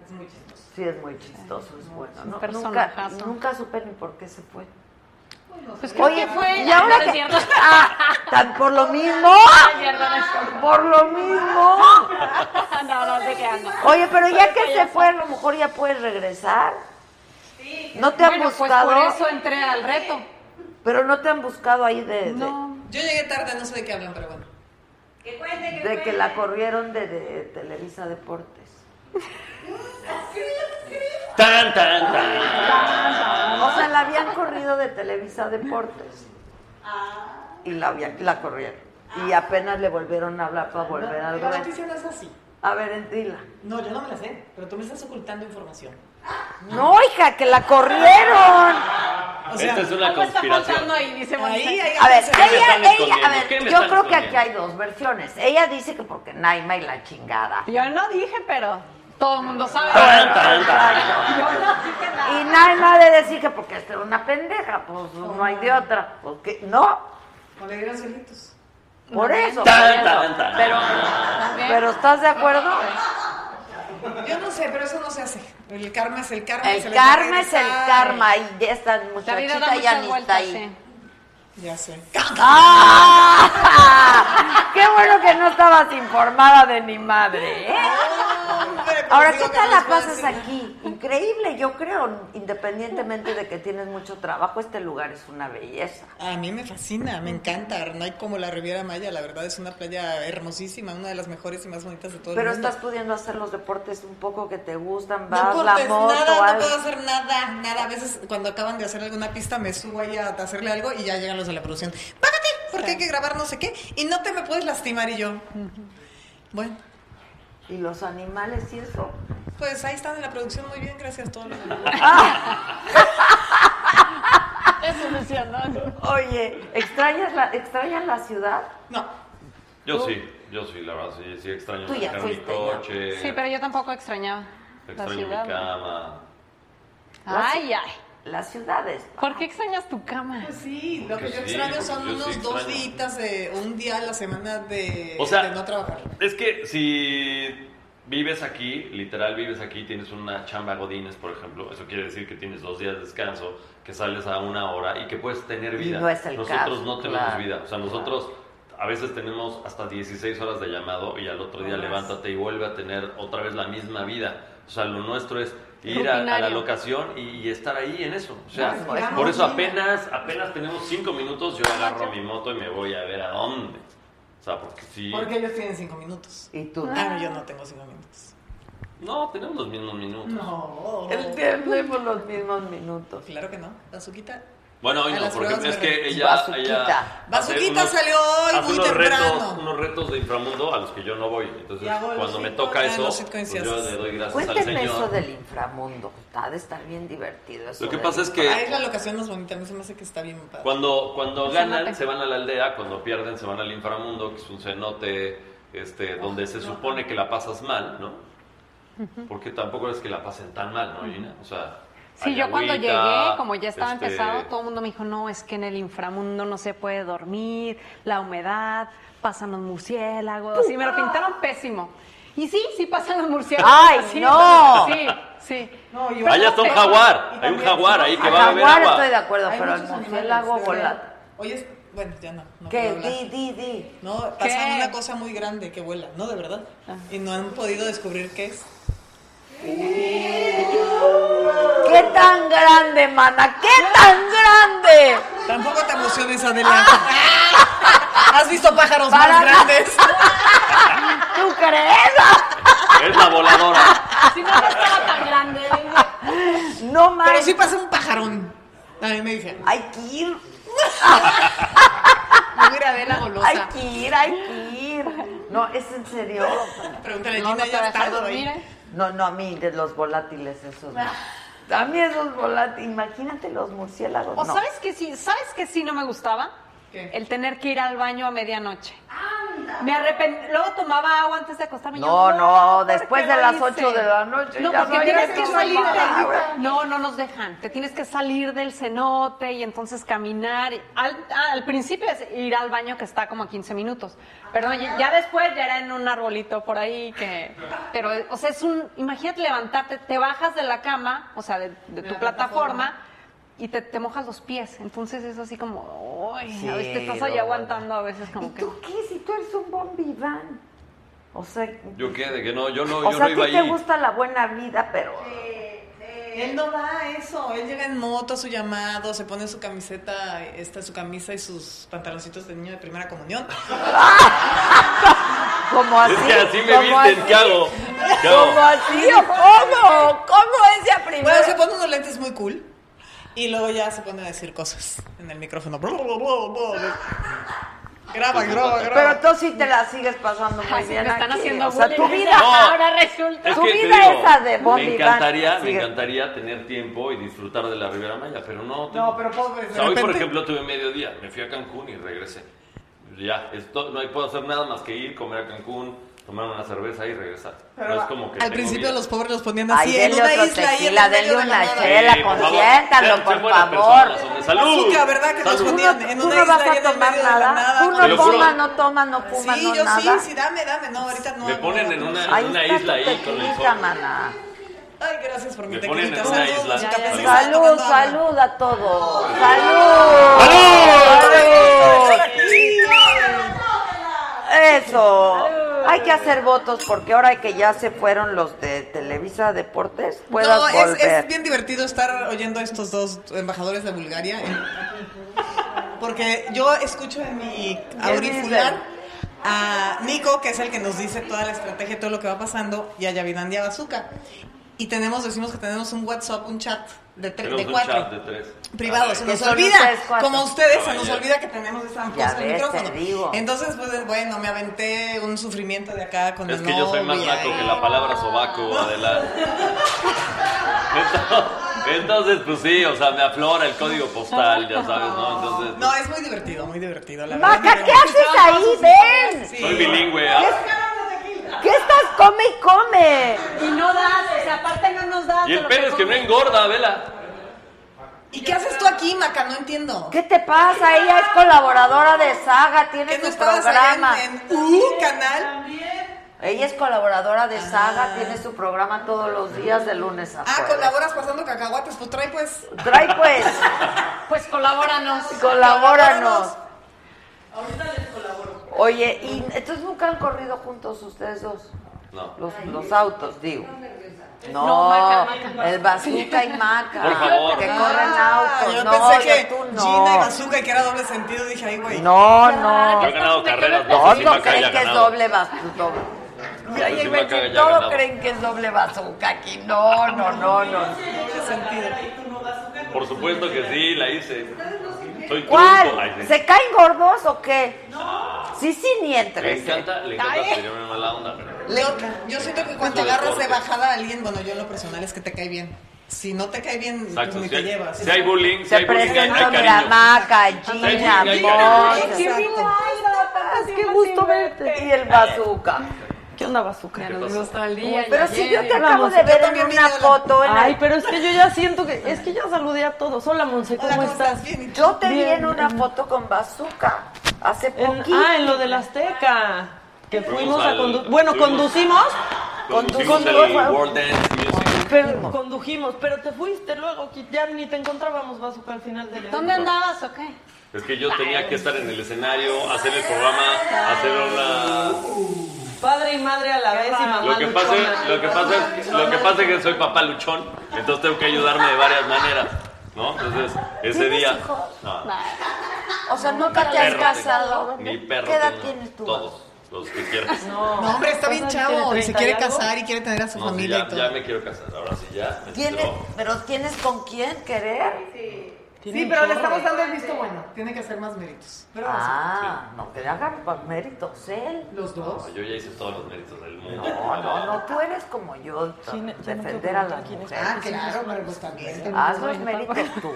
G: Es muy chistoso.
A: Sí, es muy chistoso, es bueno.
D: un
A: ¿no? Nunca,
D: personajazo.
A: nunca supe ni por qué se fue.
D: Pues creo que fue.
A: y
D: No,
A: ahora
D: no es
A: que...
D: cierto.
A: Ah, tan por lo mismo.
D: es cierto, no es
A: Por lo mismo.
D: no, no sé qué ando.
A: Oye, pero ya que se fue, a lo mejor ya puedes regresar. ¿No te han
D: Bueno, pues
A: buscado?
D: por eso entré al reto.
A: Pero no te han buscado ahí de, de-
D: No.
G: Yo llegué tarde, no sé de qué hablan, pero bueno.
E: Que cuente, que
A: de
E: cuente.
A: que la corrieron de, de Televisa Deportes.
C: Tan, tan, tan.
A: O sea, la habían corrido de Televisa Deportes. Y la, habían- la corrieron. Y apenas le volvieron a hablar para volver al
K: la
A: reto.
G: noticia no es así.
A: A ver, entila.
G: No, yo no me la sé, pero tú me estás ocultando información.
A: No, hija, que la corrieron.
C: Esta Ah,
G: O sea,
C: este es una
D: ¿Cómo está
C: conspiración.
D: faltando ahí? Dice Mónica.
G: ahí, ahí
A: A ver,
G: se-
C: me
A: ella,
C: están
A: ella, a
C: escondiendo? ¿Qué
A: ver,
C: me
A: yo
C: están
A: creo que aquí
C: escondiendo?
A: hay dos versiones. Ella dice que porque Naima y la chingada.
D: Yo no dije, pero todo el mundo sabe.
C: Tan, tan, tan.
D: Yo no dije nada.
A: Y Naima de decir que porque esta era una pendeja, pues no hay de otra. Porque, no,
G: No le dieron solitos.
A: por eso. por
C: Tan,
A: eso.
C: tan, tan.
D: Pero,
A: Pero ¿estás de acuerdo?
G: Yo no sé, pero eso no se hace. El karma es el karma. y se
A: El
G: les va a
A: karma es el
G: regresar.
A: karma y ya
D: la
A: esta
D: vida da
A: muchachita ya
D: muchas
A: ni está
D: vueltas,
A: ahí.
D: sí.
G: Ya sé.
A: ¡Ah! ¡Qué bueno que no estabas informada de mi madre! ¿eh?
G: Hombre, pues
A: Ahora,
G: digo
A: ¿qué
G: que
A: tal
G: no
A: la
G: les puedo
A: pasas
G: enseñar.
A: aquí? Increíble, yo creo, independientemente de que tienes mucho trabajo, este lugar es una belleza.
G: A mí me fascina, me encanta. No hay como la Riviera Maya, la verdad es una playa hermosísima, una de las mejores y más bonitas de todo
A: Pero
G: el mundo.
A: estás pudiendo hacer los deportes un poco que te gustan,
G: Pues No
A: vas, la
G: cortes
A: moto,
G: nada, no
A: algo.
G: puedo hacer nada, nada. A veces cuando acaban de hacer alguna pista me subo ahí a hacerle algo y ya llegan los de la producción. Bájate, porque hay que grabar no sé qué y no te me puedes lastimar y yo. Bueno,
A: Y los animales y eso.
G: pues ahí están en la producción muy bien, gracias a todos. los-
D: Es solucionado.
A: Oye, ¿extrañas la, ¿extrañan la ciudad?
G: No,
C: Yo sí, yo sí, la verdad, sí, sí extraño
A: Tú ya
C: sacar mi
A: fuiste, ya.
C: coche,
D: Sí, pero yo tampoco extrañaba la
C: extraño mi
D: ciudad.
C: cama.
D: Ay, ay.
A: Las ciudades.
D: ¿Por qué extrañas tu cama?
G: pues sí, lo que
C: Porque
G: yo
C: sí,
G: extraño
C: porque
G: son
C: yo sí
G: unos dos
C: extraño.
G: días de o un día a la semana de,
C: O sea,
G: de no trabajar.
C: Es que si vives aquí, literal vives aquí, tienes una chamba godines, por ejemplo, eso quiere decir que tienes dos días de descanso, que sales a una hora y que puedes tener
A: Y
C: vida.
A: no es el
C: nosotros
A: caso,
C: no tenemos
A: claro,
C: vida, o sea, nosotros a veces tenemos hasta 16 horas de llamado y al otro día levántate y vuelve a tener otra vez la misma vida. O sea, lo nuestro es ir a- a, la
D: Rutinario.
C: locación y, y estar ahí en eso. O sea,
A: Nos vamos,
C: por eso
G: mira.
C: apenas, apenas tenemos cinco minutos, yo agarro mi moto y me voy a ver a dónde. O sea, porque sí.
G: Porque ellos tienen cinco minutos.
A: Y tú.
G: Ah, yo no tengo cinco minutos.
C: No, tenemos los mismos minutos.
G: No.
A: El tiempo los mismos minutos.
G: Claro que no. Bazuquita.
C: Bueno, hoy
G: A
C: no,
G: las
C: porque
G: pruebas
C: es
G: me
C: que
G: refiero.
C: ella.
A: Bazuquita.
C: ella
G: Bazuquita
C: hace
G: salió hoy
C: hace
G: muy
C: unos
G: temprano.
C: Retos, unos retos de inframundo a los que yo no voy. Entonces,
G: Ya voy,
C: cuando
G: los
C: me
G: cinco,
C: toca
G: ya
C: eso,
G: los cinco
C: pues yo
G: entusiastas.
C: le doy gracias al
A: Cuéntenme
C: Señor.
A: eso del inframundo. Está de estar bien divertido eso.
C: Lo que
A: del
C: pasa es que-
G: Ah, es la locación más bonita. A mí se me hace que está bien padre.
C: Cuando, cuando
D: Un
C: ganan,
D: cenote.
C: se van a la aldea, cuando pierden, se van al inframundo, que es un cenote este, donde se supone que la pasas mal, ¿no? Porque tampoco es que la pasen tan mal, ¿no, Gina? O sea.
D: Sí,
C: hay
D: yo cuando
C: agüita,
D: llegué, como ya estaba
C: este,
D: empezado, todo el mundo me dijo, no, es que en el inframundo no se puede dormir, la humedad, pasan los murciélagos, y me lo pintaron pésimo. Y sí, sí pasan los murciélagos.
A: ¡Ay,
D: Sí,
A: no!
D: Sí, sí.
K: No, y
D: Pero
C: Allá Ah, está un
D: pe-
C: jaguar,
K: Y
C: hay un
K: también-
C: jaguar ahí que
A: Al
C: va a beber
A: jaguar
C: agua.
A: estoy de acuerdo,
G: Hay
A: pero el
G: muchos animales,
A: murciélago
G: de
A: vola.
G: verdad. Oye, es- bueno, ya no. no puedo
A: ¿Qué?
G: hablar.
A: Di, di, di.
G: No,
D: ¿Qué?
G: pasan una cosa muy grande que vuela, ¿no? De verdad.
A: Ah.
G: Y no han podido descubrir qué es.
A: ¿Qué tan grande, mana? ¿Qué tan grande?
G: Tampoco te emociones, Adela.
D: Ah.
G: ¿Has visto pájaros
A: Para
G: más
A: nada.
G: grandes?
A: ¿Tú crees?
C: Es la voladora.
D: Si no, no estaba tan grande.
A: No
G: Pero
A: más.
G: sí pasa un pajarón. A mí me dije,
A: Hay que ir,
G: muy Adela
A: hay
G: golosa.
A: que ir, hay que ir. No, es en serio.
G: Pregúntale,
D: No, no
G: Gina,
D: te
G: ya
D: vas a
G: está.
D: dormir,
G: ahí.
D: ¿eh?
A: No, no, a mí de los volátiles esos. No. A mí esos volátiles. Imagínate los murciélagos.
D: ¿O
A: no.
D: sabes que sí? ¿Sabes que sí no me gustaba?
G: ¿Qué?
D: El tener que ir al baño a medianoche. Me arrepentí. Luego tomaba agua antes de acostarme. Yo,
A: No,
D: ¿por
A: no,
D: qué
A: después de
D: lo
A: las
D: hice?"
A: ocho de la noche
D: No,
A: ya
D: porque
A: no
D: tienes
A: hay
D: que
A: agua. Ah,
D: salir
A: Agua.
D: del... No, no nos dejan. Te tienes que salir del cenote y entonces caminar. Al, al principio es ir al baño que está como a 15 minutos. Perdón, ya ya después ya era en un arbolito por ahí que... Pero, o sea, es un... Imagínate levantarte, te bajas de la cama, o sea, de, de tu plataforma, y te, te mojas los pies. Entonces es así como... Ay, a veces te
A: Sí,
D: estás ahí
A: lo-
D: aguantando a veces
A: ¿Y
D: como que...
A: tú qué? Si tú eres un bombiván. O sea,
C: Yo qué, de que no, yo no,
A: o
C: yo
A: sea
C: no
A: a
C: iba
A: ti te
C: ahí.
A: gusta la buena vida, pero...
G: Él no va a eso, él llega en moto a su llamado, se pone su camiseta, esta su camisa y sus pantaloncitos de niño de primera comunión.
A: Como así.
C: Es que así me
A: como
C: visten,
A: así.
C: ¿qué hago? ¿Qué
A: ¿Cómo
C: hago?
A: así o cómo? ¿Cómo es de a primera?
G: Bueno, se pone unos lentes muy cool y luego ya se pone a decir cosas en el micrófono. Graba, graba,
A: Pero
G: graba.
A: tú sí te la sigues pasando muy
D: Así
A: bien
D: me están
A: aquí.
D: haciendo
A: O sea,
D: bullying.
A: tu vida...
C: No.
D: Ahora resulta.
C: Es
A: Tu
C: que te
A: vida
C: digo,
A: esa de Bob
C: Me
A: Iván,
C: encantaría, me
A: sigue.
C: encantaría tener tiempo y disfrutar de la Ribera Maya, pero no. tengo-
G: No, pero pobre,
C: O
G: de
C: sea, hoy, por
G: repente-
C: ejemplo, tuve mediodía. Me fui a Cancún y regresé. Ya, esto, no hay- puedo hacer nada más que ir, comer a Cancún, tomar una cerveza y regresar. no es como que
G: Al
C: tengo
G: principio
C: vida.
G: los pobres los ponían
A: Ay,
G: así en
A: denle
G: una
A: otro
G: isla ahí en
A: tequila,
G: el medio
A: denle
G: de la
A: una
G: nada.
A: chela. Chela,
C: por favor.
A: consiéntalo,
C: Sean-
A: por
C: sean buenas
A: favor.
C: personas, hombre. ¡Salud!
G: Azúcar, ¿verdad? Que nos
C: ¡Salud!
G: ponían en
A: Tú
G: una
A: no
G: isla
A: vas
G: ahí en
A: a
G: el medio
A: tomar
G: de la
A: nada.
G: nada.
A: Tú
C: Te lo
A: no
C: juro.
A: tomas, no tomas, no fumas,
G: Sí,
A: no
G: yo sí,
A: nada.
G: sí, dame, dame. No, ahorita no.
C: Me
G: no,
C: ponen
G: no,
C: en
G: no.
C: una-
A: Ahí
C: una
A: está
C: isla
A: tu
C: ahí con el
A: tequilita,
C: sol.
A: maná.
G: Ay, gracias por mi
C: Me ponen
G: tequilita.
C: en una
G: Salud,
C: isla.
G: su
C: Ya, ya,
G: cafecito,
A: Salud,
G: tomando agua.
A: salud a todos. Salud.
C: ¡Salud!
A: Eso. Hay que hacer votos porque ahora que ya se fueron los de Televisa Deportes, puedas
G: No, es,
A: volver.
G: es bien divertido estar oyendo a estos dos embajadores de Bulgaria. en- Porque yo escucho en mi auricular a Nico, que es el que nos dice toda la estrategia, todo lo que va pasando, y a Yavinandia Bazuca. Y tenemos, decimos que tenemos un WhatsApp, un chat de, tre-
C: Tenemos
G: de
C: un
G: cuatro.
C: chat de tres.
G: Privados, se
A: Que
G: nos
A: son
G: olvida,
A: ustedes cuatro.
G: como a ustedes, se
C: Ah,
G: nos
C: ya.
G: olvida que tenemos esa
A: Ya
G: cosa en el
A: ves, te
G: micrófono.
A: digo.
G: Entonces, pues bueno, me aventé un sufrimiento de acá con
C: Es
G: la
C: que yo soy más
G: novia
C: naco
G: y-
C: que la palabra sobaco, Adela. Entonces- Entonces, pues sí, o sea, me aflora el código postal, ya sabes, ¿no? Entonces,
G: No, es muy divertido, muy divertido. La
A: Maca,
G: verdad,
A: ¿qué haces ahí? Ven.
G: Sí.
C: soy bilingüe. ¿ah?
A: ¿Qué estás come y come?
D: Y no das, o sea, aparte no nos das.
C: Y
D: de
C: el
D: lo
C: pedo es que no
D: comes.
C: engorda, Adela.
G: ¿Y qué haces tú aquí, Maca? No entiendo.
A: ¿Qué te pasa? Ella es colaboradora de Saga, tiene
G: ¿Qué no
A: su
G: estabas allá
A: programa.
G: en, en U canal?
A: Ella es colaboradora de Saga, tiene su programa todos los días de lunes a
G: Ah,
A: jueves.
G: colaboras pasando cacahuates, pues trae pues.
A: Trae pues,
D: Pues colabóranos.
A: colabóranos.
G: Colabóranos.
A: Oye, y entonces nunca han corrido juntos ustedes dos,
C: No.
A: los, los autos, digo. No,
D: No, Maca, Maca.
A: el bazooka y maca.
C: Por favor.
A: Que
C: Ah,
A: corren
G: Ah,
A: autos.
G: Yo
A: no,
G: pensé
A: yo
G: que
A: tú no.
G: Gina y Bazooka, y que era doble sentido, dije, ay, güey.
A: No,
D: Ah,
C: Yo he
A: no.
D: ya
C: ganado carreras, no
A: Todos
C: sé si Maca haya
A: creen que es
C: ganado.
A: doble bazooka.
C: sé si Maca haya
A: Todos
C: ganado.
A: creen que es doble bazooka aquí. No, no, no, no.
G: Doble sentido.
C: Por supuesto que sí, la hice. Soy trunco. Ay,
A: ¿Cuál?
C: sí.
A: ¿Se caen gordos o qué? Sí, sí, ni
C: Le
A: entres. ¿eh?
C: encanta, le encanta pedirme mala onda, pero...
G: Leo, yo siento que cuando
C: Es un
G: agarras de
C: deporte.
G: bajada a alguien, bueno, yo en lo personal es que te cae bien. Si no te cae bien, pues
C: Exacto,
G: ni
C: si
G: te
C: hay,
G: llevas.
C: si hay bullying, si
A: Se
C: hay bullying, hay,
A: presentó
C: hay
A: mira,
C: cariño.
A: Maca,
C: Hay cariño,
A: Gina,
C: hay cariño.
A: Monse.
G: ¡Qué
A: Ah, ¡Qué gusto verte! Y el bazooka.
L: ¿Qué onda, bazooka?
C: nos vimos
L: todo el
D: día,
A: Pero si yo te acabo
L: vamos,
A: de ver en
G: también vi
A: una
G: la-
A: foto. en el-
L: Ay, pero es que yo ya siento que... Es que ya saludé a todos. Hola, Monse, ¿cómo,
G: Hola, ¿cómo
L: estás?
G: estás? Bien, ¿y tú?
A: Yo te vi
L: bien,
A: en una
L: en-
A: foto con bazooka hace
L: En-
A: poquito.
L: ah, en lo del Azteca. Que
C: Fuimos
L: fuimos a
C: al-
L: conducir. Bueno,
C: fuimos-
L: conducimos,
C: Conducimos el World Dance Music.
L: pero condujimos, pero te fuiste luego, que ya ni te encontrábamos, bazooka, al final del día.
D: ¿Dónde andabas o qué?
C: Es que yo tenía que estar en el escenario, hacer el programa, hacer una...
L: Padre y madre a la vez y mamá
C: Lo que pasa,
L: luchona.
C: lo que pasa, es, lo que pasa es que soy papá luchón, entonces tengo que ayudarme de varias maneras, ¿no? Entonces, ese día... No,
A: O sea, nunca te has
C: perro tengo.
A: casado.
C: ni perro
A: ¿Qué edad
C: tengo.
A: tienes tú?
C: Todos, los que quieras. No,
G: No, hombre, está bien
L: Entonces,
G: chavo.
L: tiene
G: Y se
L: 30 y
G: quiere
L: algo.
G: casar y quiere tener a su
C: sí,
G: familia
C: ya,
G: y
C: ya
G: todo.
C: me quiero casar, ahora sí, ya. me
A: ¿Tienes,
C: entró.
A: pero tienes con quién querer.
G: Sí, pero le estamos dando el visto bueno. Tiene que hacer más méritos. Pero vamos a-
A: Ah, no, que le hagan por méritos él.
G: los dos.
C: No, Yo ya hice todos los méritos del mundo.
A: No, no, no, tú eres como yo,
L: ¿Quién- ya no quiero
A: defender a las
L: preguntar quién es.
G: Ah,
A: mujeres.
G: claro, pero pues también.
A: Haz los
L: pues.
A: méritos tú.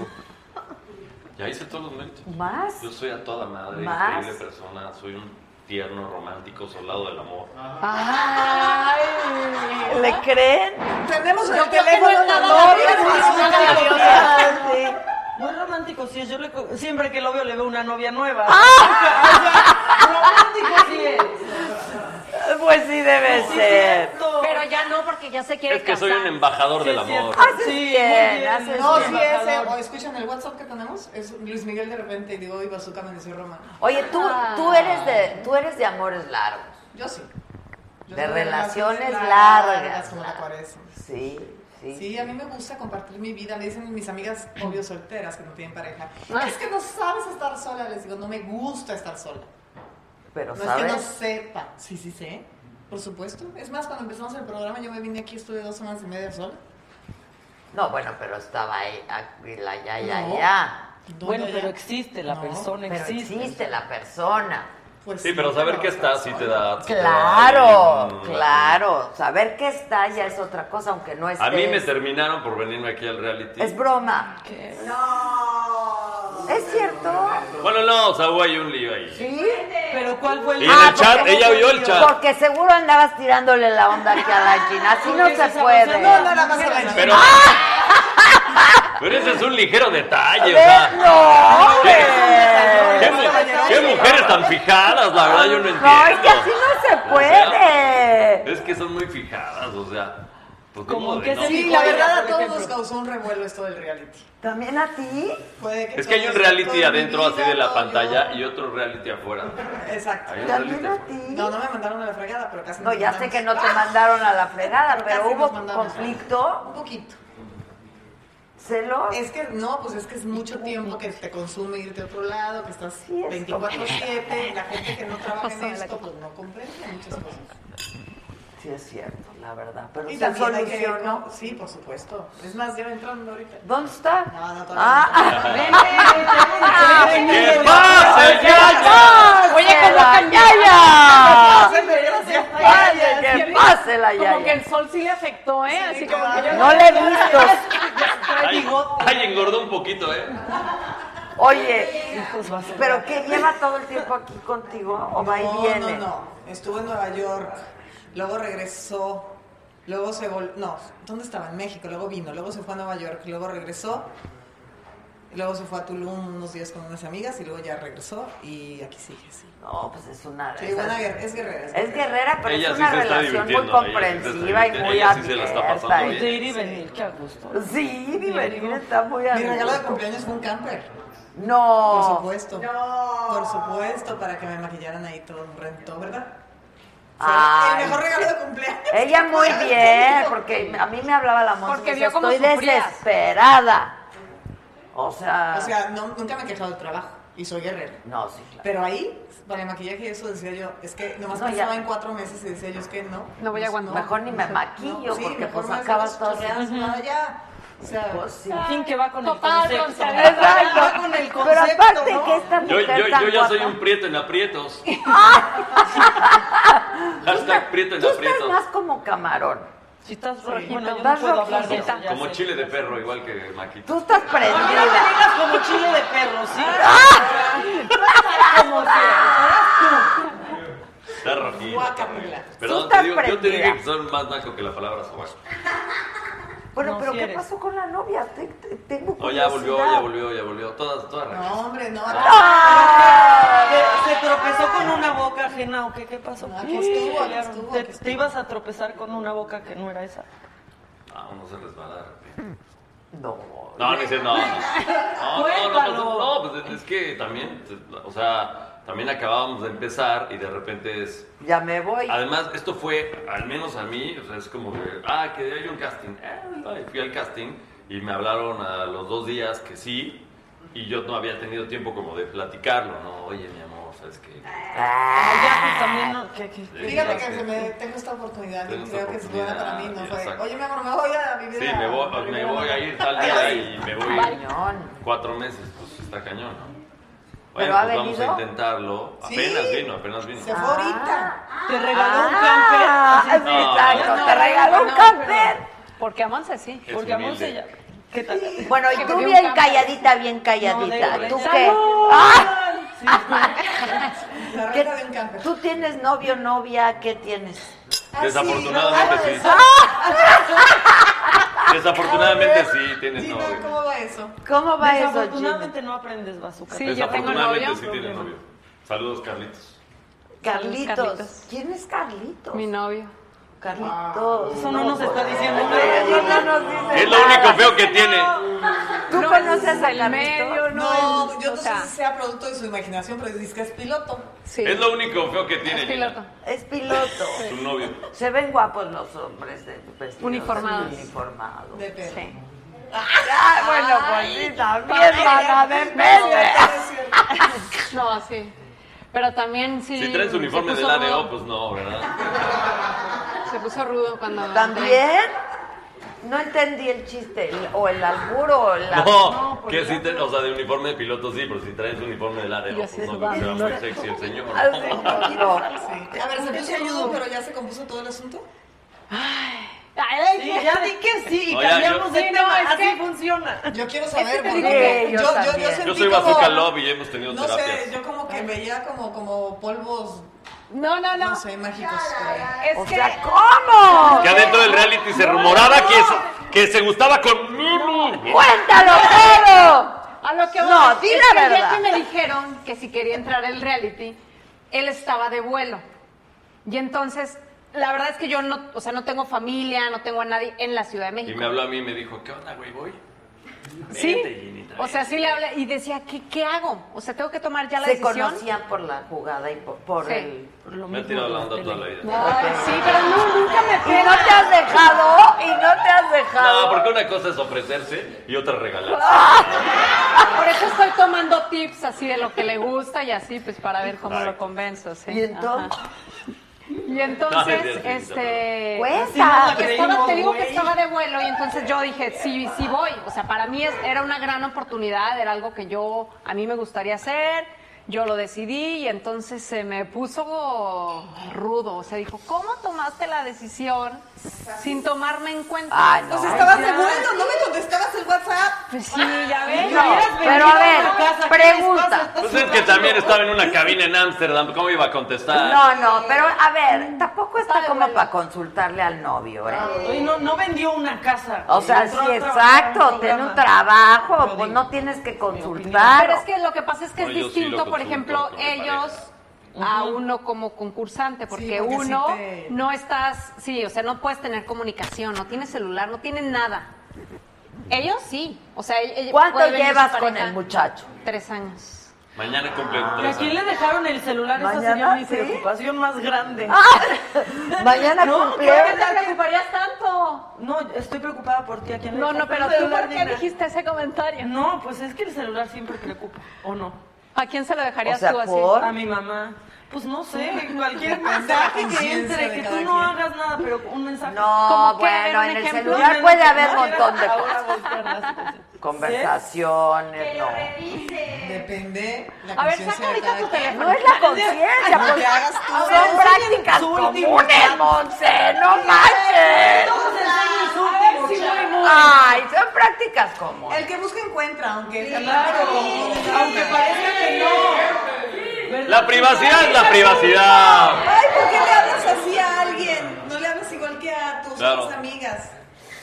C: Ya hice todos los méritos.
A: ¿Más?
C: Yo soy a toda madre,
A: ¿Más?
C: increíble persona, soy un tierno, romántico, soldado del amor.
A: ¿Le creen?
G: Tenemos
D: Yo
G: el
D: creo que no
G: teléfono
D: es
G: de la
D: nada
G: novia.
D: más
L: Muy romántico, sí es. Yo le co- siempre que lo veo le veo una novia nueva.
A: ¡Ah!
L: romántico, sí es.
A: Pues sí debe ser.
L: Cierto.
D: Pero ya no, porque ya se quiere
C: Es que soy un
D: casar.
C: embajador del
L: Sí, es
C: amor.
L: cierto.
A: Haces
L: Sí, muy
A: bien,
L: bien.
A: haces
G: No,
A: bien.
G: sí, ese. O escuchan el WhatsApp que tenemos. Es Luis Miguel de repente y digo, y Bazooka amaneció Roma.
A: Ah. Oye, tú, tú, eres de, tú eres de amores largos.
G: Yo sí. Yo
A: De
G: tuve
A: relaciones largas.
G: como la cuaresma.
A: Sí, sí.
G: Sí, a mí me gusta compartir mi vida. Me dicen mis amigas, obvio, solteras que no tienen pareja.
A: Ah.
G: Es que no sabes estar sola. Les digo, no me gusta estar sola.
A: Pero
G: no
A: sabes.
G: es que no sepa. Sí, sí sé. Por supuesto. Es más, cuando empezamos el programa, yo me vine aquí, estuve dos semanas y media sola.
A: No, bueno, pero estaba ahí, Aquila, ya, ya,
G: No.
A: ya.
L: Bueno, pero existe la
A: No,
L: persona,
A: pero
L: existe.
A: existe la persona.
G: pues
C: sí, pero saber que está sí te da. sí te da
A: Claro,
C: un-
A: claro. Mm. Saber que está ya es otra cosa, aunque no esté.
C: A mí me terminaron por venirme aquí al reality.
A: Es broma. No. ¿Es cierto?
C: Bueno, no, o sea, hubo ahí un lío ahí.
A: ¿Sí?
L: ¿Pero cuál fue el
C: Y
A: Ah,
C: en el chat, ella vio el chat.
A: Porque seguro andabas tirándole la onda aquí a la China. Así no
L: Porque
A: se
L: si se
A: puede.
L: aconseja- No, no,
G: Nada más a la
C: Pero, pero ese es un ligero detalle, o
A: Ve-
C: sea.
A: No, hombre.
C: ¿Qué, mu- qué mujeres tan fijadas? La verdad, yo no entiendo.
A: No, es que así no se puede.
C: Es que son muy fijadas, o sea. Pues, ¿cómo
L: Como
C: de
L: que
C: no?
L: se
G: Sí, la verdad a todos nos causó un revuelo esto del reality.
A: ¿También a ti?
G: Puede que
C: Es que hay
G: todo
C: un
G: esto,
C: reality
G: toda mi
C: adentro así
G: vida,
C: de la
G: todo
C: pantalla
G: yo-
C: y otro reality afuera.
G: Exacto.
C: Hay un
A: ¿También
C: reality
A: a
C: afuera.
A: ti?
G: No, no me mandaron a la fregada, pero casi
A: No,
G: nos
A: ya sé
G: mandamos. Ah,
A: que no te mandaron a la fregada,
G: Pero
A: pero
G: casi
A: hubo
G: nos mandamos.
A: conflicto,
G: Un poquito.
A: celos.
G: Es que no, pues es que es mucho tiempo que te consume irte a otro lado, que estás
A: Sí, es
G: 24-7, la gente que no trabaja
M: O sea,
G: en
M: la
G: esto, pues no comprende muchas cosas.
A: Sí, es cierto, la verdad. Pero
G: Y
A: se
G: también hay que...
A: solucionó.
G: Sí, por supuesto. Es más, ya entrando ahorita.
A: ¿Dónde está?
G: No, no, todavía no.
A: Ah,
C: ¡Que pase, Yaya!
D: Oye,
A: que
D: ¿cómo
A: la
D: cambió?
G: Ah,
A: Yaya!
D: Ay,
A: ¡Que
D: sí,
A: pase la Yaya!
D: Como que el sol sí le afectó, ¿eh? Así como que yo
A: No le he visto.
C: Ay, ay, engordó un poquito, ¿eh?
A: Oye, pero que lleva todo el tiempo aquí contigo o va y
G: no,
A: viene.
G: No, no, Estuvo en Nueva York, luego regresó, luego se volvió. No, ¿dónde estaba? En México, luego vino, luego se fue a Nueva York, luego regresó, luego se fue a Tulum unos días con unas amigas y luego ya regresó y aquí sigue, sí.
A: No, pues es una.
G: Sí,
A: es-
G: buena guerra, es guerrera. Es
A: Es
G: guerrera.
A: guerrera, pero
C: Ella
A: es
C: sí
A: una
C: se está
A: relación muy
C: divirtiendo, ella sí se está
A: comprensiva y
C: divirtiendo,
A: muy
C: ella sí se la está
A: abierta.
C: pasando
A: y-
C: bien.
L: De ir y venir, qué a gusto.
A: Sí, mi venir está muy
G: Mi regalo de
A: abierta.
G: cumpleaños fue un camper. Por
A: No.
G: supuesto. Por supuesto, para que me maquillaran ahí todo rentó, ¿verdad? Fue
A: Ay.
G: el mejor regalo de cumpleaños.
A: Ella muy bien, porque a mí me hablaba la Monse.
D: Porque
A: me
D: vio
A: decía,
D: cómo
A: Estoy
D: sufrías".
A: desesperada. O sea.
G: O sea, no- nunca me he quejado del trabajo y soy guerrera.
A: no, sí, claro.
G: Pero ahí, para el maquillaje y eso decía yo, es que nomás
A: No,
G: pensaba
A: ya.
G: en cuatro meses y decía yo, es que no.
D: No voy a aguantar.
A: Mejor ni me maquillo, porque
G: mejor
A: pues
G: más
A: acabas
G: las
A: todo.
G: chorreadas, nada, ya. O sea,
A: Pues, sí.
L: Fin que va con
D: Total,
L: el
D: con
L: concepto.
D: saber.
A: Exacto.
G: Va con el
A: Pero
G: concepto,
A: aparte
G: ¿no?
A: que esta
C: Yo,
A: mujer
C: yo,
A: tan
C: yo ya soy
A: guapa-
C: un prieto en aprietos.
A: Tú estás-
C: Hashtag prieto en
A: tú estás
C: aprietos.
A: más como camarón.
L: Si estás rojita, yo
A: Vas
L: no puedo hablar de
A: rojita.
L: eso, ya
C: Como
L: sé.
C: chile de perro, igual que Maquito.
A: Tú estás
L: A mí no me
A: prendida.
L: digas como chile de perro, sí. Como
C: Está rojito.
G: Guacamole.
A: Tú
C: Perdón,
A: estás
C: te digo, yo te
A: prendida.
C: dije que son más naco que la palabra sobaco.
A: Bueno,
L: No,
A: pero
L: sí
A: ¿qué
L: eres.
A: pasó con la novia? Te- te- Tengo
C: No, ya volvió,
A: curiosidad.
C: ya volvió, ya volvió. Todas, todas regresan.
G: No, hombre, no.
L: se, se tropezó con una boca ajena o qué, qué pasó.
G: No, aquí estuvo, aquí
L: Pelearon.
G: estuvo,
L: Te,
G: aquí estuvo.
L: te ibas a tropezar con una boca que no era esa.
C: Ah, uno se resbala de repente.
A: No.
C: No, no, dice, no. No, no, no, no, no, no, pues es que también, o sea, también acabábamos de empezar y de repente es...
A: Ya me voy.
C: Además, esto fue, al menos a mí, o sea, es como que, ah, que hay un casting. Eh, fui al casting y me hablaron a los dos días que sí y yo no había tenido tiempo como de platicarlo, ¿no? Oye, mi amor, ¿sabes qué?
L: Ay, ya, pues también no. ¿qué, qué?
G: Fíjate que se me, tengo esta oportunidad
C: Tengo
G: y
C: esta
G: creo que es buena para mí, no
C: oportunidad,
G: fue.
C: exacto.
G: Oye, mi amor, me voy a vivir
C: Sí,
G: a-
C: me voy, me voy a ir tal día y me voy
A: Cañón.
C: cuatro meses, pues está cañón, ¿no?
A: ¿Pero
C: Bueno,
A: ha
C: pues vamos
A: venido?
C: a intentarlo.
G: Sí.
C: Apenas vino, apenas vino.
G: Se fue ahorita.
L: Te regaló un camper.
A: Ah,
L: así.
A: sí,
C: No,
A: exacto,
L: no,
A: te
L: no,
A: regaló un
L: no,
A: camper.
D: Porque amanse sí.
C: Ah, Es
L: Porque vamos
C: humilde.
L: ella. ¿Qué tal?
A: Bueno,
D: Que
A: y
D: me
A: tú
D: dio un
A: bien
D: camper.
A: calladita, bien
L: No, de-
A: calladita.
L: de-
A: ¿Tú
L: ¡Salud!
A: qué? ¡Ah!
L: Sí.
G: La
A: ¿Qué-
G: renta de un camper.
A: ¿Tú tienes novio, novia? ¿Qué tienes?
G: Ah, sí,
C: Desafortunadamente
G: no,
C: sí. Desafortunadamente sí, tienes
G: Gina,
C: novio.
G: ¿cómo va eso?
A: ¿Cómo va eso, Gina?
L: Desafortunadamente no aprendes bazooka.
D: Sí, yo tengo
C: Desafortunadamente
D: novio.
C: sí tienes novio. Saludos, Carlitos.
A: Carlitos.
D: Carlitos.
A: ¿Quién es Carlitos?
D: Mi novio.
A: Carlitos.
L: Eso no nos está diciendo
A: Ah, No, pues,
L: nada.
A: eso no nos dice
C: Es lo único
A: nada.
C: feo que tiene.
A: ¿Tú
D: No,
A: conoces
D: es
A: a
D: el
A: Carlitos?
D: medio,
G: No,
D: es-
G: yo
D: o
G: no
D: sea,
G: sé si sea producto de su imaginación, pero dice que es piloto.
D: sí.
C: Es lo único feo que tiene.
D: Es piloto.
A: Es piloto.
C: Su novio.
A: Se ven guapos los hombres de vestidos
D: Uniformados.
A: Uniformados.
G: De pelo.
D: Sí.
A: Ah, bueno, pues sí, también, mana, depende.
D: No, sí. Pero también sí.
C: Si traes uniforme
D: se
C: del
D: puso
C: ADO,
D: rudo.
C: pues no, ¿verdad?
D: Se puso rudo cuando.
A: ¿También? No entendí el chiste, el- o el alburo, o la...
C: No, que si te, o sea, de uniforme de piloto sí, pero si traes uniforme del ADO,
D: Y
C: pues
D: así
C: no,
D: es,
C: porque será
D: vamos,
C: muy
D: no.
C: sexy el señor.
A: Así, no, no.
G: Sí. A ver, se puso ayudo, pero ya se compuso todo el asunto.
D: Ay,
L: Sí, ya di que sí, y
C: No, ya,
L: cambiamos
C: yo-
L: de
D: Sí, no,
L: tema.
D: es
L: Así
D: que-
L: funciona.
G: Yo quiero
D: Es
G: saber,
D: que
L: Este
D: te
G: porque
D: digo
A: que
G: yo,
A: yo
G: yo, yo,
A: también.
G: sentí
C: Yo soy
G: como-
C: Bazooka Love y hemos tenido
G: No sé,
C: terapias.
G: yo como que veía como, como polvos,
D: No, no, no.
G: no sé, mágicos.
D: Es
A: O
D: que.
A: sea, ¿cómo?
C: Que adentro del reality se rumoraba que, se- que se gustaba con Miru.
A: ¡Cuéntalo, pero!
D: A lo que voy
A: No,
D: es
A: di
D: que
A: la
D: el día
A: verdad.
D: que me dijeron que si quería entrar el reality, él estaba de vuelo. Y entonces, la verdad es que yo no, o sea, no tengo familia, no tengo a nadie en la Ciudad de
C: Y
D: México.
C: me habló a mí y me dijo, ¿qué onda, güey? Voy.
D: Sí.
C: Vente, Ginita,
D: O sea, sí le hablé y decía, ¿qué, qué hago? O sea, tengo que tomar ya la
A: Se
D: decisión.
A: conocían por la jugada y por, por
D: Sí.
A: el... por lo
C: Me ha
A: mismo
C: tirado
A: de
C: la onda
A: tele.
C: toda la vida.
D: Ay, sí, pero no, nunca me
A: Y no
D: pela.
A: te has dejado, y no te has dejado.
C: No, porque una cosa es ofrecerse y otra regalar.
A: Ah,
D: Por eso estoy tomando tips así de lo que le gusta y así, pues para ver cómo lo convenzo. Sí.
A: Y entonces,
D: Ajá. Y
C: No, es cierto,
D: entonces,
C: sí,
D: este.
A: cuenta.
D: que estaba, te digo que
G: güey.
D: estaba de vuelo y entonces yo dije, sí, sí voy. O sea, para mí es- era una gran oportunidad, era algo que yo, a mí me gustaría hacer, yo lo decidí y entonces se me puso rudo. O sea, dijo, ¿cómo tomaste la decisión sin tomarme en cuenta?
A: Ay, Ah, no.
G: Pues estabas
D: Ay,
G: de
D: ya.
G: vuelo, no me contestabas el WhatsApp.
D: Pues sí, ya ves.
A: No,
L: Hubieras
A: pero
L: venido
A: a ver,
L: la casa, ¿qué
A: pregunta.
L: les pasa? Estás
C: Pues es que
L: sudando.
C: también estaba en una cabina en Ámsterdam, ¿cómo iba a contestar?
A: No, no, pero a
L: Mm.
A: ver, tampoco está
D: Está de
A: como
D: vuelo.
A: para consultarle al novio, ¿eh?
L: Ay, Ah, no, no vendió una casa.
A: O sea,
L: Entró
A: sí,
L: a trabajar a
A: exacto, tiene un
L: programa. Yo
A: trabajo, pues
L: digo,
A: no tienes que
D: Pero
A: consultar.
D: es que lo que pasa es que
C: No,
D: es
C: yo sí
D: distinto,
C: lo
D: por
C: consulto
D: ejemplo,
C: con mi
D: ellos a uno como concursante, porque,
G: porque sí
D: uno
G: te-
D: no estás, sí, o sea, no puedes tener comunicación, no tienes celular, no tienes nada. Ellos sí, o sea, ell- ell-
A: ¿Cuánto
D: puede venir su
A: llevas con
D: pareja.
A: el muchacho?
D: Tres años.
C: Mañana cumple
L: ¿Y
C: tres
L: a quién le
C: años.
L: dejaron el celular? Esa
A: Mañana,
L: sería mi
A: ¿sí? Ah.
L: preocupación más grande.
A: Mañana
L: No,
A: cumple.
L: ¿qué
D: ¿Por qué te preocuparías tanto?
L: No, estoy preocupada por ti. ¿A quién le
D: No, no,
L: dejaste
D: pero
L: el
D: tú,
L: celular,
D: ¿por qué
L: Nina?
D: dijiste ese comentario?
L: No, pues es que el celular siempre preocupa, ¿o no?
D: ¿A quién se lo dejarías
A: O sea,
D: tú así?
A: por-
L: A mi mamá. Pues no sé, cualquier
G: Depende de la
L: mensaje que
G: conciencia
L: entre,
G: de
L: que tú
G: cada
L: no
G: quien.
L: hagas nada, pero un mensaje.
A: No,
D: ¿Cómo qué? A ver,
A: bueno,
D: un
A: en el
D: ejemplo.
A: celular puede haber un
L: No,
A: montón de
L: ahora
A: cosas.
L: buscar las cosas.
A: Conversaciones, no.
G: Depende la
D: A ver,
G: conciencia
D: saca
G: de
D: ahorita
G: cada
D: tu
G: quien.
D: teléfono.
A: No es la conciencia,
G: No
A: pues
G: te hagas tú.
A: son
G: A ver,
A: prácticas
L: su último
A: comunes,
L: chat.
A: Monse, no manches.
L: Entonces, enseña su
D: A ver
L: último
D: si
L: chat.
D: voy muy-
A: Ay, son prácticas comunes.
G: El que busca encuentra, aunque sea
L: Claro, aunque parezca que no. ¿Verdad?
C: La privacidad es la privacidad.
G: Ay, ¿por qué le hablas así a alguien? No le hablas igual que a tus
C: Claro.
G: otras amigas.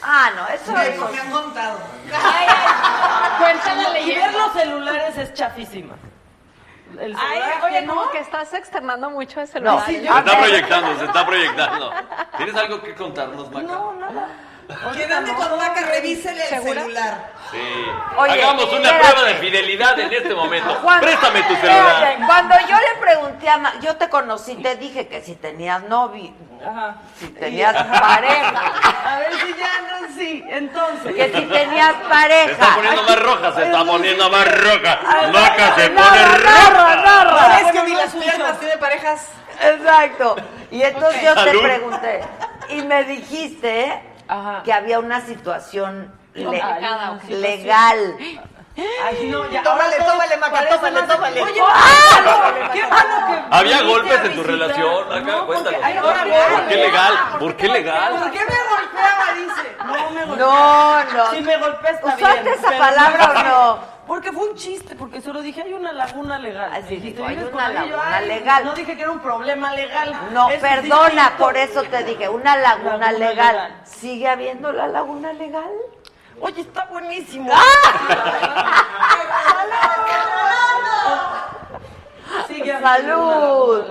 A: Ah, no, eso
G: Me,
A: es.
L: pues.
G: me han contado.
D: Ay, ay, Cuenta la
L: Y ver
D: leyenda.
L: los celulares es chafísima. El
D: Ay,
L: celular
D: oye,
L: que
D: como
L: no.
D: que estás externando mucho ese
A: No,
D: celular.
A: sí,
C: Se
A: yo-
C: está proyectando, se está proyectando. ¿Tienes algo que contarnos, Maca?
L: No, nada.
G: Quien ande con Maca, revísele el
D: ¿Segura?
G: celular.
C: Sí.
A: Oye,
C: Hagamos una
A: espérate.
C: prueba de fidelidad en este momento.
A: Cuando-
C: Préstame tu celular.
A: Espérate, Cuando yo le pregunté a Ma- yo te conocí, te dije que si tenías novio,
L: Ajá.
A: si tenías pareja,
L: A ver si ya no, sí. Entonces.
A: que si tenías
C: Se está
A: pareja.
C: poniendo más roja, se está poniendo más roja. Maca se
A: No,
C: pone
A: no, no,
C: roja.
A: no, no.
G: ¿Sabes que vi las piernas? Tiene parejas.
A: Exacto. Y entonces yo te
C: Salud.
A: pregunté y me dijiste
L: Ajá.
A: que había una situación le-
D: Complicada, una situación.
A: legal.
L: Ay, no, ya.
G: Tómale,
L: ahora todo
G: tómale, Maca,
L: parece
G: tómale,
L: más-
G: tómale.
L: Oye,
A: ¡Ah!
L: Maca, qué bueno que.
C: Había
L: viniste
C: golpes
L: a
C: en tu
L: visitar.
C: relación, Maca,
L: No, porque-
C: cuéntanos.
L: ay, ahora
C: ¿Por qué
L: voy.
C: legal? ¿Por qué legal?
L: ¿Por qué me golpeaba? Dice. No me golpeaba.
A: No, no.
L: Si me golpeas está
A: ¿Usaste
L: bien,
A: esa
L: pero-
A: palabra o no?
L: Porque fue un chiste, porque solo dije hay una laguna legal.
A: Así
L: Y dijiste,
A: dijo, hay
L: "Vives
A: una
L: con ella". Y yo,
A: laguna
L: "Ay,
A: legal".
L: No dije que era un problema legal.
A: No,
L: Eso es
A: perdona,
L: distinto.
A: por eso te dije, una laguna,
L: Laguna
A: legal.
L: legal.
A: ¿Sigue habiendo la laguna legal?
L: Oye, está buenísimo.
A: ¡Ah!
L: Sigue hablando de la
A: ¡Salud!
L: laguna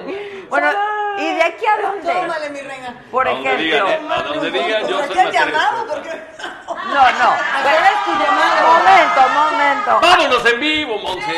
L: legal.
A: Bueno,
L: Salud.
A: ¿Y de aquí a dónde?
G: Tómale, mi reina.
A: Por
C: A donde
A: ejemplo.
C: digan, ¿eh? A donde digan, yo
G: ¿Por
C: soy
G: qué el
C: material
G: llamado? ¿Por qué?
A: No, no. Pero es tu llamada. Momento, momento.
C: ¡Vámonos en vivo, Monse!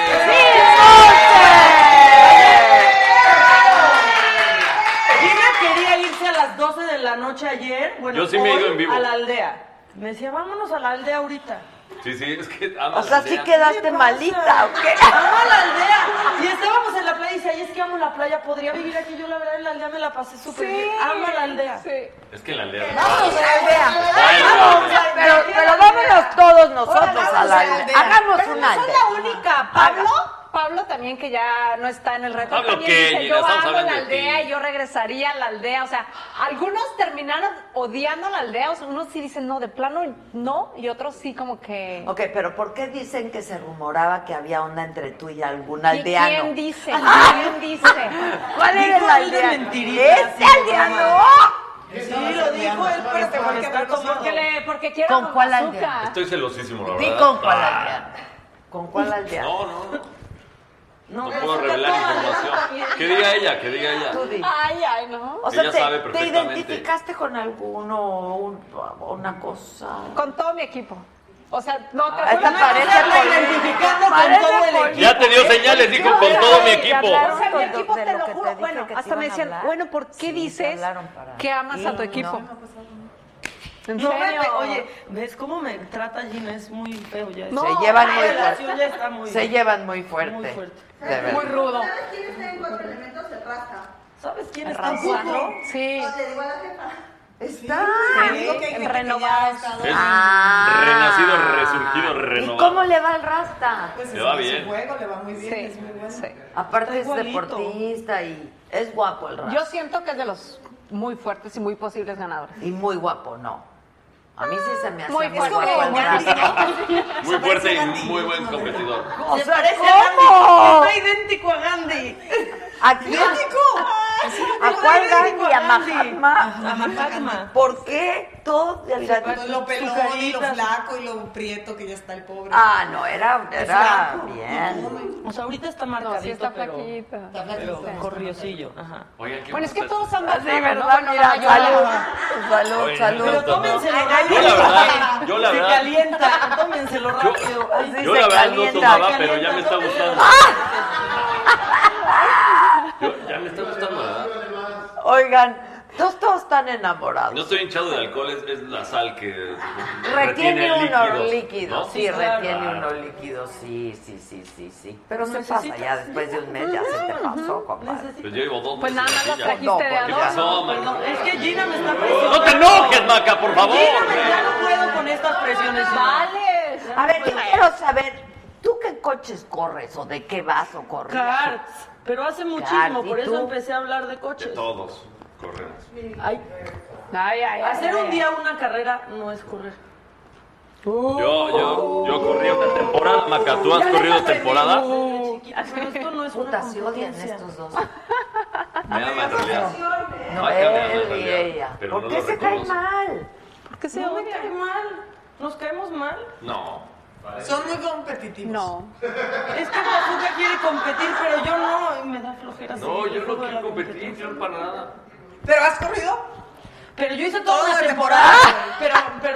L: Gina quería irse a las 12 de la noche ayer. Bueno,
C: Yo sí me he
L: hoy,
C: ido en vivo.
L: A la aldea. Me decía, vámonos a la aldea ahorita.
C: Sí, sí, es que ama
A: O sea,
C: la
A: sí
C: aldea.
A: quedaste malita, ¿o qué?
L: Vamos a la aldea. Y estábamos en la playa y decía, ay, es que amo la playa, podría vivir aquí. Yo la verdad en la aldea me la pasé súper bien. Amo la aldea.
C: Es que en la aldea.
A: Vamos a la aldea.
C: Ay,
A: Vamos,
C: la aldea.
A: pero, pero vámonos todos nosotros
G: Vamos
A: a la aldea. Hagamos
D: Pero
A: una
D: no
A: aldea.
D: soy la única. Pablo, Pablo también que ya no está en el reto.
C: Pablo,
D: también
C: ¿qué,
D: dice,
C: Gina?
D: yo
C: Estamos
D: amo la
C: hablando de
D: aldea
C: ti.
D: y yo regresaría a la aldea. O sea, algunos terminaron odiando la aldea. O sea, unos sí dicen no, de plano no, y otros sí como que.
A: Ok, pero ¿por qué dicen que se rumoraba que había onda entre tú y algún
D: ¿Y
A: aldeano?
D: ¿Quién dice?
A: Ah.
D: ¿Quién dice?
A: ¿Cuál era el
L: Dijo algo de
A: aldeano?
L: mentirita,
A: ¡Ese
L: así,
A: aldeano!
L: Sí, lo dijo él, pero te
G: Porque
L: molestó
G: hablamos
L: tomado.
D: Porque, le- porque quiero
N: ¿Con
D: con
N: cuál
D: bazooka.
N: aldea?
C: Estoy celosísimo, la
N: Di
C: verdad.
N: con cuál
C: Ah,
N: aldeano.
A: ¿Con cuál aldeano?
C: No, no, no. No,
A: No,
C: puedo revelar información. Que diga ella, que diga ella.
A: tú di.
D: Ay, ay, no.
A: O sea,
C: Ella
A: te,
C: sabe
A: te
C: perfectamente.
A: identificaste con alguno o un- o una cosa?
D: Con todo mi equipo. O sea, no te
A: Ah, Esta
D: juro-
A: parece
D: no, no, no,
A: política.
L: identificando con
A: Parece
L: todo el
A: política.
C: Ya te dio señales, dijo, con todo mi equipo.
D: O sea, mi
A: Hablaron
D: equipo
A: de
D: te
A: lo
D: lo
A: que te
D: juro.
A: dije
D: bueno,
A: que te
D: hasta me
A: iban a
D: decían,
A: hablar.
D: bueno, ¿por
A: Sí,
D: qué
A: te
D: dices
A: hablaron para-
D: que amas a tu
A: Sí,
D: equipo?
A: no.
D: ¿En
L: No, me-
D: serio?
L: me- oye, ¿ves cómo me trata Gina? Es muy feo ya.
D: No,
A: Se llevan
L: la
A: muy
L: relación
A: fuerte.
L: ya está muy-
A: Se llevan muy fuerte.
L: Muy fuerte.
A: De verdad.
D: Muy rudo.
E: ¿Sabes quién está en cuatro elementos de raza?
L: ¿Sabes quién está
D: Raza.
L: poco?
D: Sí.
E: Le digo a la jefa.
A: Está.
G: Te digo que hay gente que ya ha
D: Renovados.
G: estado-
C: Es
A: Ah.
C: renacido, resurgido,
A: ¿Y
C: renovado.
A: cómo le va al Rasta?
G: Pues
C: Le
G: es
C: va
G: que
C: bien.
G: Su juego le va muy bien,
D: Sí,
G: es muy bueno.
D: sí.
A: Aparte es
L: Está igualito.
A: deportista y es guapo el Rasta.
D: Yo siento que es de los muy fuertes y muy posibles ganadores.
A: Y muy guapo, no. A mí sí se me hace
D: Muy
A: muy,
D: fuerte.
A: guapo el
D: Muy
A: Rasta.
C: Muy fuerte y muy buen competidor.
A: O
L: Se
A: sea,
L: parece
A: ¿cómo?
L: a Gandhi. Está idéntico a Gandhi.
A: ¿A quién? ¿A cuál Gandhi? ¿A Mahatma?
L: A Mahatma.
A: ¿Por qué todo
G: Pues
A: delgadito?
G: lo pelón y lo
L: caritas.
G: flaco y lo prieto que ya está el pobre.
A: Ah, no, era, era
G: flaco.
A: bien.
L: O sea, ahorita está marcadito,
D: No, sí está
L: pero,
D: flaquita.
G: Está flaquito.
L: pero corriosillo. Ajá.
C: Oigan, ¿qué
D: Bueno, es que
C: pasa?
D: todos han
A: Ah, Sí,
D: bajado, ¿no?
A: ¿verdad?
D: Bueno,
A: Mira,
D: la mayoría.
A: salud, salud,
C: Oigan,
A: salud.
L: Pero
C: no,
L: tómenselo
C: Yo
L: rápido.
C: la verdad, yo la
L: Se
C: verdad.
L: calienta, tómenselo rápido. Ay,
A: así
C: Yo
A: se
C: la verdad no
A: calienta.
C: tomaba,
L: Se
C: pero ya me está
L: calienta,
C: gustando. Yo- ya me está gustando, ¿verdad?
A: Oigan, todos, todos están enamorados.
C: No estoy hinchado de alcohol, es, es la sal que
A: Retiene uno
C: líquidos,
A: líquido,
C: ¿no? Pues
A: sí,
L: claro.
A: retiene uno líquido, sí, sí, sí, sí, sí. Pero se pasa
L: Necesitas-
A: ya después de un mes, ya se te pasó, compadre.
L: Necesito-
C: Pues yo llevo dos
D: Pues nada
C: meses
D: más las
C: así ya.
D: trajiste
A: No,
D: de
A: pues
C: ¿Qué
D: adorno.
A: ya.
C: pasó, man?
L: Perdón, es que Gina Ah, me está
C: No
G: Pues
L: presionando.
C: te enojes, Maca, por favor.
L: Gina, me- ya no puedo con estas presiones. Gina.
D: Vale.
A: A ver, yo quiero saber, ¿tú qué coches corres o de qué vas o corres?
L: Karts. Pero hace
A: Karts,
L: muchísimo,
A: ¿y
L: por
A: tú?
L: eso empecé a hablar de
C: De
L: coches.
C: todos corremos.
L: Ay,
D: Ay, ay, ay.
L: hacer un día una carrera no es correr.
C: Yo, yo, yo corrí una temporada, Maca, ¿tú has corrido temporada?
L: Desde chiquita, Pero esto no es una
A: Puta, se odian
L: competencia.
A: estos dos.
C: Me ama en realidad.
A: No,
C: Maca me ama en
A: él y
C: realidad,
A: ella.
C: pero
A: ¿Por
C: no
A: qué
C: lo
A: se caen
C: reconozco.
A: mal?
D: Porque se
L: No me
D: odia.
L: cae mal. Nos caemos mal.
C: No.
G: Son muy competitivos.
D: No.
L: Es que Bazooka quiere competir, pero yo no. y Me da flojera.
C: No,
L: seguir
C: yo
L: el
C: no
L: juego de la
C: quiero competir,
L: competencia.
C: yo para nada.
G: ¿Pero has corrido?
L: Pero yo hice toda
G: Toda
L: una
G: la
L: temporada.
G: temporada.
L: Pero,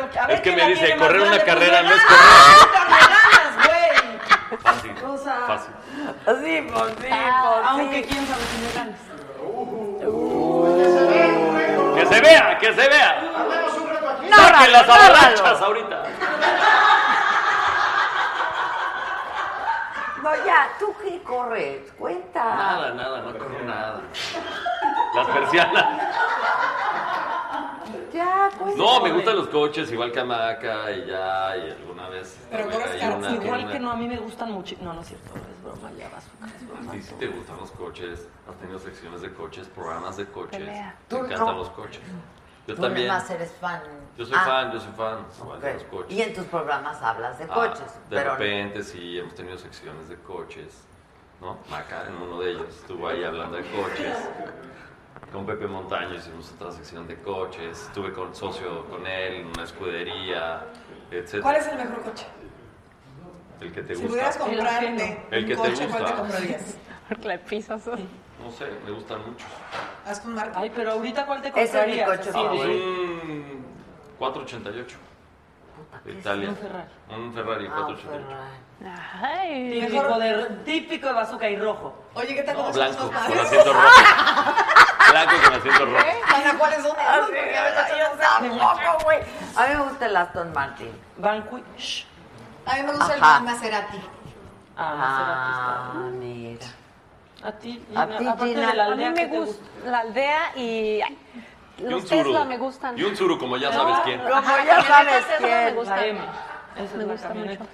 L: pero. A ver
C: Es que
L: quién
C: me
L: la
C: dice,
L: tiene más
C: correr una
L: grande, pues,
C: carrera
L: me
C: no es
L: ganas, me ganas, güey.
C: Fácil.
L: O sea-
C: Fácil.
A: Así, por sí,
D: pues,
A: por
L: Aunque
A: sí.
L: quién sabe si me ganas.
C: ¡Que se vea! ¡Que se vea! ¡Saquen las
A: Nárralo,
C: avalanchas
A: nárralo.
C: ahorita!
A: No, ya, ¿tú qué corres? Cuenta.
C: Nada, nada, no corro nada. Las persianas.
A: Ya, cuenta.
C: No, me gustan los coches, igual que a Maca y ya, y alguna vez.
G: Pero
C: me
G: corres
C: caí
G: caras,
C: una-
L: Igual
C: una-
L: que no, a mí me gustan mucho. No, no es cierto, es broma, ya Bazooka, es broma.
C: Y si te gustan los coches, has tenido secciones de coches, programas de coches.
D: Pelea.
C: Te
A: Tú
C: encantan
A: no.
C: los coches. Yo
A: Tú
C: también.
A: además eres fan.
C: Yo soy
A: Ah,
C: fan, yo soy fan igual de los
A: ok.
C: coches.
A: Y en tus programas hablas de
C: Ah,
A: coches.
C: de
A: pero
C: repente sí, hemos tenido secciones de coches, ¿no? Maca en uno de ellos estuvo ahí hablando de coches. Con Pepe Montaño hicimos otra sección de coches, estuve con socio con él en una escudería, etc.
G: ¿Cuál es el mejor coche?
C: El que te
G: Si pudieras
C: gusta.
G: comprarte
C: El que
G: un
C: te
G: coche, ¿cuál
C: gusta.
G: te comprarías?
D: Porque le pisas.
C: No sé, me gustan muchos.
G: ¿A Haz con marca.
L: Ay, pero ahorita cuál te
A: Ese es mi
L: comprarías?
A: coche
L: Así,
C: Ah,
L: de-
C: un 488. De Italia.
L: un Ferrari?
C: Un Ferrari
L: Ah,
C: 488.
D: Ay.
L: Típico de, típico de bazooka y rojo.
G: Oye, ¿qué tal
C: No,
G: con
C: blanco, con asiento rojo. Blanco con asiento rojo.
G: Ana, ¿cuáles son?
A: Ah, sí, yo tampoco, güey. A mí me gusta el Aston Martin.
L: Vanquish.
G: A mí me gusta
A: Ajá.
G: el Maserati.
L: Ah,
A: Ah, mira.
L: A ti,
A: A
L: Gina,
A: ti,
L: aparte
A: Gina.
L: de la
D: Ah. A mí
L: aldea
D: me
L: ¿qué te
D: gusta la aldea y ay,
C: Y un
D: los
C: Tsuru.
D: Tesla me gustan. Ah,
C: Y un Tsuru, como ya sabes quién.
A: Como
D: Ajá,
A: ya
D: las
A: sabes
D: camionetas esas
A: quién.
D: Me
L: La M.
D: gustan.
L: Esa es
D: Me
L: la
D: gusta
L: camioneta.
D: mucho.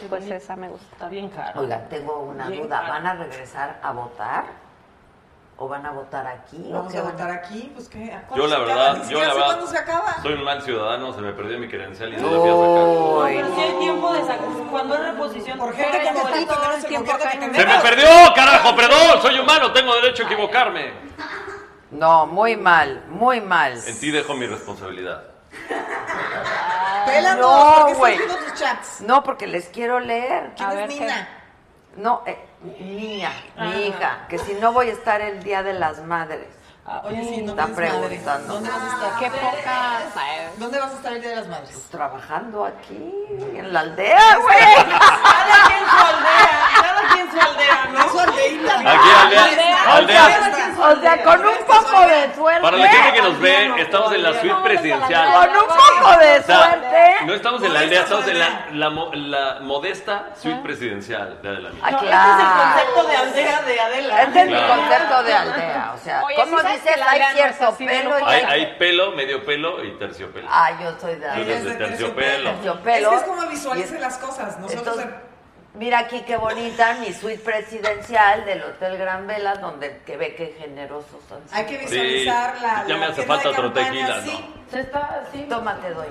L: Qué
D: Pues
L: bonito.
D: esa me gusta.
L: Está bien cara.
A: Oiga, tengo una
L: Bien
A: duda.
L: cara.
A: ¿Van a regresar a votar? ¿O van a votar aquí? ¿O
G: Vamos
A: qué
G: a
A: van
G: votar aquí, pues qué. ¿A cuándo
C: Yo la
G: se acaba?
C: verdad,
G: Ni
C: yo
G: siquiera
C: la
G: sé cuándo se
C: verdad,
G: acaba.
C: soy un mal ciudadano, se me perdió mi credencial y no la fui a
L: No, pero si hay tiempo de sacar. Cuando es reposición.
G: Por gente que
L: pero
G: te
L: es
G: está
L: bonito.
G: todo el
D: el
G: tiempo
D: tiempo
G: que
D: acá en-
G: tenemos.
C: sacar. ¡Se me perdió, carajo, perdón! Soy humano, tengo derecho a equivocarme.
A: No, muy mal, muy mal.
C: En ti dejo mi responsabilidad.
G: Pélanos,
A: No,
G: porque
A: güey.
G: estás viendo tus chats.
A: No, porque les quiero leer.
G: ¿Quién
D: A
G: es Ah.
D: ver, ¿qué?
G: Nina?
A: No, eh, niña, mi hija, que si no voy a estar el Día de las Madres.
L: Ah,
G: Oye, sí, no
A: Está
G: tienes madre.
A: preguntando.
G: ¿Dónde vas a estar?
D: Qué pocas. ay,
G: ¿Dónde vas a estar el Día de las Madres?
A: Trabajando aquí, en la aldea, güey.
L: Cada quien su aldea. Cada quien su aldea, ¿no?
G: Es su aldeita.
C: Aquí, aldea, aldea.
A: O sea, con un poco de suerte.
C: Para la gente que nos ve, estamos en la suite presidencial.
A: Con un poco de
C: O sea, no
A: suerte.
C: estamos en la aldea, estamos en la, la mo- la modesta suite presidencial de Adelante.
A: Ah,
L: No,
A: claro.
L: Este es el concepto de aldea de Adela.
A: Este es mi
C: Claro.
A: concepto de aldea. O sea,
D: Oye,
A: ¿cómo
D: ¿sí sabes
A: dices?
D: que la
A: Hay
D: aldea no es
A: cierto
D: así de
A: pelo y
D: lujosa?
C: Hay,
A: hay.
C: hay pelo, medio pelo y terciopelo.
A: Ah, yo soy de
C: Yo
A: aldea.
C: soy de terciopelo.
A: Terciopelo.
G: Es que es como visualice
A: Y-
G: las cosas. Nosotros
A: Entonces, mira aquí qué bonita mi suite presidencial del Hotel Gran Vela, donde que ve qué generosos son.
G: hay que visualizar
C: Sí,
G: la.
C: ya me
G: la
C: hace
G: tienda de
C: falta otro
G: campaña,
C: tequila,
G: sí.
L: Se está así.
A: Toma, te doy.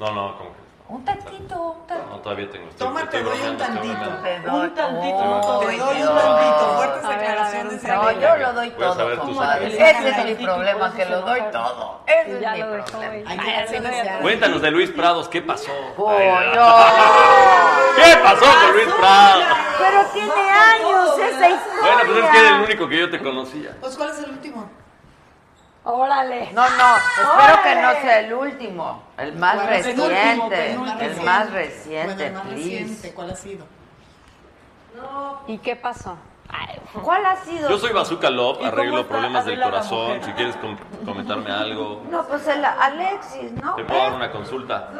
C: No, no, como que.
A: Un tantito, un tantito.
C: No, todavía tengo. este estoy-
G: Tómate,
C: estoy
G: doy un
C: bromeando, estoy
G: tantito.
C: bromeando.
A: Te doy
L: Un tantito,
A: todo.
L: no todo.
G: Te doy un
A: Dios.
G: tantito. Fuertes
D: A ver, a ver,
G: declaraciones. de
A: No,
G: Adela.
A: yo lo doy
C: Voy a
A: todo,
C: saber tus
A: comadre.
L: secretos.
A: Ese es mi
L: pues,
A: problema, que lo doy todo. Ese es
D: Ya
A: mi
D: lo dejó,
A: problema.
D: güey.
G: Hay que visualizar.
C: Cuéntanos de Luis Prados, ¿qué pasó? Ay,
A: Coño.
C: ¿Qué pasó con Luis Prados?
A: Pero tiene años esa historia.
C: Bueno, pues es que era el único que yo te conocía.
G: Pues, ¿cuál es el último?
D: Órale.
A: No, no, espero que no sea el último, el más
G: Bueno, el
A: reciente,
G: último,
A: el
G: penúltimo.
A: más
G: Bueno,
A: reciente,
G: el más
A: please.
G: reciente, ¿cuál ha sido?
D: ¿Y qué pasó? Ay,
A: ¿Cuál ha sido?
C: Yo soy Bazooka Lop,
L: cómo
C: arreglo
L: está
C: problemas del
L: Adela la
C: corazón.
L: mujer?
C: Si quieres com- comentarme algo,
A: No, pues el Alexis, ¿no?
C: te puedo dar una consulta.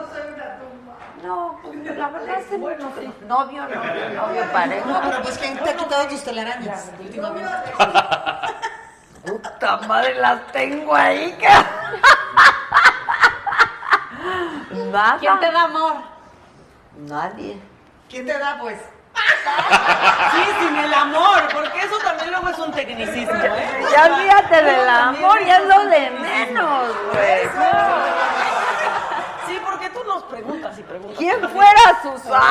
A: No, pues, la verdad es que bueno, sí. novio, no, novio, pareja.
G: No, pero pues, ¿quién te ha quitado tus telarañas? Últimamente. Pues,
A: Puta madre, las tengo ahí, ca- Nada.
D: ¿Quién te da amor?
A: Nadie.
G: ¿Quién te da, pues?
L: Sí, sin el amor, porque eso también luego es un tecnicismo, ¿eh?
A: Ya fíjate
L: Luego
A: del
L: también
A: amor, ya es lo
L: un
A: de
L: tecnicismo.
A: menos, güey.
L: Sí, porque tú nos preguntas y preguntas.
A: ¿Quién fuera Susan,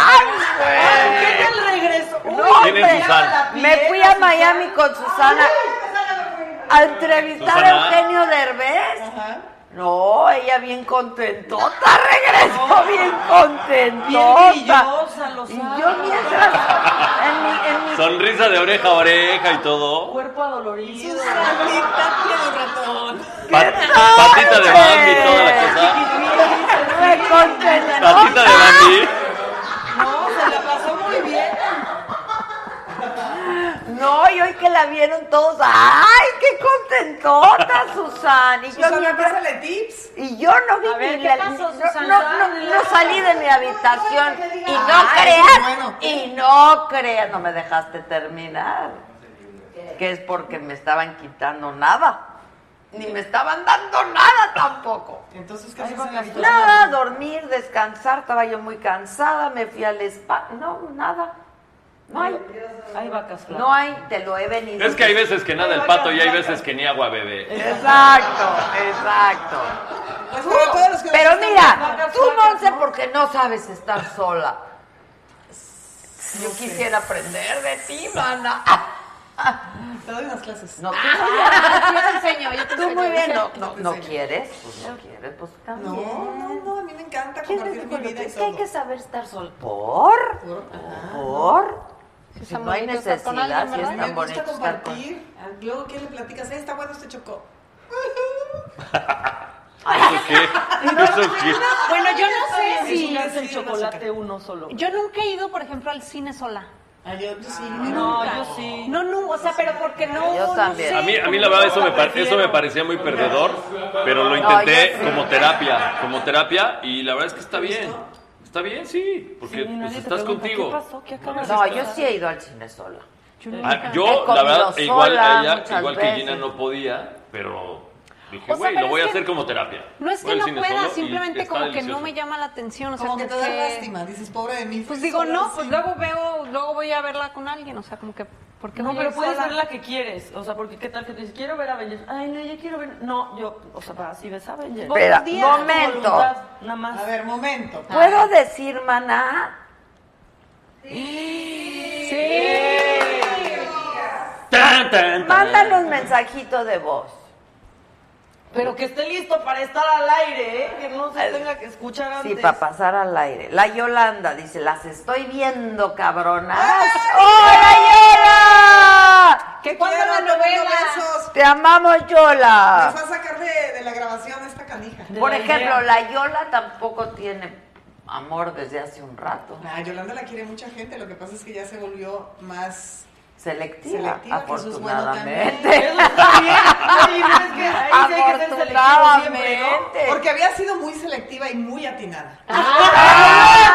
L: Ay, ¿Qué tal regreso? Uy,
A: No,
C: ¿Quién es
A: hombre.
C: Susan?
A: güey? Me fui a Miami con Susana a entrevistar a
C: Susana.
A: Eugenio Derbez. No, ella bien contentota, regresó bien contentota.
L: Bien brillosa, lo
A: y
L: sabe.
A: yo mientras en mi, en mi
C: Sonrisa de oreja a oreja y todo.
L: Cuerpo adolorido.
G: Susanita tiene ratón.
C: Pat- patita de Bambi, toda la cosa.
A: me
C: Patita
A: contentota.
C: de Bambi.
L: No, se la pasó muy bien.
A: No, y hoy que la vieron todos, ¡ay, qué contentota, Susan! Y yo
G: Susana,
A: mientras-
G: pásale tips.
A: Y yo no vi
D: A ver,
A: ni
D: ¿qué
A: la-
D: pasó,
A: no-
D: Susana?
A: no, no, no salí de mi habitación y no
G: Ay,
A: creas,
G: bueno.
A: y no creas, no me dejaste terminar. Que es porque me estaban quitando nada, ni me estaban dando nada tampoco.
G: Entonces, ¿qué haces en la habitación?
A: Nada, dormir, descansar, estaba yo muy cansada, me fui al spa, no, nada. No hay,
L: Hay vacas flacas.
A: no hay, te lo he venido.
C: Es que hay veces que nada el pato y hay veces que ni agua bebé.
A: Exacto, exacto.
G: Pues, para todos los que nos
A: Pero
G: están
A: mira, tú, Monse, porque no sabes estar sola. Yo quisiera aprender de ti, mana.
G: viendo, Te doy unas clases.
A: No, tú,
D: Ah, Yo te enseño, yo te
A: tú muy
D: enseño.
A: bien. No, no, no quieres, pues no quieres, pues
G: No,
A: también.
G: no, no, a mí me encanta
A: ¿Quieres
G: compartir mi
A: que
G: vida y
A: Es que hay
G: todo.
A: que saber estar sola. ¿Por?
G: Por- ajá.
A: ¿Por? Si no hay
G: bonito estar con
A: necesidad,
G: alguien,
A: sí
G: ¿verdad?
A: está
G: Me gusta
A: bonito estar con-
G: compartir. Luego, ¿qué le platicas? Eh, está bueno este chocó.
C: ¿Eso qué? ¿Eso qué?
D: Bueno, yo no sé
L: Sí,
D: si.
L: es el chocolate uno solo.
D: Yo nunca he ido, por ejemplo, al cine sola.
G: Ah, yo sí.
A: Ah.
L: No, yo sí.
D: No, no, o sea, pero porque no.
A: Yo
D: no
A: también.
D: sé,
C: A mí, a mí la verdad
D: como no
C: eso me,
D: la
C: par- eso me
D: prefiero.
C: parecía muy perdedor, pero lo
A: No,
C: intenté
A: yo sí.
C: como terapia, como terapia y la verdad es que está bien. Está bien, sí, porque
L: Sí, nadie
C: pues,
L: te
C: estás
L: pregunta, ¿qué
C: contigo.
L: pasó? ¿Qué acabas de
A: No,
L: hacer?
A: yo sí he ido al cine sola.
C: Ah,
A: He
C: yo, la
A: comido
C: verdad,
A: sola
C: igual a
A: muchas
C: ella, igual que Gina
A: veces.
C: no podía, pero dije,
D: O sea,
C: güey,
D: pero
C: lo voy a
D: es que-
C: hacer como terapia.
D: No es
C: Voy
D: que
C: al
D: no
C: cine
D: pueda,
C: solo y
D: simplemente
C: está
D: como que no
C: delicioso.
D: me llama la atención. O sea,
G: Como que te da
D: que-
G: lástima. Dices, pobre de mí.
D: Pues
G: fui
D: digo,
G: sola al
D: no, pues
G: cine.
D: luego veo, luego voy a verla con alguien, o sea, como que, ¿por qué
L: No,
D: voy a
L: pero
D: ir
L: puedes
D: sola?
L: ver la que quieres. O sea, porque qué tal que te dices, quiero ver Avengers. Ay, no, yo quiero ver. No, yo, o sea, para si ves Avengers.
D: Voy
A: Espera,
D: un día,
A: momento.
L: Voluntad, Nada
G: A
L: más.
G: ver, momento.
A: ¿Puedo decir, maná?
C: Tan, tan, tan.
A: Mándanos mensajito de voz.
L: Pero que esté listo para estar al aire, ¿eh? Que no se tenga que escuchar antes.
A: Sí, para pasar al aire. La Yolanda dice, las estoy viendo, cabronas. ¡Hola, Yola!
D: Que cuando la
G: Quiero, te mando
D: novela.
G: besos.
A: Te amamos, Yola.
G: Nos va a sacar de, de la grabación esta canija.
L: De
A: Por
L: la idea.
A: ejemplo, la Yola tampoco tiene amor desde hace un rato.
G: Nah, Ah, Yolanda la quiere mucha gente, lo que pasa es que ya se volvió más
A: Selectiva,
G: selectiva. que eso es bueno
A: afortunadamente.
G: también.
L: Eso está bien. está bien, es que ahí sí hay que ser selectivo siempre, ¿no?
A: Afortunadamente.
G: Porque había sido muy selectiva y muy atinada.
L: Ah,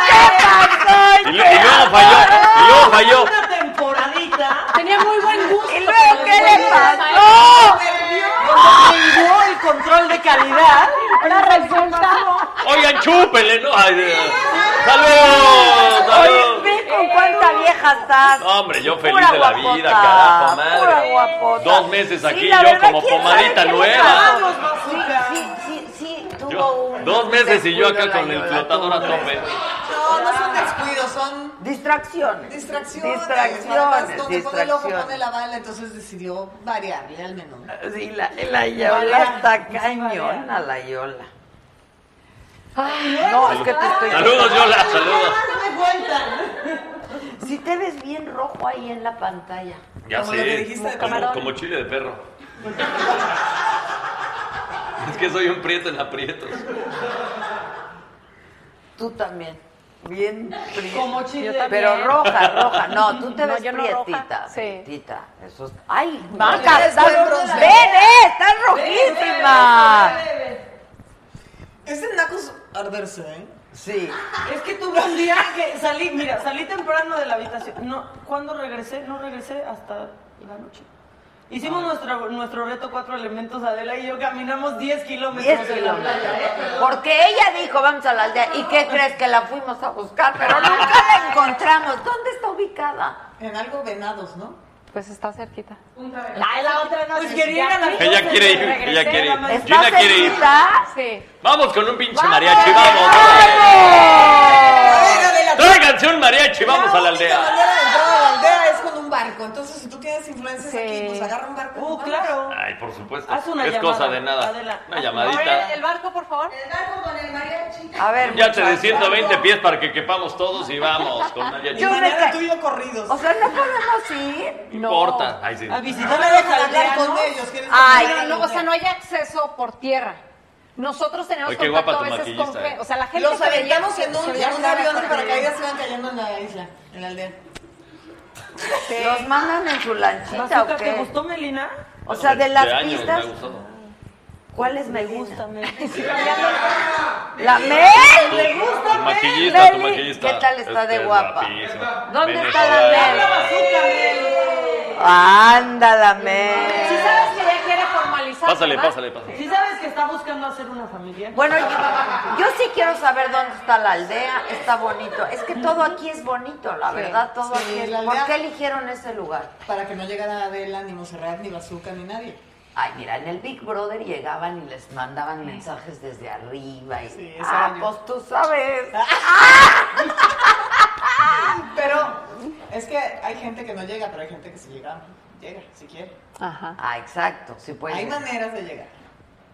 C: Y, lu- y luego falló, y luego falló.
L: Una temporadita.
D: Tenía muy buen gusto.
A: ¿Y luego qué le
G: ¡No!
A: pasó?
L: Se llevó el control de calidad.
D: Ahora resulta.
C: Oigan, chúpele, ¿no? Ay, de- ¡Salud! ¡Salud!
A: Ve con cuánta vieja estás.
C: No, hombre, yo feliz
A: Pura
C: de la
A: guapota,
C: vida, carajo,
A: Pura
C: madre.
A: guapota.
C: Dos meses aquí,
A: la
C: yo
A: verdad,
C: como
A: ¿quién sabe
C: pomadita
A: qué le
C: nueva.
A: pasó?
L: Vamos, bazooka.
A: Sí, sí, sí, sí, tuvo
C: Yo-
A: un
C: dos meses y yo acá
A: descuido
C: con
A: la
C: el
A: Yola,
C: flotador a
A: tuvo un
C: tope.
G: No, no son descuidos, son
A: Distracciones.
G: distracciones. nada más
A: Distracciones.
G: Donde pone el ojo, pone
A: distracciones.
G: la bala, entonces decidió variarle al menú.
A: Sí, la, la Yola está cañona, la Yola. no, es que te estoy.
C: Saludos, Yola, saludos.
A: Si te ves bien rojo ahí en la pantalla.
C: Ya
G: Como
C: sé,
G: lo que dijiste de
C: como,
G: camarón.
C: como chile de perro. es que soy un prieto en aprietos.
A: Tú también. Bien prieta.
L: Como chile. Yo también.
A: Pero roja, roja. No, tú te
D: No,
A: ves
D: yo no
A: prietita.
D: roja. Sí.
A: prietita. Eso es- Ay,
G: tú
A: vaca,
G: eres
A: estás
G: buen
A: rojísima.
G: bronceado.
A: Ven, eh, estás rojísima.
G: Este naco es arderse, ¿eh?
A: Sí.
L: Es que tuve un día que salí, mira, salí temprano de la habitación. No, ¿cuándo regresé? No regresé hasta la noche. Hicimos
A: Ah.
L: nuestro, nuestro reto cuatro elementos, Adela y yo caminamos 10
A: 10
L: kilómetros en la
A: kilómetros.
L: playa. ¿eh?
A: Porque ella dijo, vamos a la aldea. ¿Y qué crees que la fuimos a buscar? Pero nunca la encontramos. ¿Dónde está ubicada?
G: En algo venados, ¿no?
D: Pues está cerquita.
G: Ah,
L: La, la otra no
D: Pues
L: sé,
D: quería
L: ya
D: ir a la-
L: fui.
C: Ella quiere ir, ella quiere ir.
L: Regresé,
A: ¿Está
C: Gina quiere ir.
A: cerquita?
D: Sí.
C: Vamos con un pinche mariachi, vamos.
G: Era de la
C: Tráiganse un mariachi, vamos a la
G: La única
C: aldea.
G: manera de entrar a la aldea es con un barco. Entonces, si tú tienes influencias
D: Sí.
G: aquí, pues agarra un barco.
L: Uh,
G: vamos.
L: claro.
C: Ay, por supuesto.
L: Haz una
C: es
L: llamada,
C: cosa de nada.
L: Adela.
C: Una
D: A ver,
C: llamadita.
D: el barco, por favor.
A: A ver,
C: Ya te de
A: muchachos.
C: 120 pies para que quepamos todos y vamos con mariachi.
A: Yo
G: Y
C: No
A: me
G: mañana
A: ca-
G: tú y yo corridos.
A: O sea, no podemos ir.
C: importa. Ay, sí.
L: A visitar
G: no me
L: a los
G: dejan hablar con
L: aldeanos.
G: ellos. ¿quieres
A: Ay,
G: que me
D: Pero no,
G: digan?
D: o sea, no hay acceso por tierra. Nosotros tenemos
C: Oye, qué
D: contacto
C: guapa tu
D: a veces con
C: maquillista,
D: gente.
C: eh.
D: O sea, la gente
G: Los
D: que veía-
G: aventamos en un,
D: se
G: en
D: veía
G: un avión de
D: por tierra.
G: paracaídas y van cayendo en la isla, en la aldea.
A: ¿Los mandan en su lanchita o
L: Bazooka, ¿Te
A: qué?
L: gustó Melina?
A: O sea, de las
C: años me ha
A: pistas,
C: gustado.
A: ¿cuáles me
L: Me gusta,
A: gustan?
L: Melina.
A: ¿La Mel?
C: Tu- Tu maquillista, tu
A: Meli,
C: maquillista.
A: ¿qué tal está de
C: Este es
A: guapa?
C: guapísima.
A: ¿Dónde
C: Ven,
A: está la
C: joder.
A: Mel?
L: Bazooka, Mel.
A: Anda, la Mel.
D: Si sabes que ya quiere formalizar.
C: Pásale,
D: ¿verdad?
C: pásale, pásale.
L: Si sabes que está buscando hacer una familia.
A: Bueno, yo, yo sí quiero saber dónde está la aldea, está bonito. Es que todo aquí es bonito, la verdad, todo
G: Sí,
A: aquí es
G: la aldea-
A: ¿Por qué eligieron ese lugar?
G: Para que no llegara Adela, ni Monserrat, ni Bazooka, ni nadie.
A: Ay, mira, en el Big Brother llegaban y les mandaban mensajes desde arriba y
G: Sí, ese
A: ah,
G: era yo.
A: pues tú sabes.
G: Pero es que hay gente que no llega, pero hay gente que si llega, llega, si quiere.
D: Ajá.
A: Ah, exacto, sí puede.
G: Hay
A: ser.
G: maneras de llegar.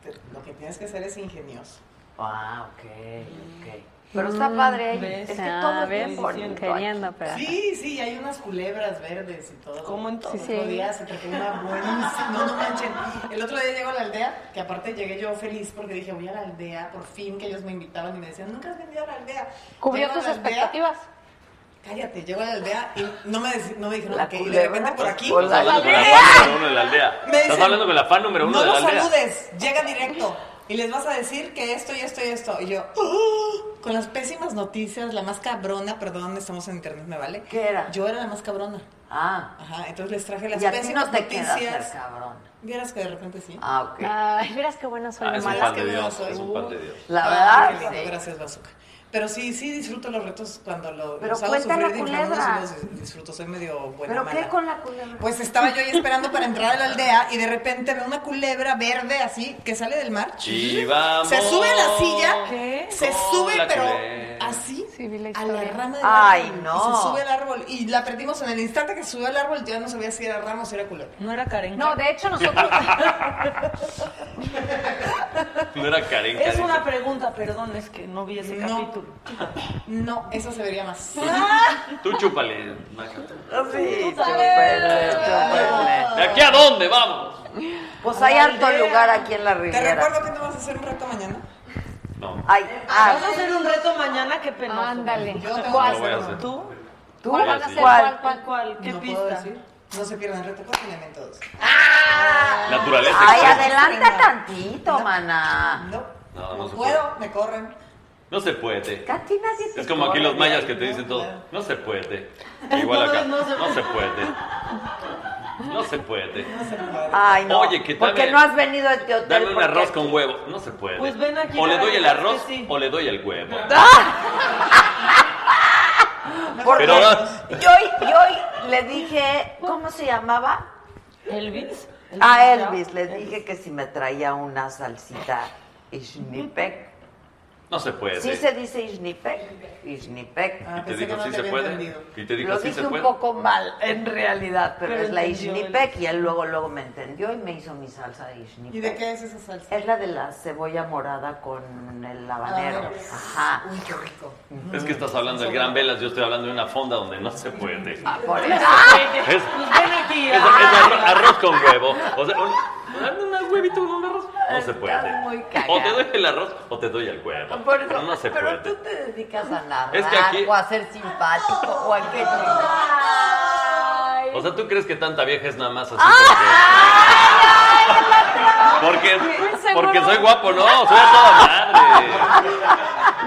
G: Te- Lo que tienes que hacer es ingenioso.
A: Ah, ok, ok. Pero
L: Mm,
A: está padre ahí. Es que
O: Ah,
A: todo es
O: ves,
A: bien bonito
O: queriendo,
A: aquí.
O: pero-
G: Sí, sí, y hay unas culebras verdes y todo. Como en
O: todo. Sí, sí.
G: El otro día se trató una buenísima. No, no manchen. El otro día llego a la aldea, que aparte llegué yo feliz porque dije, voy a la aldea, por fin que ellos me invitaron y me decían, nunca has venido a la aldea.
O: ¿Cubrió
G: Llego a
O: tus
G: la aldea,
O: expectativas?
G: Cállate, llego a la aldea y no me, dec- no me dijeron
A: La
G: ok, y de
A: culebra
G: repente por aquí.
A: o la
C: Estás hablando con la
G: ¡Ah!
C: fan número uno de la aldea.
G: Me
C: Estás
G: dicen,
C: hablando con la fan número uno
G: No
C: de la
G: los
C: aldea.
G: saludes, llega directo y les vas a decir que esto y esto y esto. Y yo, ¡ah! con las pésimas noticias, la más cabrona, perdón, estamos en internet, ¿me vale?
A: ¿Qué era?
G: Yo era la más cabrona.
A: Ah.
G: Ajá, entonces les traje las
A: Y a ti
G: pésimas
A: no te quedas
G: noticias.
A: ser cabrón.
G: Vieras que de repente sí.
A: Ah, ok.
O: Ay, verás qué buena soy.
C: Ah, es un
O: mala
C: pan
O: que
C: de
O: no
C: Dios,
O: soy.
C: es un pan de Dios.
A: La
G: Ay,
A: verdad,
G: Ah, qué lindo,
A: sí.
G: Gracias, Bazooka. Pero sí, sí disfruto los retos cuando lo,
A: Pero
G: los hago
A: cuenta la
G: sufrir de inframundo, sí
A: culebra.
G: los disfruto, soy medio buena
A: ¿Pero
G: mala.
A: qué con la culebra?
G: Pues estaba yo ahí esperando para entrar a la aldea y de repente veo una culebra verde así que sale del mar.
C: Y vamos.
G: Se sube a la silla,
D: ¿Qué?
G: se
C: Con
G: sube
C: la
G: pero
C: culebra.
G: así
O: Sí, vi la
G: a la
O: historia.
G: rama del
A: Ay,
G: árbol.
A: no.
G: Y se sube al árbol y la perdimos en el instante que subió al árbol, ya no sabía si era rama o si era culebra.
L: No era Karen.
D: No, de hecho nosotros...
C: No era Karen.
L: es
C: Karen.
L: una pregunta, perdón, es que no vi ese
G: No.
L: capítulo.
G: No, eso se vería más.
C: Tú chúpale, Maca.
A: Sí,
D: sabes.
A: chúpenle, chúpenle.
C: ¿De aquí a dónde vamos?
A: Pues hay harto lugar aquí en la
G: Te
A: Riviera.
G: recuerdo que no vas a hacer un reto mañana.
C: No.
A: Ay, ah,
L: Vas a hacer un reto mañana, qué penoso.
O: Ándale.
G: Yo
C: No
G: tengo que
C: lo voy a hacer.
L: ¿Tú?
A: ¿tú?
O: ¿Cuál
C: Ya
O: van a
C: sí.
O: hacer? ¿Cuál?
L: ¿Cuál,
O: ¿Cuál?
L: cuál? ¿Qué
G: No puedo
L: pista?
G: decir. No se pierdan el reto con elementos. dos.
C: Naturaleza.
A: Ay,
C: extrema.
A: adelanta tantito, maná.
G: No,
C: No, no
G: no
C: se
G: puedo, me corren.
C: No se puede.
A: Casi nadie te
C: Es como aquí
A: corre
C: los
A: de
C: mayas
A: ahí.
C: que te dicen todo. No se puede.
L: No,
C: Igual acá.
L: no se-
C: No se puede. No se puede.
A: Ay, no.
C: Oye, que
A: ¿Por qué
C: dame-
A: no has venido a este hotel?
C: Dame un
A: Porque-
C: arroz con huevo. No se puede.
L: Pues ven aquí
C: o le
L: para
C: doy
L: que
C: el
L: veas que
C: arroz
L: sí.
C: o le doy el huevo.
A: Porque
C: Pero
A: yo, hoy- yo hoy le dije, ¿cómo se llamaba?
L: ¿Elvis?
A: A Elvis le dije que si me traía una salsita Ishnipek.
C: No se puede.
A: ¿Sí se dice Ishnipek? Ishnipek.
G: Ah,
C: Y te
G: pensé que
C: dijo,
G: no
C: sí
G: te
C: se
G: había
C: puede.
G: entendido.
C: Y te dijo,
A: Lo
C: sí
A: dije
C: se
A: un
C: puede.
A: poco mal, en realidad, pero,
L: Pero
A: es la
L: entendió él.
A: Ishnipek y él luego, luego me entendió y me hizo mi salsa de Ishnipek.
G: ¿Y de qué es esa salsa?
A: Es la de la cebolla morada con el habanero.
G: Habanero.
A: Ajá.
G: Uy, qué rico.
C: Es que estás hablando del gran velas. Yo estoy hablando de una fonda donde no se puede. Es,
A: Por eso.
C: es
L: Pues ven aquí.
C: arro- arroz con huevo. O sea, un, dame un huevito con un arroz. No se puede.
A: Estás muy cagada.
C: O te doy el arroz o te doy el huevo.
A: Por eso,
C: Pero no se
A: pero
C: puede.
A: tú te dedicas a narrar
C: Es que aquí-
A: o a ser simpático o a qué chingados.
C: O sea, ¿tú crees que tanta vieja es nada más así? Porque, porque, porque soy guapo, no, soy a toda madre.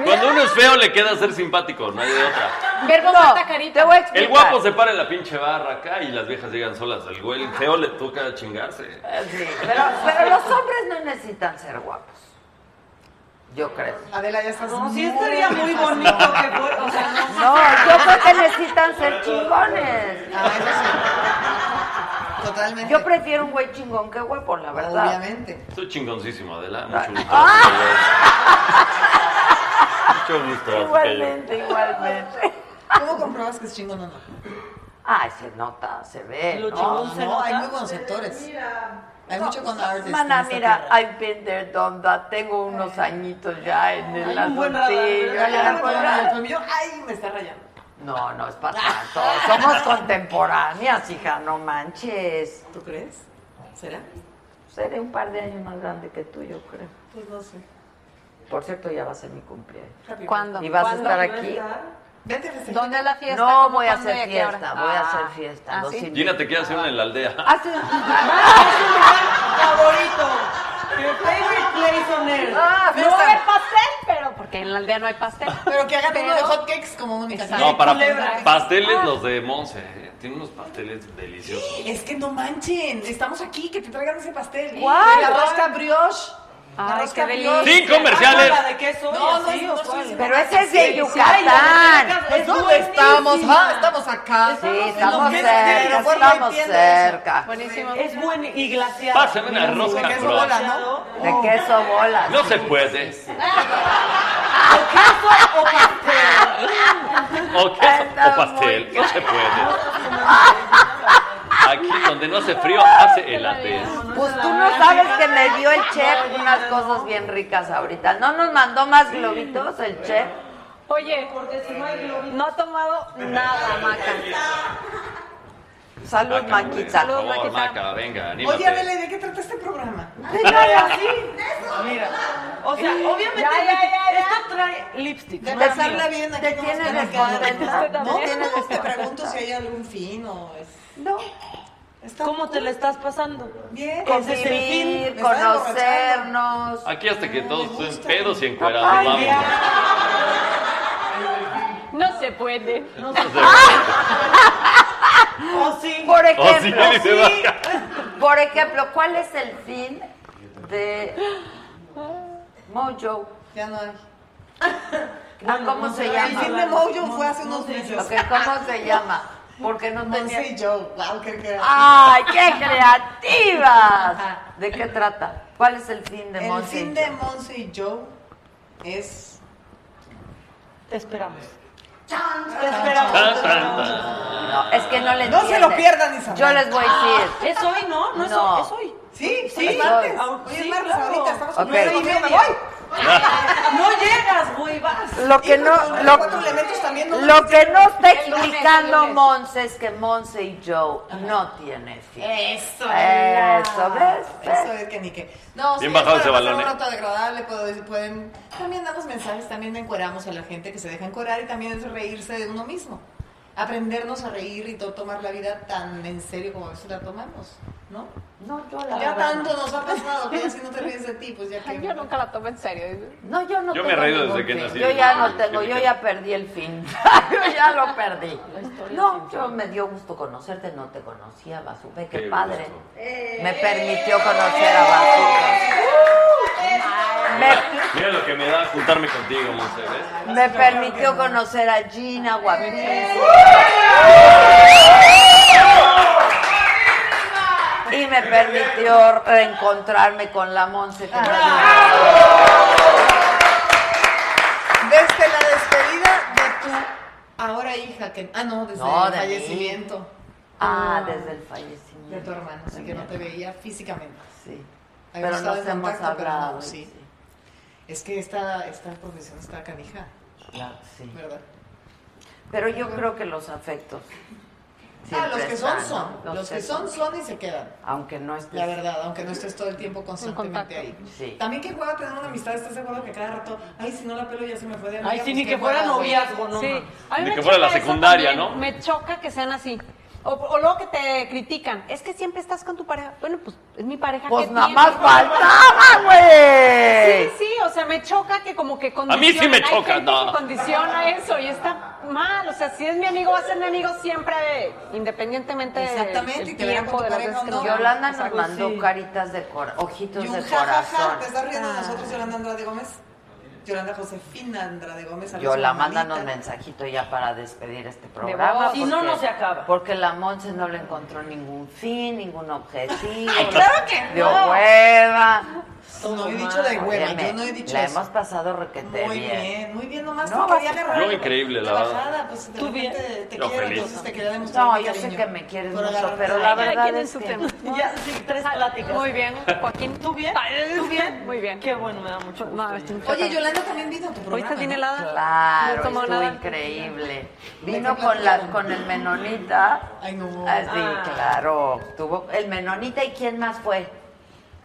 C: Cuando uno es feo le queda ser simpático, no hay de otra.
O: Verbo mata carita.
A: Te voy a explicar.
C: El guapo se para en la pinche barra acá y las viejas llegan solas. El güey, el feo le toca chingarse.
A: Sí, pero, pero los hombres no necesitan ser guapos. Yo creo.
G: Adela, ya estás
L: No, sí
G: muy
L: estaría muy bonito que fuera, o sea, no.
A: No, yo creo que necesitan ser chingones.
G: Ah, eso sí. Totalmente.
A: Yo prefiero un güey chingón que guapo, la verdad.
G: Obviamente.
C: Soy chingoncísimo, Adela. Mucho gusto. Mucho gusto.
A: Igualmente, igualmente.
G: ¿Cómo comprobas que es chingón o no?
A: Ay, se nota, se ve.
L: Lo
A: ¿no?
L: chingón
G: No,
L: se
G: no, hay
L: nota.
G: muy buenos actores. Hay mucho con artists.
A: Mana,
G: en esta
A: mira,
G: tierra.
A: I've been there, done that. Tengo unos añitos ya en el
L: Hay un buen
A: asuntillo,
L: radar, ¿verdad?
A: ya
G: Ah,
A: en
G: bueno,
A: el-
G: el colmillo, ay, me está rayando.
A: No, no es para tanto. Somos contemporáneas, hija, no manches.
G: ¿Tú crees? ¿Será?
A: Seré un par de años más grande que tú, yo creo.
G: Pues no sé.
A: Por cierto, ya va a ser mi cumpleaños.
O: ¿Cuándo?
A: ¿Y vas a
L: ¿Cuándo
A: estar
L: iba a
A: aquí?
L: estar?
G: Vete a festejar.
O: ¿Dónde es la fiesta?
A: No
O: ¿Cómo,
A: voy a
O: cuándo y
A: hacer
O: qué hora?
A: fiesta, voy a
O: Ah,
A: hacer fiesta.
O: ¿ah,
A: los
O: sí?
A: invito.
C: Gina te quiere hacer una en la aldea.
O: Ah, sí.
L: Es un lugar favorito. Your favorite place on earth.
G: Ah,
O: No
G: fiesta.
O: hay pastel, pero porque en la aldea no hay pastel.
G: Pero que hagan uno de
O: Pero-
G: hotcakes como única.
C: No, para
L: Culebra.
C: pasteles los de Monse. eh. Tiene unos pasteles deliciosos.
G: Es que no manchen, estamos aquí, que te traigan ese pastel.
O: ¿Cuál?
G: Y La rosca brioche. La
O: Ay,
G: rosca
O: qué
G: brioche.
C: Sin
A: Ah,
C: comerciales.
L: ¿La de queso? y
G: No, no,
L: así,
G: no,
L: ¿o
G: no,
L: cuál?
G: sí,
A: Pero ese es
L: Ay,
A: de
L: la de
A: Yucatán.
L: Yucatán
G: Pues
L: es
G: ¿dónde
L: buenísima.
G: estamos? Ah, estamos acá.
A: Sí,
G: en
A: estamos
G: los-
A: cerca,
G: Pero, ¿cuál no
A: estamos
G: entiende eso?
A: cerca.
O: Buenísimo.
L: Es buena y glaciada.
C: Pásame una rosca,
G: Porque es
C: bro.
G: bola, ¿no?
L: Glaseado.
A: De queso bola.
C: No se puede.
A: Ah,
C: O queso
A: Está
C: o pastel.
A: muy
C: No se puede. Aquí donde no hace frío hace helates.
A: Pues tú no sabes que me dio el chef unas cosas bien ricas ahorita. ¿No nos mandó más globitos el chef?
D: Oye, no ha tomado nada, Maca.
A: Salud,
C: Maca, hombre,
A: Maquita. Salud,
C: Por favor,
A: Maquita.
C: Maca, venga, anímate.
G: Oye, Adela, ¿y ¿de qué trata este programa?
L: así. Mira. O sea,
G: Eh,
L: obviamente
G: ya, ya, ya, ya.
L: esto trae lipstick.
G: De
L: no
G: pasarla
L: amigo.
G: bien aquí
L: Te
G: con
L: tiene
G: los
L: descontenta,
G: canales.
L: ¿no? Tiene
G: No, te
L: descontenta.
G: pregunto si hay algún fin o es...
L: No. ¿Cómo te la estás pasando?
G: Bien.
L: Ese es el fin.
A: Convivir,
L: Me está emborrachando.
A: conocernos.
C: Aquí hasta que todos estén pedos y encuerados,
A: Ay,
C: vamos.
D: No se puede.
L: O sí.
A: Por
C: O Oh, sí,
A: ejemplo,
C: dice Maca.
A: por ejemplo, ¿cuál es el fin de Mojo?
G: Ya no hay.
A: Ah, ¿Cómo se llama?
G: El fin de Mojo fue hace unos meses.
A: Ok, ¿Cómo se llama? Porque no
G: Monse y
A: tenía...
G: Joe. Wow, qué creativo.
A: ¡Ay, qué creativas! ¿De qué trata? ¿Cuál es el fin de
G: El
A: Monse?
G: fin de Monse y Joe es...
L: Te esperamos.
G: Te esperamos.
C: Tan, tan, tan.
A: No, es que no le
G: No se
A: entienden.
G: lo pierdan, Isabel. Ah,
A: Yo les voy a decir.
L: Es hoy, ¿no? No es
A: No.
L: hoy. Es hoy.
G: Sí, sí.
A: Sí,
G: Es martes.
A: claro.
G: Hoy es
L: Sí,
G: martes,
L: claro.
G: ahorita estamos con
A: Ok.
G: nueve y
L: Nueve
G: media.
L: y media.
G: ¡Voy!
L: No llegas, güey, vas.
A: Lo que
G: Hijo,
A: no,
G: los
A: lo,
G: cuatro elementos también no
A: lo que no está
O: El lunes, el
A: explicando
O: lunes.
A: Monse es que Monse y Joe no tienen fin.
O: Eh.
G: Eso.
A: Eso, ¿ves?
G: Eso es que ni que. No,
C: Bien
G: sí,
C: bajado
G: es
C: ese
G: para
C: balón,
G: pasar
C: eh.
G: Un rato agradable, pueden, pueden- También damos mensajes, también encueramos a la gente que se deja encuerar y también es reírse de uno mismo. Aprendernos a reír y no tomar la vida tan en serio como a veces la tomamos, ¿no?
A: No, yo la
G: Ya
A: verdad
G: tanto nos ha pasado que ya si no te ríes de ti, pues ya que.
O: Ay, yo nunca la tomo en serio.
A: No, No, yo no
C: Yo me
A: tengo
C: he reído
A: ningún
C: desde que
A: fin.
C: nací.
A: Yo ya no
C: Sí,
A: tengo,
C: sí,
A: yo
C: sí.
A: ya perdí el fin. yo ya lo perdí. No, yo me dio gusto conocerte, no te conocía, Basupe, qué,
C: Qué
A: padre.
C: gusto.
A: Me permitió conocer a
O: Eh.
A: Basupe.
C: Mira lo que me da juntarme contigo, Monse, ¿ves?
A: Me, me permitió conocer a Gina, guapísima. Y me permitió reencontrarme con la Monse. que no había-
G: Desde la despedida de tu ahora hija, que. Ah, no, desde
A: No,
G: el
A: de mí.
G: fallecimiento
A: Ah, desde el
G: de
A: fallecimiento.
G: tu hermano, así que no te veía físicamente.
A: Sí.
G: Habíamos
A: Pero
G: estado
A: nos
G: en
A: hemos
G: contacto, pero no,
A: hablado.
G: sí. Es que esta, esta profesión está canija,
A: Claro, sí.
G: ¿verdad?
A: Pero yo creo que los afectos.
G: ah,
A: siempre
G: los que son
A: están,
G: son.
A: ¿no?
G: Los, que son son y se quedan.
A: Aunque no estés.
G: La verdad, aunque no estés todo el tiempo constantemente ahí.
A: contacto. Sí.
G: También que juega a tener una amistad, ¿estás de acuerdo que cada rato, ay, si no la pelo ya se me fue de
L: Ay,
G: amiga,
L: sí,
G: pues,
L: ni
G: qué
L: que fuera
G: hueva, güey.
L: noviazgo, no.
D: Sí. A mí
C: Ni
D: me
C: que fuera la
D: choca eso
C: secundaria,
D: también.
C: ¿no?
D: Me choca que sean así. O, o luego que te critican. Es que siempre estás con tu pareja. Bueno, pues es mi pareja.
A: Pues
D: ¿qué
A: nada
D: tiene?
A: más faltaba, güey.
D: Sí, sí, o sea, me choca que como que
C: mí
D: condiciona.
C: sí me
D: hay
C: choca,
D: gente
C: no.
D: que condiciona eso y está mal. O sea, si es mi amigo, va a ser mi amigo siempre, eh, independientemente del
G: Exactamente, y
D: del
G: que verá con
D: tiempo,
G: tu
D: de las
G: pareja o
D: veces que
G: no.
D: nos vemos.
A: Yolanda
D: O sea,
A: nos
D: pues,
A: mandó
D: sí.
A: caritas de corazón, ojitos
G: Y un
A: de
G: jajaja, te
A: corazón.
G: estás riendo
L: Ah.
G: de nosotros, Yolanda Andrade Gómez. Yolanda Josefina Andrade Gómez. saludos a
A: Yolanda,
G: mi mamita.
A: mándanos mensajito ya para despedir este programa.
L: voz. Si no, no se acaba.
A: Porque la Monse no le encontró ningún fin, ningún objetivo.
G: Ay, claro que
A: Dio
G: no.
A: hueva.
G: No he dicho de hueva,
A: Óyeme,
G: yo no he dicho
A: La
G: eso.
A: hemos pasado requete
G: Muy bien.
A: bien.
G: muy bien, nomás
A: No,
G: te quería
A: vas a-
G: agarrar
C: Yo increíble,
G: de
C: la verdad.
G: bajada, pues de
L: Tú
G: repente
L: bien.
G: te
C: Yo
G: quiero,
C: feliz.
G: entonces te quería demostrar
A: No,
G: mi
A: yo sé
G: cariño.
A: que me quieres
G: Por
A: mucho,
G: agarrarte.
A: pero
G: Ay,
A: la
D: Cada
A: verdad
D: quien en
A: es
D: su
A: que...
D: tema.
L: Ya, sí, tres pláticas.
D: Muy bien, Joaquín.
L: ¿Tú bien?
D: Ay, ¿Tú bien? Muy bien.
L: Qué bueno, me da mucho gusto.
D: No, este, estoy
G: Oye, Yolanda también vino a tu programa.
D: Ahorita viene
G: ¿no?
D: helada.
A: Claro,
D: No tomó
A: estuvo
D: nada.
A: increíble.
G: Me
A: Vino
G: fue
A: con la
G: platicando.
A: con el menonita.
G: Ay, no.
A: Ah, sí, claro. Tuvo el menonita y quién más fue?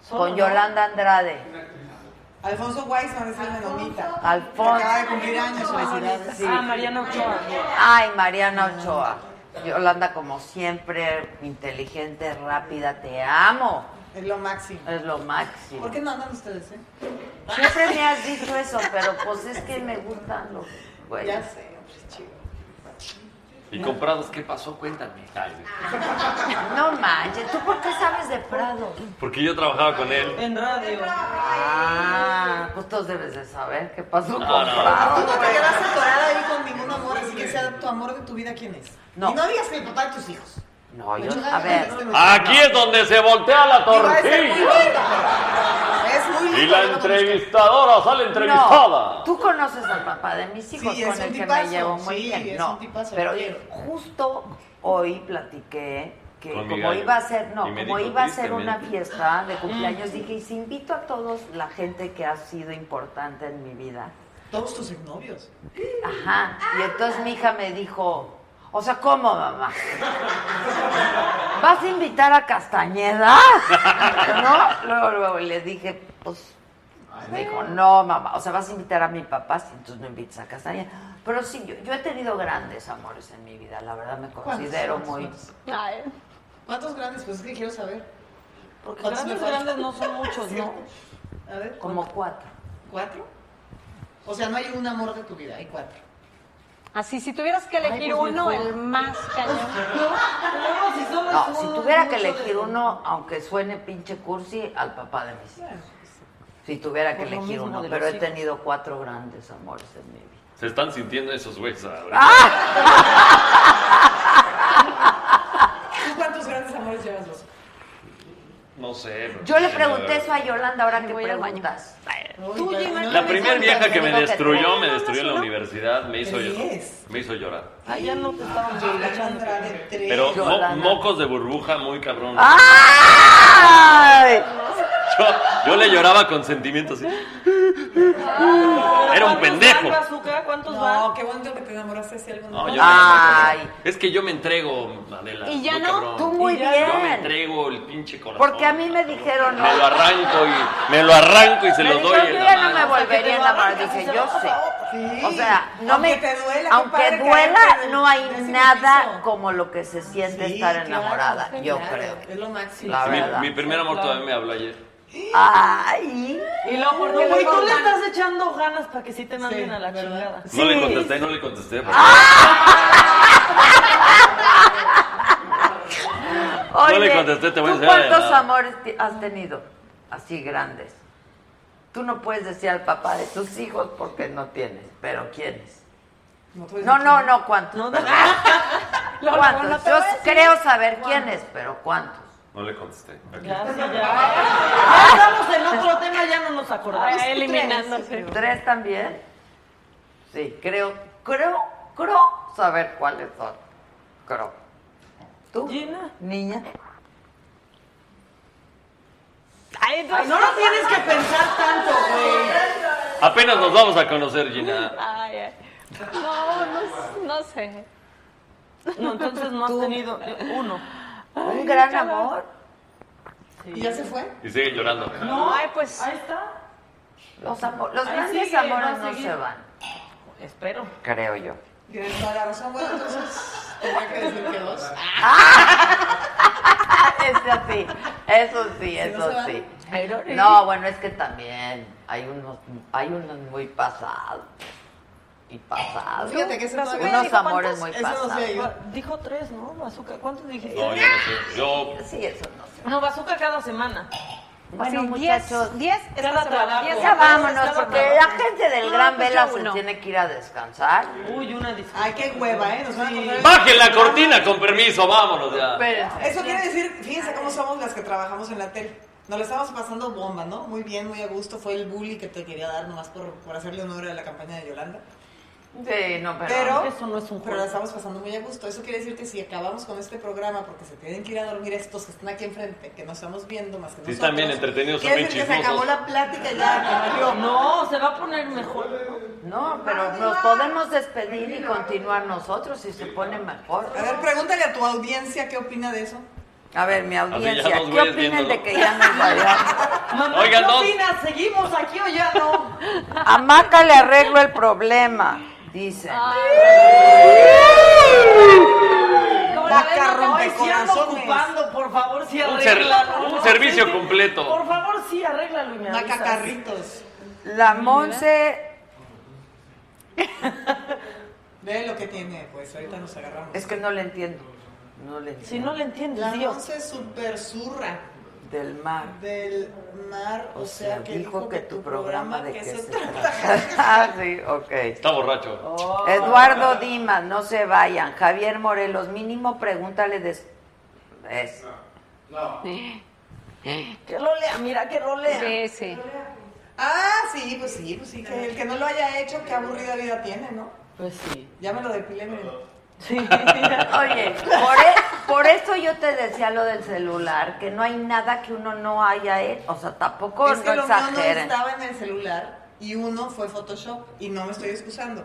A: Con Yolanda Andrade.
G: Alfonso Weisman es el menonita.
A: Alfonso.
G: Que Acaba de cumplir años, felicidades.
A: Sí.
L: Ah, Mariana Ochoa.
A: Ay, Mariana Ochoa. Yolanda, como siempre, inteligente, rápida, te amo.
G: Es lo máximo.
A: Es lo máximo.
G: ¿Por qué no andan ustedes, eh?
A: Siempre me has dicho eso, pero pues es que me gustan los
G: Ya
L: Pues
A: güeyes.
G: sé, hombre, chido.
C: Y comprados, ¿qué pasó? Cuéntame. Ay, güey.
A: No manches, ¿tú por qué sabes de Prado?
C: Porque yo trabajaba con él.
L: En radio.
A: Ah, pues tú debes de saber qué pasó con
C: no, no.
G: Tú
A: Prado.
G: no te quedas atorada ahí con ningún amor, así que sea tu amor de tu vida, ¿quién es?
A: No.
G: Y no digas que el papá de tus hijos.
A: No, yo, a ver,
C: Aquí es donde se voltea la
G: Iba a ser muy
C: tortilla.
G: linda. Es muy linda.
C: Y la
G: yo lo conozco.
C: entrevistadora sale
A: no,
C: entrevistada.
A: tú conoces al papá de mis hijos
G: Sí, es
A: con
G: un
A: el que me
G: tipazo,
A: llevo muy
G: sí,
A: bien,
G: es
A: no,
G: un tipazo,
A: pero
G: lo quiero.
A: justo hoy platiqué que
C: Con mi
A: como
C: gallo.
A: iba a ser, no,
C: Y me
A: como
C: dijo
A: iba a ser una
C: tristemente.
G: Mm.
A: fiesta de cumpleaños, dije, y si invito a todos la gente que ha sido importante en mi vida,
G: Todos tus exnovios.
A: Ajá. Y entonces mi hija me dijo, o sea, ¿cómo, mamá? ¿Vas a invitar a Castañeda? ¿No? Luego, luego, y le dije, pues, me dijo, no, mamá, o sea, vas a invitar a mi papá, si entonces no invitas a Castañeda. Pero sí, yo, yo he tenido grandes amores en mi vida, la verdad me considero
G: ¿Cuántos,
A: muy...
G: cuántos, ¿Cuántos grandes? Pues es que quiero saber.
L: Porque
G: ¿Cuántos me
L: grandes,
G: faltan?
L: grandes no son muchos, ¿no?
G: A ver.
A: Como cuatro.
G: ¿Cuatro? O sea, no hay un amor de tu vida, hay cuatro.
O: Así, si tuvieras que elegir
G: Ay, pues,
O: uno,
G: mejor.
O: el más cañón.
G: Ah,
L: Luego, si somos
A: No, si
L: unos
A: tuviera que
L: muchos
A: elegir
L: de-
A: uno, aunque suene pinche cursi, al papá de mis hijos. Si tuviera que
L: Por lo
A: elegir
L: mismo
A: uno,
L: de los
A: pero he
L: hijos.
A: tenido cuatro grandes amores en mi vida.
C: Se están sintiendo esos güeyes ahora.
A: Ah.
G: ¿Tú cuántos grandes amores llevas vos?
C: No sé. pero-
A: Yo le pregunté eso a Yolanda ahora que
O: voy al baño.
A: preguntas.
G: Tú llevas
C: La primera vieja que me
A: Tengo que-
C: destruyó, me destruyó en la universidad, me hizo
G: ¿Qué
C: llorar.
G: es?
C: Me hizo llorar.
G: Ah,
L: Ay, ya no te estábamos escuchando.
G: Andrade, tres.
C: Pero mo-
A: Yolanda.
C: mocos de burbuja muy cabrón.
A: ¡Ay!
C: Yo, yo le lloraba con sentimientos. así. Era un
L: ¿Cuántos
C: pendejo.
L: van, Bazooka? ¿Cuántos
G: No,
L: van?
G: qué bonito que te enamoraste si algún
C: No, yo me-
A: Ay.
C: Es que yo me entrego, Adela.
O: Y ya
C: muy
O: no,
C: cabrón.
A: Tú muy
C: Yo me
A: bien.
C: entrego el pinche corazón.
A: Porque a mí me dijeron,
C: Me lo
A: no.
C: arranco y me lo arranco y se
A: Me
C: lo doy.
A: dijeron,
C: en
A: yo
C: la
A: ya no me
C: mano.
A: volvería a enamorar. Dije, yo sé.
G: Sí.
A: O sea, no
G: Aunque
A: me.
G: te duela,
A: aunque
G: compadre,
A: duela,
G: caerte del
A: no hay
G: décimo
A: nada
G: piso.
A: como lo que se siente
G: Sí,
A: estar
G: claro,
A: enamorada, yo
G: claro,
A: creo.
G: Es lo máximo.
A: La
C: Mi-
A: verdad.
C: Mi, primer amor todavía me habló ayer.
A: Ay.
O: Y luego, ¿por qué
L: Güey,
O: lo
L: tú le
O: cortan?
L: estás echando ganas para que sí te manden
G: Sí,
L: a la
G: ¿verdad?
L: chingada.
C: No le contesté, no le contesté. porque
A: ¡Ah! Oye,
C: le contesté, te voy a
A: ¿tú
C: enseñar la
A: ¿Cuántos
C: llamada.
A: amores te- has tenido así grandes? Tú no puedes decir al papá de tus hijos porque no tienes, pero ¿quiénes? No, no, no, ¿cuántos? ¿Cuántos? Yo creo saber quiénes, pero ¿cuántos?
C: No le contesté. Aquí.
L: Ya, sí, ya. Ya
G: Ah,
L: estamos en otro tema, ya no nos acordamos.
O: Ay, eliminándose.
A: ¿Tres también? Sí, creo, creo, creo saber cuáles son. Creo. ¿Tú?
L: Gina.
A: Niña.
O: Ay, tú-
L: Ay, no lo tienes que pensar tanto, güey.
C: Apenas nos vamos a conocer, Gina.
O: Ay, ay. No, no, s- no sé.
L: No, entonces no has tenido eh, uno.
A: ¿Un gran amor?
G: ¿Y ya se fue?
C: Y sigue llorando.
L: No,
O: Ay, pues-
L: Ahí está.
A: Los, amo- los
L: Ahí
A: grandes
L: sigue, va a
A: amores no
L: seguir.
A: se van,
L: Espero.
A: creo yo.
G: Tienes toda la razón. Bueno, entonces, tendría que decir que dos.
A: Ah, Eso sí, eso sí,
G: no se
A: eso
G: van.
A: sí. No, bueno, es que también hay unos, hay unos muy pasados y pasados.
G: Ah, Fíjate que ese todavía-
A: unos
G: Dijo,
A: amores
G: ¿cuántos?
A: muy
G: Eso no
A: pasados.
G: sé.
L: Dijo tres, ¿no? Bazooka, ¿cuántos dijiste?
C: No, yo no sé. Yo
A: Sí, eso no sé.
L: No, bazooka cada semana.
A: Bueno,
O: Pues Sí,
A: muchachos,
O: 10, 10
L: Cada
O: esta semana,
L: trabajo.
O: 10
A: ya
L: Estaba-
A: vámonos
L: estaba
A: porque la
L: trabajando.
A: gente del
O: No,
A: Gran
O: pues
A: Vela
O: ya
A: se
O: uno.
A: tiene que ir a descansar.
L: Uy, una disculpa.
G: Ay, qué hueva, ¿eh? Nos van a contar el-
C: Bajen la cortina, con permiso, vámonos ya.
A: Espérense.
G: Eso quiere decir, fíjense cómo somos las que trabajamos en la tele. Nos la estamos pasando bomba, ¿no? Muy bien, muy a gusto. Fue el bully que te quería dar nomás por, por hacerle honor a la campaña de Yolanda.
A: Sí, no, pero.
G: Pero,
L: eso no es un
G: pero
L: juego.
G: la estamos pasando muy a gusto. Eso quiere decir que si acabamos con este programa, porque se tienen que ir a dormir estos que están aquí enfrente, que no estamos viendo más que
C: Sí,
G: nosotros.
C: están bien entretenidos, son
G: quiere
C: bien
G: decir que se acabó
C: chismosos.
G: la plática ya, que valió.
L: No, se va a poner mejor.
A: No, pero nos podemos despedir y continuar nosotros si se pone mejor.
G: A ver, pregúntale a tu audiencia qué opina de eso.
A: A ver, mi
C: Así ya
A: audiencia,
C: dos
A: ¿qué
C: güeyes
A: opinan de
C: viéndolo.
A: que ya nos vayamos?
L: Mamá,
C: Oigan,
L: ¿qué
C: dos.
L: opinas? ¿Seguimos aquí o ya no?
A: A Maca le arreglo el problema, dicen.
L: Como
G: Vaca
L: la ven,
G: rompe
L: ay, sí ando
G: corazones.
L: ocupando, por favor, sí
C: Un ser-
L: arréglalo.
C: un servicio
L: Sí, sí.
C: completo.
L: Por favor, sí, arréglalo y me avisas.
G: Macacarritos.
A: La Monse,
G: Ve lo que tiene, pues ahorita nos agarramos.
A: es que no le entiendo. No le
L: Si
A: entiendo.
L: no le entiendes,
G: La
L: Dios.
G: once super zurra.
A: Del mar.
G: Del mar, o, sea, que
A: dijo que tu programa de
G: que
A: qué
G: se
A: se
G: trata.
A: trata. Ah, sí, ok.
C: Está borracho.
A: Oh. Eduardo Dimas, no se vayan. Javier Morelos, mínimo pregúntale des... es-
L: Que rolea, mira que rolea.
O: Sí, sí.
G: Ah, sí, pues sí, pues sí. Que el que no lo haya hecho, qué aburrida vida tiene, ¿no?
L: Pues sí.
G: Ya me lo depilé, miren.
L: Sí.
A: Oye, por, e- por eso yo te decía lo del celular, que no hay nada que uno no haya hecho. O sea, tampoco
G: es que
A: no
G: lo mío no
A: exageren.
G: estaba en el celular. y uno fue Photoshop y no me estoy excusando.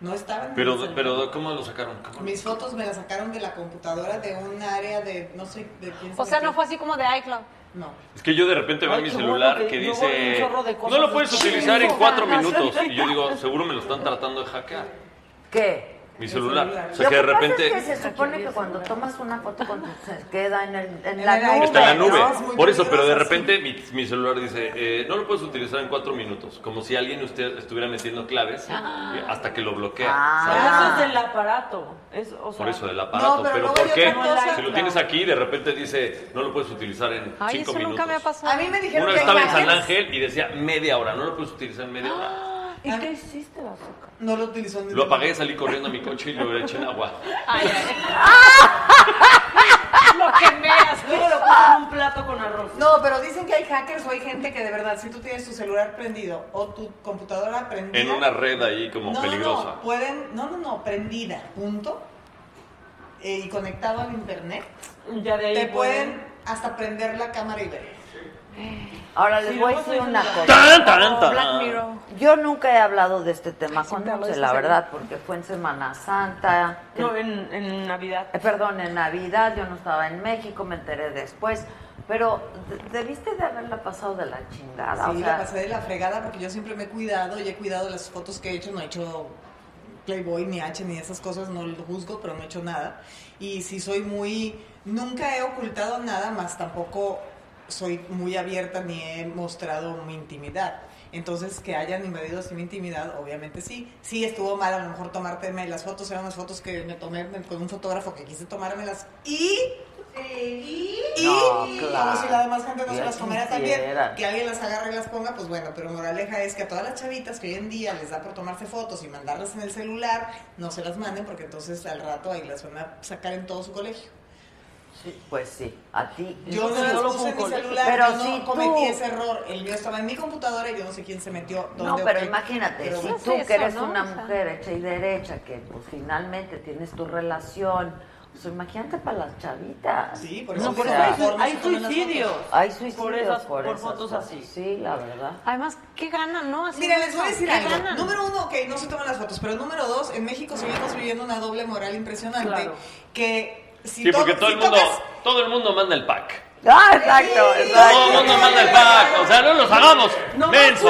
G: No estaban. en el
C: Pero,
G: celular.
C: pero ¿cómo lo sacaron? ¿Cómo?
G: Mis fotos me las sacaron de la computadora de un área de no sé de quién
D: O
G: sabe
D: sea,
G: qué.
D: no fue así como de iCloud.
G: No.
C: Es que yo de repente veo
G: Ay,
C: en mi
G: qué
C: celular
G: bueno
C: que
G: que yo voy
C: dice,
G: un chorro de cosas
C: no lo puedes
G: de
C: utilizar en
G: chingo".
C: cuatro minutos. Y yo digo, seguro me lo están tratando de hackear.
A: ¿Qué?
C: Mi celular. O sea
A: Lo
C: que de
A: pasa
C: repente...
A: es que se supone que cuando tomas una foto con tu- queda en, el, en, la
G: el
A: nube.
G: iPhone.
C: Está en la
A: ¿no?
C: nube.
G: Es muy
C: Por eso, pero de
G: peligroso,
C: repente mi, mi celular dice, eh, no lo puedes utilizar en cuatro minutos. Como si alguien usted estuviera metiendo claves eh, hasta que lo bloquea.
D: Ah.
L: Pero
C: ¿sabes?
L: Eso es del aparato. Es, o sea,
C: Por eso, del aparato.
L: No,
C: pero
L: pero luego
C: ¿por
L: hay
C: qué?
L: otra cosa.
C: Si lo tienes aquí, de repente dice, no lo puedes utilizar en cinco minutos.
G: me ha pasado. A mí me dijeron
C: Una vez
G: que
C: estaba en
G: hackers-
C: San Ángel y decía media hora, no lo puedes utilizar en media hora.
G: ¿Y qué hiciste la azúcar? No lo utilizó en
C: Lo apagué, salí corriendo a mi coche y lo eché en agua.
G: lo
L: quemeas. Luego lo puse en un plato con arroz.
G: No, pero dicen que hay hackers o hay gente que de verdad, si tú tienes tu celular prendido o tu computadora prendida.
C: En una red ahí como
G: no, No, pues,
C: peligrosa.
G: no, pueden, no, no, no, prendida, punto. eh, y conectado al internet.
L: Ya de ahí
G: te
L: pueden-
G: pueden, hasta prender la cámara y ver.
A: Ahora les
G: Sí,
A: voy a
G: luego
A: decir
G: soy
A: una
G: una-
A: cosa.
G: Tan, tan, tan.
A: Black Mirror. Yo nunca he hablado de este tema con
L: Siempre hablo de este
A: Dulce, la
L: tema.
A: verdad, porque fue en Semana Santa.
L: No, en, en Navidad.
A: Eh, perdón, en Navidad, yo no estaba en México, me enteré después. Pero de- debiste de haberla pasado de la chingada.
G: Sí,
A: o sea,
G: la pasé de la fregada porque yo siempre me he cuidado y he cuidado las fotos que he hecho. No he hecho Playboy ni H ni esas cosas, no lo juzgo, pero no he hecho nada. Y sí soy muy... Nunca he ocultado nada, más tampoco soy muy abierta ni he mostrado mi intimidad. Entonces, que hayan invadido así mi intimidad, obviamente sí. Sí, estuvo mal a lo mejor tomárteme las fotos, eran las fotos que me tomé con un fotógrafo que quise tomármelas. Y... Y...
A: No,
G: Como
A: claro.
G: si la demás gente no
A: Ya
G: se las comiera también.
A: quisieran.
G: Que alguien las agarre y las ponga, pues bueno, pero moraleja es que a todas las chavitas que hoy en día les da por tomarse fotos y mandarlas en el celular, no se las manden porque entonces al rato ahí las van a sacar en todo su colegio.
A: pues sí, a ti.
G: Yo no las puse en mi celular,
A: Pero
G: yo no
A: si
G: cometí
A: tú-
G: ese error. El mío estaba en mi computadora y yo no sé quién se metió.
A: No,
G: dónde,
A: pero
G: o qué.
A: imagínate,
G: Pero
A: si
G: bueno.
A: tú que eres
G: ¿no?
A: una
G: O sea.
A: mujer hecha y derecha, que pues finalmente tienes tu relación, pues imagínate para las chavitas.
G: Sí, por
L: eso
A: No,
L: por
A: o
L: eso
A: sea,
L: hay su- hay suicidios.
A: Hay suicidios
L: Por esas- por fotos
A: cosas.
L: así.
A: Sí, la verdad.
D: Además, ¿qué ganan, no? Así
G: Mira,
D: no
G: les voy a
D: son.
G: decir
D: ¿Qué
G: algo.
D: ganan?
G: Número uno, ok, no se toman las fotos, pero número dos, en México seguimos viviendo una doble moral impresionante.
C: Claro.
G: Que si
C: Sí, porque
G: to-
C: todo
G: si
C: el mundo,
G: tocas-
C: todo el mundo manda el pack.
A: Ah, exacto, exacto.
C: Todo el mundo manda el pack. O sea, no los hagamos. Menso.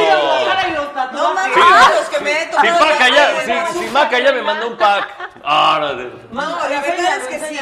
G: No mames,
C: Sí.
G: los que me he
C: Si
G: tomado.
C: Maca
G: Ay,
C: ya,
G: no.
C: si, si Maca ya me mandó un pack. Ahora, de-
G: No, la verdad es que sí.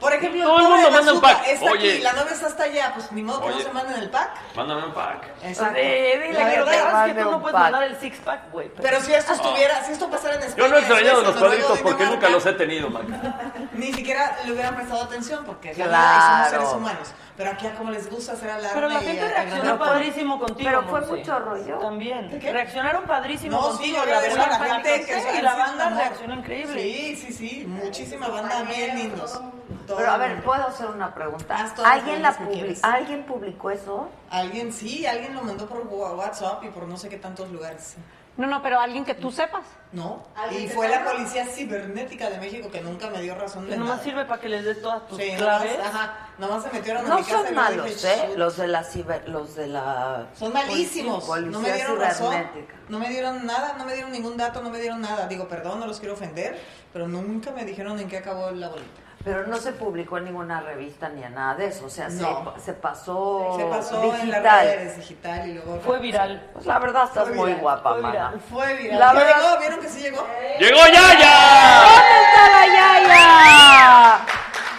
G: Por ejemplo,
C: Todo el
G: novia
C: mundo
G: de
C: manda un
G: Bazooka
C: pack.
G: Está
C: Oye.
G: aquí, la novia está hasta allá, pues ni modo que no
C: Oye.
G: se manden el pack.
C: mándame un pack.
G: Exacto.
A: Sí, dile
G: La
A: que
G: verdad
A: te
G: es que
A: mande
G: tú no
A: un
G: puedes
A: pack.
G: mandar
L: El six pack, güey.
G: Pero si esto estuviera, si esto pasara en España.
C: Ah. Yo no he extrañado los
G: en Suecia, Noruega,
C: cuadritos porque
G: Dinamarca,
C: nunca los he tenido, Maca.
G: Ni siquiera le hubieran prestado atención porque la
C: Claro.
G: verdad, somos seres humanos. Pero aquí, como les gusta hacer alarma.
L: Pero la
G: y
L: gente
G: agarrar-
L: reaccionó padrísimo contigo.
G: pero fue mucho
L: rollo. También. Reaccionaron padrísimo
G: No, sí,
L: contigo.
G: yo le agradezco a la gente que
L: y la banda reaccionó increíble.
G: Sí, sí, sí. Muchísima banda, bien lindos. Todo
A: Pero a
G: el
A: ver,
G: mundo.
A: puedo hacer una pregunta.
G: Haz todas
A: ¿Alguien la
G: las preguntas que
A: publicó?
G: quieras.
A: ¿Alguien publicó eso?
G: Alguien sí, alguien lo mandó por wa- WhatsApp y por no sé qué tantos lugares.
D: No, no, pero alguien que tú sepas.
G: No.
D: ¿Alguien
G: Y
D: te
G: fue la
D: paga?
G: policía cibernética de México que nunca me dio razón de
L: Que nomás
G: nada.
L: sirve para que les des todas tus
G: Sí, nomás,
L: claves.
G: ajá, nomás se metieron a
A: No
G: mi casa y
A: son
G: yo dije,
A: malos,
G: "Shh".
A: ¿eh? Los de la ciber... Los de la...
G: Son malísimos.
A: Policía
G: no me dieron razón.
A: cibernética.
G: No me dieron nada, no me dieron ningún dato, no me dieron nada. Digo, perdón, no los quiero ofender, pero nunca me dijeron en qué acabó la bolita.
A: Pero no se publicó en ninguna revista ni en nada de eso. O sea,
G: No.
A: se, se pasó
G: Se pasó
A: Oh,
G: en
A: digital.
G: las redes digital y luego
L: Fue viral.
A: Pues la verdad estás
G: Fue
A: muy
G: viral,
A: guapa,
G: fue
A: mana.
G: viral, Fue viral.
A: La
G: ¿Ya
A: verdad-
G: llegó? ¿Vieron que sí llegó?
C: ¡Llegó Yaya!
A: ¿Dónde está la Yaya?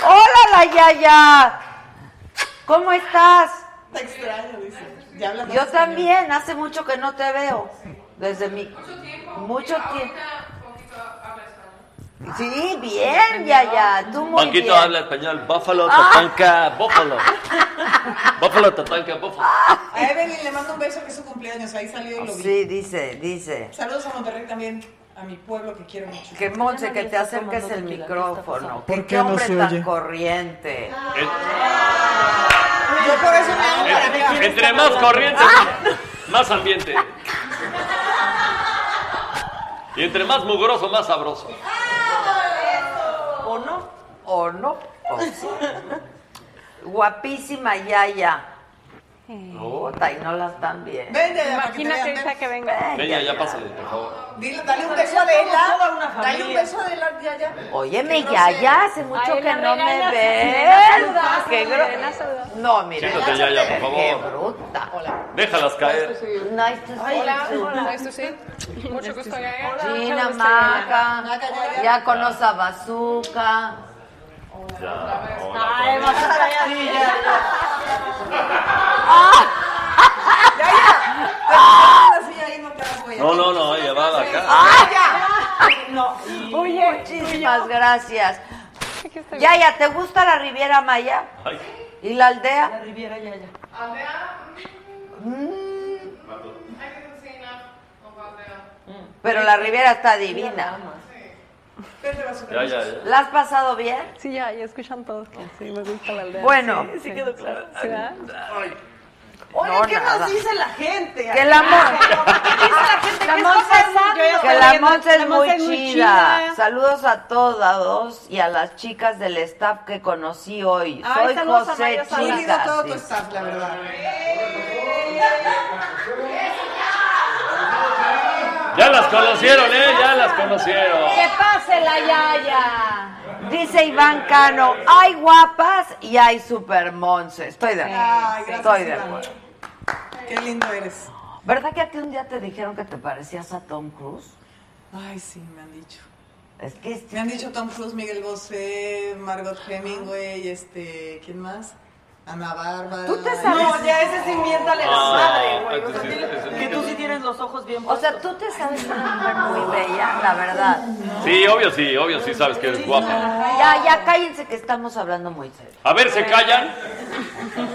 A: ¡Hola, la Yaya! ¿Cómo estás?
G: Te extraño, dice. Ya habla más
A: Yo
G: español.
A: también, hace mucho que no te veo. Desde mi... Mucho tiempo. Mucho tiempo. Sí, bien, Yaya. Tú muy
C: Banquito
A: bien.
C: habla español. Buffalo, Tatanca, Buffalo. Buffalo, Tatanca, Buffalo.
G: A Evelyn le mando un beso que es su cumpleaños. Ahí salió y lo vi.
A: Ah, Sí, dice, dice.
G: Saludos a Monterrey también, a mi pueblo que quiero mucho.
A: Que Monse, que te acerques el micrófono. Que qué hombre tan corriente.
G: Yo por eso me hago para acá.
C: Entre más corriente, más ambiente. Y entre más mugroso, más sabroso.
L: ¿O no?
A: ¿O no? O sí. Guapísima Yaya.
G: Eh.
A: Puta, y no las dan bien.
G: Ven, Yaya, para que te
O: Imagínate
G: vean,
O: ahorita
G: ven.
O: que venga.
C: Ven, ya, ya, pásale, por favor.
G: Dile, dale un beso a Adela. Dale un beso a Adela, Yaya.
A: Óyeme,
G: Qué
A: ya,
G: grosera.
A: ya, hace mucho
G: Ay,
A: que
G: la
A: no me
G: regañas,
A: ves.
G: la saludas,
A: Qué
G: la
A: gro-
G: regañas,
A: No, mira.
C: Siéntate, ya, ya, por
A: Qué
C: favor.
A: bruta.
C: Déjalas caer.
A: Nice to see
O: Hola,
A: you.
O: hola, esto sí. Mucho gusto, Gael.
A: Gina,
O: Mucho gusto, Gael.
A: Maca,
G: Yaya.
A: ya conozco a Bazooka.
C: Ya,
A: Ay,
C: hola,
A: Bazooka ya
L: Sí,
A: sí.
L: ya, ya.
G: Así ahí no te las voy a-
C: No, no, no, ella va de acá.
L: No,
A: Oye, muchísimas gracias. Ya, ya, ¿te gusta la Riviera Maya?
C: Ay,
A: ¿Y la aldea?
L: la Riviera ya, ya.
J: Mm.
A: Pero la Riviera está divina.
G: Vente, vas a ver.
C: ya, ya, ya.
A: ¿La has pasado bien?
O: Sí, ya, ya escuchan todos que sí, me gusta la aldea.
A: Bueno.
O: sí, sí quedó claro. ¿Sí, verdad?
L: Oye,
A: No,
L: ¿qué
A: nada.
L: nos dice la gente?
A: Que la Mon-
L: ¿Qué dice la gente?
D: La
L: ¿Qué
D: Monse
L: está
D: es muy-
L: pasando?
D: yo ya
A: que la Monza es
D: La
A: muy
D: Monse es muy
A: chida.
D: chida.
A: Saludos a todos y a las chicas del staff que conocí hoy.
D: Ay,
A: Soy
D: saludos a pues.
A: José
D: María
G: Muy
D: Salas.
G: lindo
A: Chicas.
G: todo tu
A: dice.
G: staff, la verdad.
C: Ya las conocieron, ¿eh? Ya las conocieron.
D: ¡Que pase la Yaya!
A: Dice Iván Cano, hay guapas y hay super Monse. Estoy de acuerdo.
G: Ay, gracias,
A: Estoy de
G: Iván.
A: acuerdo.
G: Qué lindo eres.
A: ¿Verdad que a ti un día te dijeron que te parecías a Tom Cruise?
G: Ay, sí, me han dicho.
A: Es que es-
G: Me han dicho Tom Cruise, Miguel Bosé, Margot Hemingway, este, ¿quién más? Ana Bárbara.
A: ¿Tú te sabes?
L: No, ya ese sí miéntale la
C: Ah,
L: madre, güey. O sea,
C: entonces,
L: dile
C: ese-
L: que tú sí tienes los ojos bien
A: O
L: puestos.
A: sea, tú te sabes una mujer muy bella, la verdad.
C: Sí, obvio sí, obvio sí sabes que eres guapa.
A: Ya, ya cállense que estamos hablando muy serio.
C: A ver, ¿se callan?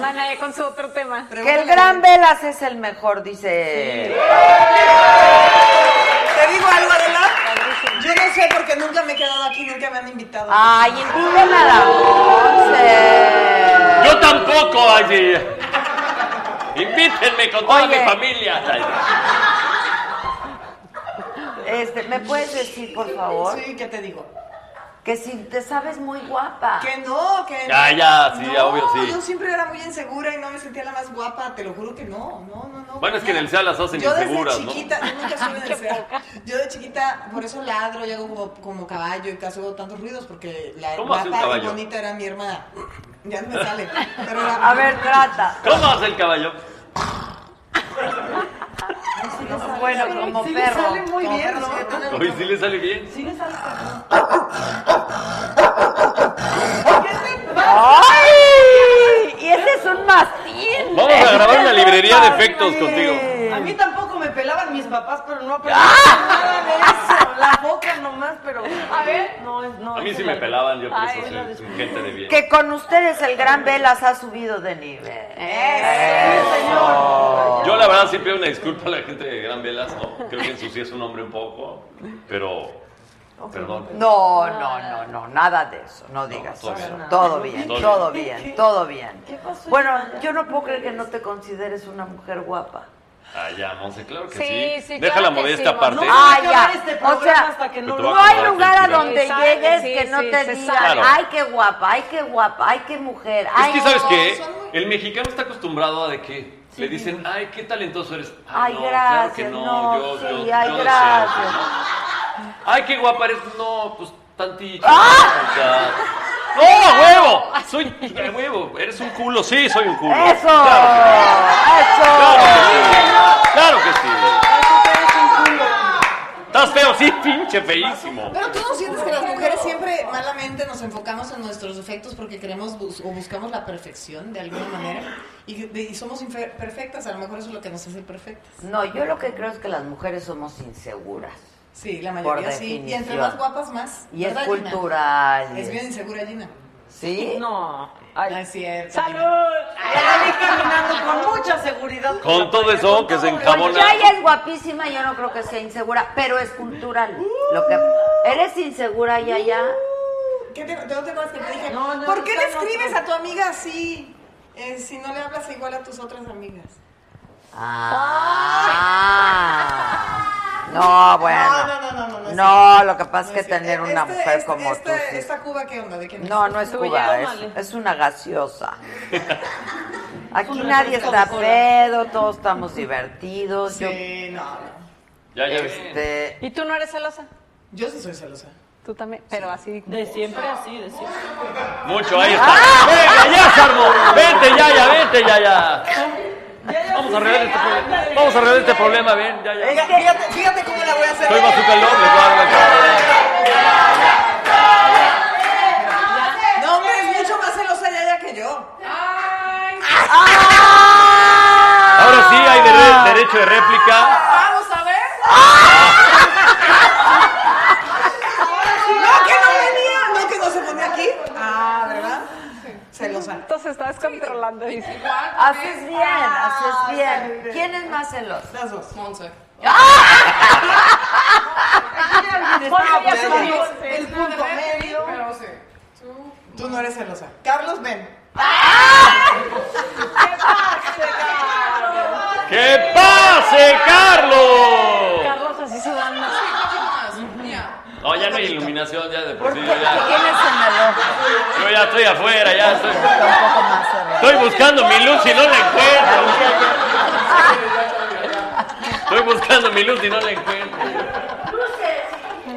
O: Van allá con su otro tema.
A: Que el gran Velas es el mejor, dice.
G: Te digo algo, Adela. Yo no sé porque nunca me he quedado aquí, nunca me han invitado.
A: Ay, invítenme a la Monse.
C: Yo tampoco, allí. Invítenme con toda
A: Oye.
C: mi familia. Ay,
A: Este, ¿me puedes decir, por favor?
G: Sí, ¿qué te digo?
A: Que si te sabes muy guapa.
G: Que no, que
C: Ah. Ya,
G: no.
C: ya, sí,
G: No,
C: ya, obvio sí.
G: Yo siempre era muy insegura y no me sentía la más guapa, te lo juro que no, no, no, no.
C: Bueno, es que en el SEA las hacen
G: yo
C: inseguras,
G: desde
C: ¿no?
G: chiquita, yo nunca soy en el SEA. Yo de chiquita, por eso ladro y hago como, como caballo y casi hago tantos ruidos, porque la
C: ¿Cómo hace un
G: guapa y
C: caballo?
G: bonita era mi hermana. Ya no me sale. Pero era-
A: A ver, trata.
C: ¿Cómo hace el caballo?
A: Bueno, como
L: Sí le
A: perro.
L: sale muy
G: como
L: bien,
G: perro, sí,
L: ¿no?
G: entonces-
C: Hoy sí le sale bien.
L: Sí le sale
A: ¡Ay! Y ese es un mastín.
C: Vamos a grabar la librería de efectos
A: Sí.
C: contigo.
L: A mí tampoco me pelaban mis papás, pero no aprendí nada de eso. La boca nomás, pero. A ver. No, es, no.
C: A mí
L: es
C: sí
L: la-
C: me pelaban, yo por
L: Ay,
C: eso
L: es la de-
C: soy gente de bien.
A: Que con ustedes el gran Velas ha subido de nivel.
C: Yo la verdad sí pido una disculpa a la gente de Gran Velas, ¿no? Creo que ensucié su nombre un poco, pero... Perdón.
A: No, no, no, no, nada de eso, no digas
C: todo
A: eso.
C: bien.
A: Todo bien,
C: Todo
A: todo
L: bien.
A: bien, todo bien.
L: ¿Qué pasó,
A: Bueno,
L: Yolanda?
A: yo no puedo creer que no te consideres una mujer guapa.
C: Ah, ya, Monse, claro que
O: Sí,
C: sí.
O: sí,
C: Deja
O: claro
C: la
O: que
C: modestia
O: sí,
C: aparte.
L: No,
A: Ah,
L: voy a
A: ya.
L: acabar este
A: O
L: programa
A: sea,
L: hasta que no
C: te
L: lo-
C: va
A: No
C: a
A: hay
C: acordar,
A: lugar a
C: tranquila.
A: donde
O: Se sabe,
A: llegues
O: sí,
A: que no
O: sí,
A: te
O: se
A: digan,
C: sabe.
A: ay, qué guapa, ay, qué guapa, ay, qué mujer.
C: Es
A: Ay,
C: que, ¿sabes
G: no,
C: qué?
G: son muy-
C: El mexicano está acostumbrado a de que le dicen, ay, qué talentoso eres. Ah,
A: Ay,
C: no,
A: gracias,
C: claro que no,
A: no,
C: yo, yo-
A: sí, ay,
C: yo deseo que
A: gracias.
C: no. Ay, qué guapa eres. No, pues tantito.
A: ¡Ah!
C: o sea, no, huevo. Soy eh, huevo. Eres un culo. Sí, soy un culo.
A: Eso,
C: Claro
A: eso.
C: que sí. Claro que sí. Estás feo, sí, pinche feísimo.
G: Pero tú no sientes que las mujeres siempre malamente nos enfocamos en nuestros defectos porque queremos bus- o buscamos la perfección de alguna manera y, de- y somos imper- perfectas, a lo mejor eso es lo que nos hace perfectas.
A: No, yo lo que creo es que las mujeres somos inseguras.
G: Sí, la mayoría
A: Por
G: sí. Y entre
A: definición.
G: más guapas, más.
A: Y es
G: ¿Verdad, Gina?
A: cultural. y
G: Pues Es
A: es-
G: bien insegura, Gina.
A: ¿Sí?
L: No.
G: No
L: Ay.
G: es cierto.
L: ¡Salud! Ay, la vi caminando con mucha seguridad.
C: Con todo eso que se
A: Pues
C: encabona.
A: ya ella es guapísima, yo no creo que sea insegura, pero es cultural. Lo que eres insegura ya ya.
G: Gina. ¿Qué te, te- no te acuerdas que te dije?
L: No, no,
G: ¿Por qué le
L: no, no,
G: escribes
L: no.
G: a tu amiga así? eh, si no le hablas igual a tus otras amigas.
A: Ah. No, bueno.
G: No, no, no, no, no, no es
A: No, lo que pasa es que
G: cierto.
A: tener una
G: Este-
A: mujer
G: este-
A: como tú.
G: esta,
A: sí.
G: ¿Esta Cuba qué onda? ¿De quién es?
A: No, no es
L: Tuya,
A: Cuba, es,
L: tómale.
A: es una gaseosa. Aquí nadie está pedo, todos estamos divertidos.
G: Sí, no,
C: Ya,
A: ya este,
O: ¿Y tú no eres celosa?
G: Yo sí soy celosa.
O: Tú también, pero así.
L: De siempre así, de siempre.
C: Mucho, ahí está. ¡Venga, ya se armó! ¡Vete, ya, ya, vete, ya, ya! Vamos a arreglar este problema. Vamos a arreglar este problema, ven, ya, ya.
G: Oiga, fíjate, fíjate cómo la voy a hacer.
C: Soy Bazooka López, voy a
G: No, hombre, es mucho más celosa Yaya que yo.
C: Ahora sí hay dere- derecho de réplica.
G: Vamos a ver. No, que no venía. No, que no se ponía aquí. Ah, ¿verdad? Celosa.
O: Entonces estás controlando. dice.
A: haces bien, haces
G: Ah,
A: bien. ¿Quién es más celoso?
G: Las dos.
J: Monse.
G: Ah,
O: ya
G: pues,
O: se
G: las
O: dio,
G: dos.
O: sí.
G: El punto medio.
J: Pero sí. Tú.
G: Tú no eres celosa. Carlos, ven.
C: ¡Que pase, Carlos!
O: Carlos, así se dan más.
J: ¿Qué más? Mira.
C: No, ya no hay iluminación, ya de por sí. Yo
A: ¿Quién
C: ya,
A: es el ojo?
C: yo ya estoy afuera, ya estoy.
A: Está un poco más celoso.
C: Estoy buscando mi luz y no la encuentro. Estoy buscando mi luz y no la encuentro.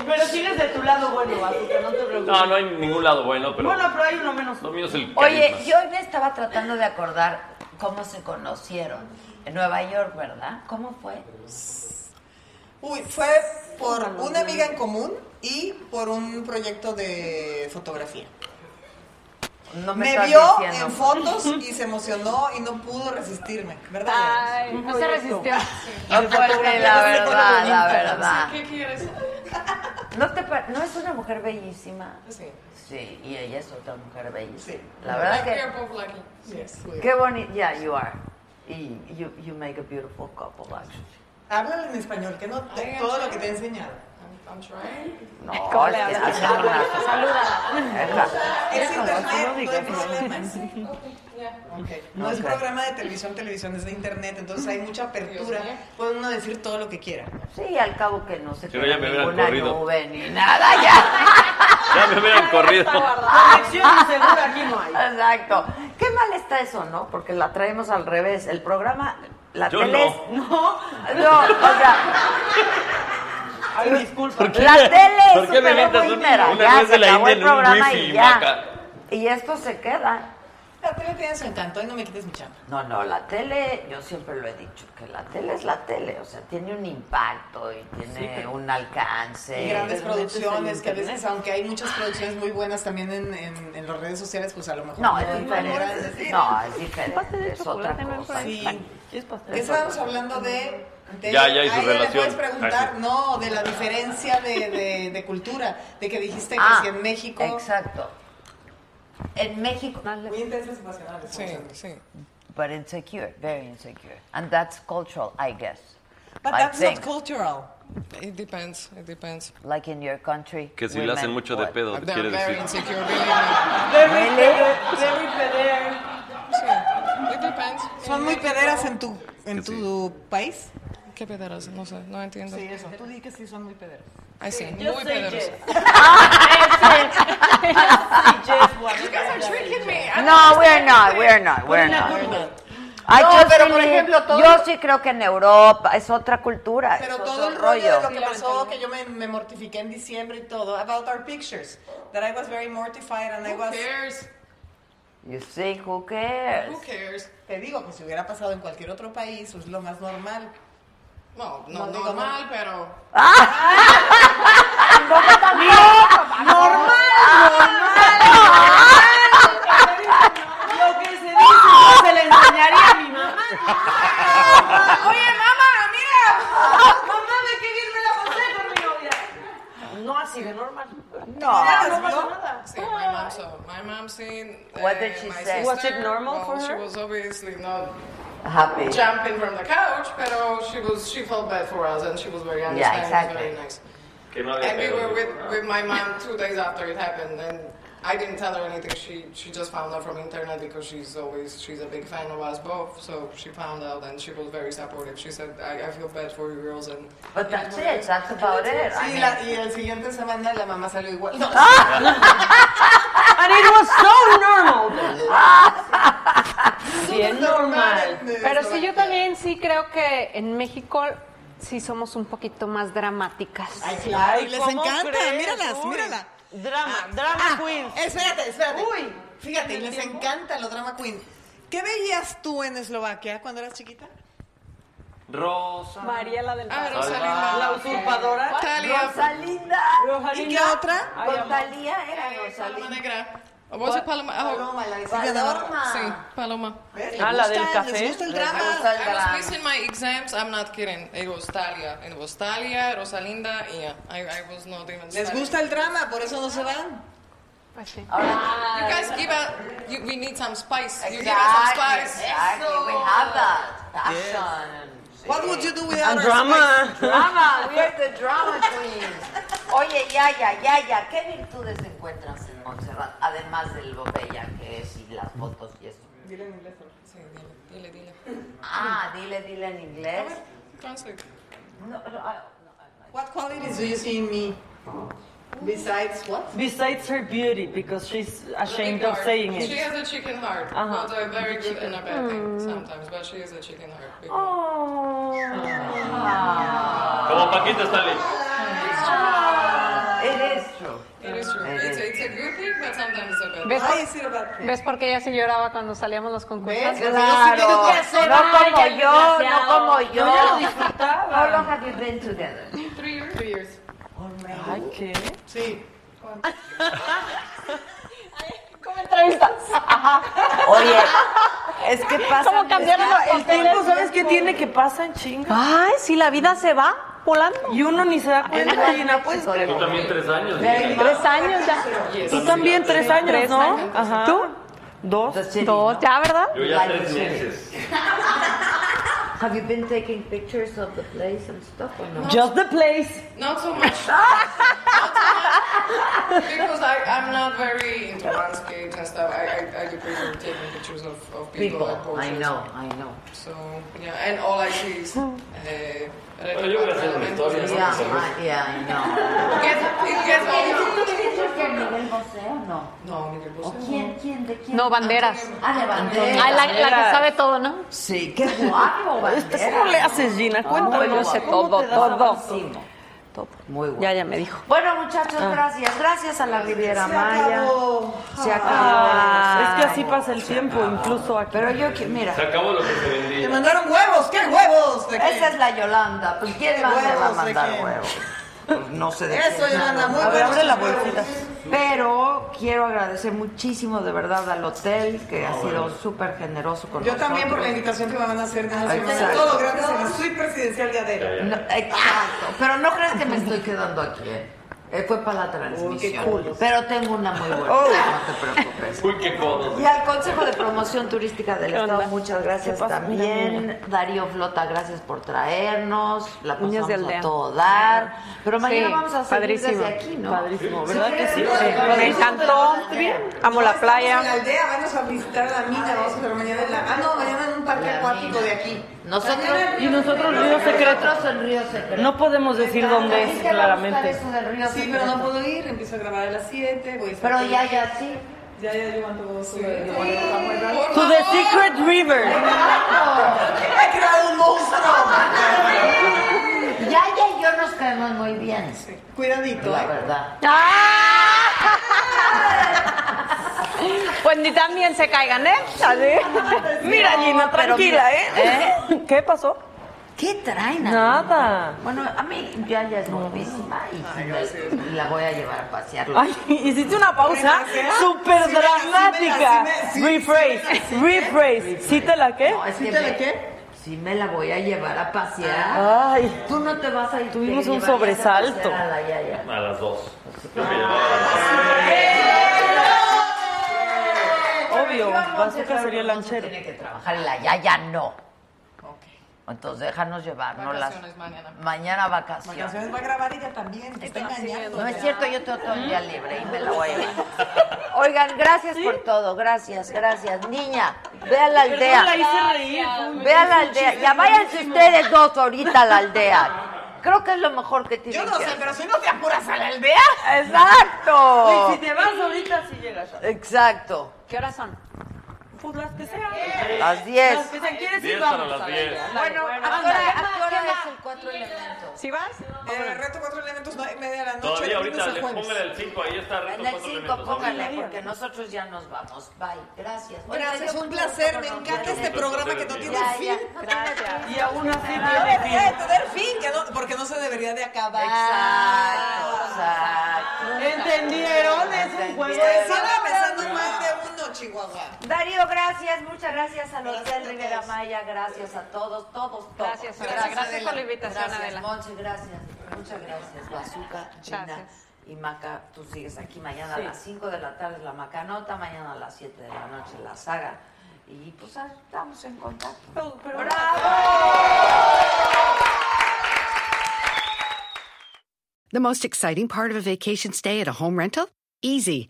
L: Pero sigues de tu lado bueno, Bazooka, no te preocupes.
C: No, no hay ningún lado bueno, pero
L: Bueno, pero hay uno menos.
C: lo mío es el
A: Oye,
C: carisma.
A: yo me estaba tratando de acordar cómo se conocieron. En Nueva York, ¿verdad? ¿Cómo fue?
G: Uy, fue por una amiga en común y por un proyecto de fotografía.
A: No
G: Me
A: estás
G: vio
A: diciendo.
G: en fotos y se emocionó y no pudo resistirme, ¿verdad? Yaya?
O: Ay, no se resistió.
A: No puede, la verdad, la verdad.
J: ¿Qué quieres?
A: ¿No, te pa- ¿No es una mujer bellísima?
G: Sí.
A: Sí, y ella es otra mujer bellísima.
G: Sí.
A: La verdad
J: We are
A: que...
J: both lucky.
G: Yes.
A: Qué bonito. Yeah, you are. Y you, you make a beautiful couple, actually.
G: Háblale en español, que no te- todo lo que te he enseñado.
J: I'm- I'm trying.
A: No,
O: ¿Cómo
A: es
O: le
A: que
O: hablas?
A: sí, Carla.
O: Salúdala.
A: Esa.
G: Es internet,
A: no
G: no
A: digas
G: hay
A: eso.
G: problemas.
J: Yeah.
G: Ok. No es
A: Ok.
G: programa de televisión, televisión es de internet, entonces hay mucha apertura. Puede uno decir todo lo que quiera.
A: Sí, al cabo que no se
C: Si no, ya me
A: queda
C: hubieran
A: ninguna
C: corrido.
A: nube ni nada, ya.
C: Ya me hubieran corrido.
L: Conexión
O: Ah.
L: segura aquí no hay.
A: Exacto. Qué mal está eso, ¿no? Porque la traemos al revés. El programa, la
C: Yo
A: tele
C: no.
A: es- No, no, o sea,
L: Ay, disculpa.
C: ¿Por qué
A: la
C: me-
A: tele es
C: ¿Por qué me
A: súper
C: avientas un-
A: efímera.
C: una
A: Ya
C: vez
A: se
C: de la
A: acabó
C: India
A: el
C: en un
A: programa y
C: wifi,
A: ya.
C: maca?
A: Y esto se queda.
G: La tele tiene su encanto, y no me quites mi chamba.
A: No, no, la tele, yo siempre lo he dicho, que la tele es la tele, o sea, tiene un impacto y tiene un alcance.
G: Y grandes
A: Pero-
G: producciones que a veces, aunque hay muchas producciones muy buenas también en, en, en las redes sociales, pues a lo mejor
A: No, es
G: hay grandes.
A: diferente. No, es diferente, es otra
O: chocolate, ¿no?
A: cosa.
G: Sí.
L: ¿Quieres pastel?
G: ¿Qué estábamos hablando de? de-
C: Ya, ya, y su
G: Ay,
C: relación.
G: Le puedes preguntar,
C: Ah, sí.
G: no, de la diferencia de, de, de cultura, de que dijiste que
A: Ah.
G: si en México...
A: Exacto. En México,
G: Muy intensas y pasionales. Sí, sí.
A: but insecure, very insecure. And that's cultural, I guess.
G: But
A: I
G: that's not
A: think.
G: cultural.
J: It depends. It depends.
A: Like in your country.
C: Que si le hacen
A: women
C: mucho de
A: would.
C: pedo,
J: They're
C: quiere
J: very
C: decir.
J: insecure, really.
L: Very
A: Really?
L: peder, very peder.
J: Sí. It depends.
G: ¿Son muy pederas en tu, en
C: Que sí.
G: tu país?
J: ¿Qué pederas? No sé, no entiendo.
G: eso. Tú di que sí son muy pederas.
J: Ay, sí,
L: Yo
J: muy
L: soy
J: pederas.
L: Jess. Yo soy Jess,
J: You guys are tricking me. I
A: No, we're not, we're not, we're not. Ay,
G: No,
A: yo
G: pero
A: sí
G: por
A: le-
G: ejemplo, todo-
A: Yo sí creo que en Europa es otra cultura.
G: Pero
A: es
G: todo
A: otro
G: el rollo de lo
J: Sí,
G: que
J: la
G: pasó,
J: mentalidad.
G: que yo me, me mortifiqué en diciembre y todo, about our pictures, that I was very mortified and I
J: Who
G: was...
J: cares?
A: You see, who cares?
J: Who cares?
G: Te digo, pues si hubiera pasado en cualquier otro país, es lo más normal.
J: No,
G: No
J: no,
G: digo
J: normal, pero.
L: Lo que se dice no se le enseñaría a mi mamá. Oye, mamá, mira. Mamá, ve qué bien me la pasé con mi novia. No, así de normal.
A: No.
L: Ya, no pasa nada.
J: See, my mom so my mom seen uh,
A: What did she
J: my
A: say?
J: sister.
L: Was it normal
J: well,
L: for her?
J: She was obviously not
A: Happy.
J: jumping from the couch, but she was she felt bad for us and she was very understanding,
A: exactly.
J: very nice.
C: Que no había
J: And we
C: pedo.
J: were with, with my mom two days after it happened, and I didn't tell her anything. She she just found out from internet because she's always she's a big fan of us both. So she found out and she was very supportive. She said, "I, I feel bad for you girls." And
A: But that's it, that's about it.
G: Sí,
A: I mean,
G: la- y el siguiente semana la mamá salió igual. No,
L: And it was so normal. Bien normal.
D: creo que en México sí somos un poquito más dramáticas.
G: Ay, claro, les encanta. Míralas, mírala.
A: Drama,
D: drama
G: Ah,
D: queen.
G: Espérate, espérate.
D: Uy,
G: fíjate,
D: ¿tiene
G: les
D: tiempo?
G: encanta lo drama queen. ¿Qué veías tú en Eslovaquia cuando eras chiquita?
C: Rosa.
D: Mariela del Paso.
G: Ah, Rosalinda.
D: La usurpadora.
G: Talia.
A: Rosalinda.
G: ¿Y qué otra?
A: Rosalía era Rosalía.
J: Negra. ¿O vos de Paloma? Ah,
A: Paloma, la de Paloma.
J: Sí, Paloma.
G: ¿Les Ah, la gusta- del les café? gusta el drama?
J: I was-
G: Les gusta el
J: I was
G: drama.
J: facing my exams, I'm not kidding. It was Talia. It was Talia, Rosalinda, y yeah. I, I was not even
G: Les
J: studying.
G: gusta el drama, por eso no se van.
D: Pues
J: You guys give a, you, we need some spice. You give us some
A: Exactly,
J: spice.
A: exactly. We have that. The
J: Yes.
A: action.
J: What would you do without
A: And
J: our
A: drama?
J: spice?
A: Drama. We are the drama queens. Oye, Yaya, Yaya, ¿qué virtudes encuentras en Montserrat? Además del botella que es y las fotos y eso.
G: Dile en inglés.
J: Sí, dile, dile, dile.
A: Ah, dile, dile en inglés.
J: Translate.
A: No, no, ah, I- no, I-
G: What qualities do you see in me? Besides what?
L: Besides her beauty, because she's ashamed of
J: Chicken
L: saying
J: heart. She
L: it.
J: has a chicken heart.
L: Uh-huh.
J: Not a very good and a bad thing
L: Mm. Oh.
J: sometimes, but she has a chicken heart. Big
C: Como Paquita Stanley.
A: It is true.
J: It is true.
C: It
J: It's,
C: is.
J: it's a good thing, but sometimes it's a bad
D: ¿Ves,
J: thing.
D: por, ¿Ves por qué ella sí lloraba cuando salíamos los concursos?
A: ¿Ves? Claro. No como yo, no como yo.
D: Yo ya lo disfrutaba.
A: How long have you been together?
J: Three years. Three years.
L: Ay, ¿qué?
G: Sí.
D: ¿Cómo entrevistas?
A: Oye,
L: es que
D: pasa-
L: ¿Cómo cambiaron
D: es que
L: el tiempo?
D: papeles,
L: ¿Sabes qué
D: tiempo.
L: tiene que pasa en chinga?
D: Ay, sí, la vida se va volando.
L: Y uno ni se da cuenta y no puedes
C: Tú también tres años.
L: Ay,
C: dile.
L: Tres años ya. Tú también tres años, ¿no? Ajá. ¿Tú? Dos.
D: Dos, ya, ¿verdad?
C: Yo ya tres meses.
A: Have you been taking pictures of the place and stuff or no?
L: Just the place.
J: Not so much. Because I, I'm not very into landscapes and stuff. I, I, I do prefer taking pictures of, of people,
A: People,
J: and
A: I
J: portraits.
A: know, I know.
J: So, yeah, and all I see is. Uh,
C: Bueno, yo voy a hacer una historia. ¿no?
A: Yeah, I, yeah, I know.
J: Get, it gets old.
A: Miguel Bosé o no?
J: No, Miguel Bosé.
A: ¿O quién, quién, de quién?
D: No, banderas.
A: Ah, de banderas.
D: Ay, la, la que sabe todo, ¿no?
A: Sí, qué guapo, banderas.
L: ¿Cómo le haces, Gina? Cuéntame.
D: Yo sé
L: ¿Cómo
D: todo,
L: te das
D: todo.
L: abasto?
A: Muy guapo.
L: Ya, ya me dijo.
A: Bueno, muchachos,
L: Ah.
A: gracias. Gracias a la Riviera Maya. Se acabó.
L: Ah, es que así pasa el tiempo, incluso aquí.
A: Pero yo, qui- mira,
C: Se acabó lo que se vendía.
G: Te mandaron huevos, ¿qué huevos? ¿De qué?
A: esa es la Yolanda. Pues, ¿quién más le va a
G: Huevos, ¿de
A: mandar
G: quién?
A: huevos? Pues, no sé de
G: Eso,
A: quién.
G: Yolanda, muy
A: A ver,
G: buenos
A: abre la
G: huevos.
A: bolsita. Pero quiero agradecer muchísimo, de verdad, al hotel, que ha sido súper generoso con
G: Yo
A: nosotros.
G: también por la invitación que me van a hacer cada semana.
A: Exacto.
G: Todo gracias a la suite presidencial de Adela.
A: No, exacto. Pero no creas que me estoy quedando aquí, ¿eh? Eh, Fue para la transmisión.
G: culos.
A: pero tengo una muy buena,
G: Oh.
A: no te preocupes.
C: Uy, qué codo.
A: Y al Consejo de Promoción Turística del Estado, muchas gracias también. Darío Flota, gracias por traernos. La
D: Uñas de
A: pasamos a
D: aldea.
A: todo dar. Pero mañana
D: Sí,
A: vamos a seguir
D: padrísimo,
A: desde aquí, ¿no?
L: Padrísimo, ¿verdad que sí?
D: Me encantó. Amo la
G: En la
D: playa.
G: aldea vamos a visitar la mina, vamos a ver mañana en la... Ah, no, mañana en un parque acuático de aquí.
A: Nosotros,
G: Mañana-
L: Y nosotros Río Secreto.
A: nosotros en Río Secreto.
L: No podemos decir dónde
A: ¿Sabes
L: es,
A: qué va a gustar
L: claramente.
A: eso del Río
G: Sí, pero no
A: Secreto?
G: puedo ir, empiezo a grabar a las 7, voy a estar
A: Pero
G: aquí.
A: ya, ya, sí.
G: Ya, ya, yo mantengo su... He
L: To the Secret River.
G: creado un monstruo.
A: Ya, ya y yo nos caemos muy bien.
G: Cuidadito,
A: La
G: ¿eh?
A: verdad.
D: ¡Ah! Pues ni también se caigan, ¿eh? Así.
L: Mira, Gina, tranquila, ¿eh? ¿Qué pasó?
A: ¿Qué traen? a-
L: Nada.
A: Bueno, a mí ya ya es novísima y, y la voy a llevar a pasear.
L: Ay, hiciste una pausa súper
G: Sí me la- sí me la-
L: dramática.
G: sí me- sí-
L: Rephrase,
G: sí
L: rephrase. ¿Sí te la qué?
A: No, es que
G: ¿Viste
A: me-
G: de qué?
A: Sí me la voy a llevar a pasear.
L: Ay,
A: Tú no te vas a ir.
L: Tuvimos
A: te
L: un
A: llevarías a pasear
L: sobresalto.
A: a la Yaya.
C: A las dos. Yo me llevaba a las dos.
L: obvio,
A: Vamos,
L: Bazooka
A: claro,
L: sería el
A: no se
L: lanchero.
A: Tiene que trabajar y la Yaya no. Entonces déjanos llevarnos
J: Vacaciones mañana.
A: Mañana vacaciones.
G: Vacaciones va a grabar ella también, te está engañando.
A: No es cierto, yo tengo todo el día libre y me la voy a llevar. Oigan, gracias por todo, gracias, gracias. Niña, ve a la aldea.
L: Perdón, la hice reír.
A: Ve a la aldea. Ya váyanse ustedes dos ahorita a la aldea. Creo que es lo mejor que tienen
G: Yo no
A: que
G: sé,
A: hacer.
G: pero si no te apuras a la aldea.
A: ¡Vea! ¡Exacto!
L: te vas ahorita, sí llegas.
A: Exacto.
D: ¿Qué horas son?
L: Pues las que sean.
A: Las 10.
L: Las que sean. ¿Quieres ir?
A: 10
L: Vamos.
A: para las
L: a ver,
A: 10.
L: ya.
A: Bueno,
L: Dale,
A: ¿a qué
L: ándale.
A: hora-
L: ¿Qué más?
A: a qué hora
L: ¿Qué
A: es
L: más?
A: el cuatro elementos?
L: ¿Sí vas?
G: El reto cuatro elementos, nueve y media de la noche.
C: Todavía
G: de lunes
C: ahorita
G: a
C: le
G: jueves.
C: póngale el 5, ahí está reto
A: En el
C: cuatro
A: 5,
C: elementos,
A: póngale,
C: ahorita.
A: porque nosotros ya nos vamos. Bye, gracias.
G: Bueno,
A: Oigan,
G: pues,
A: me dio
G: fue un
A: mucho gusto
G: placer, me
A: conocerlos.
G: encanta este programa que no tiene
A: Ya,
G: fin.
A: ya, Gracias.
L: Y aún así pues,
G: No
L: tiene
G: debería de
L: fin.
G: Eh, tener fin, que no- porque no se debería de acabar.
A: Exacto, exacto.
L: ¿Entendieron? Es un juego de
G: Se estaba pensando más de uno, Chihuahua.
A: Darío, gracias, muchas gracias a los del Rivera Maya, gracias a todos, todos, todos.
D: Gracias, Adela. Gracias por la invitación,
A: gracias,
D: Adela.
A: Monse, gracias, muchas gracias, Bazooka, Gina
D: Gracias.
A: y Maca, tú sigues aquí mañana
D: Sí.
A: a las 5 de la tarde es la Macanota, mañana a las 7 de la noche la saga, y pues ah, estamos en contacto.
N: The most exciting part of a vacation stay at a home rental? Easy.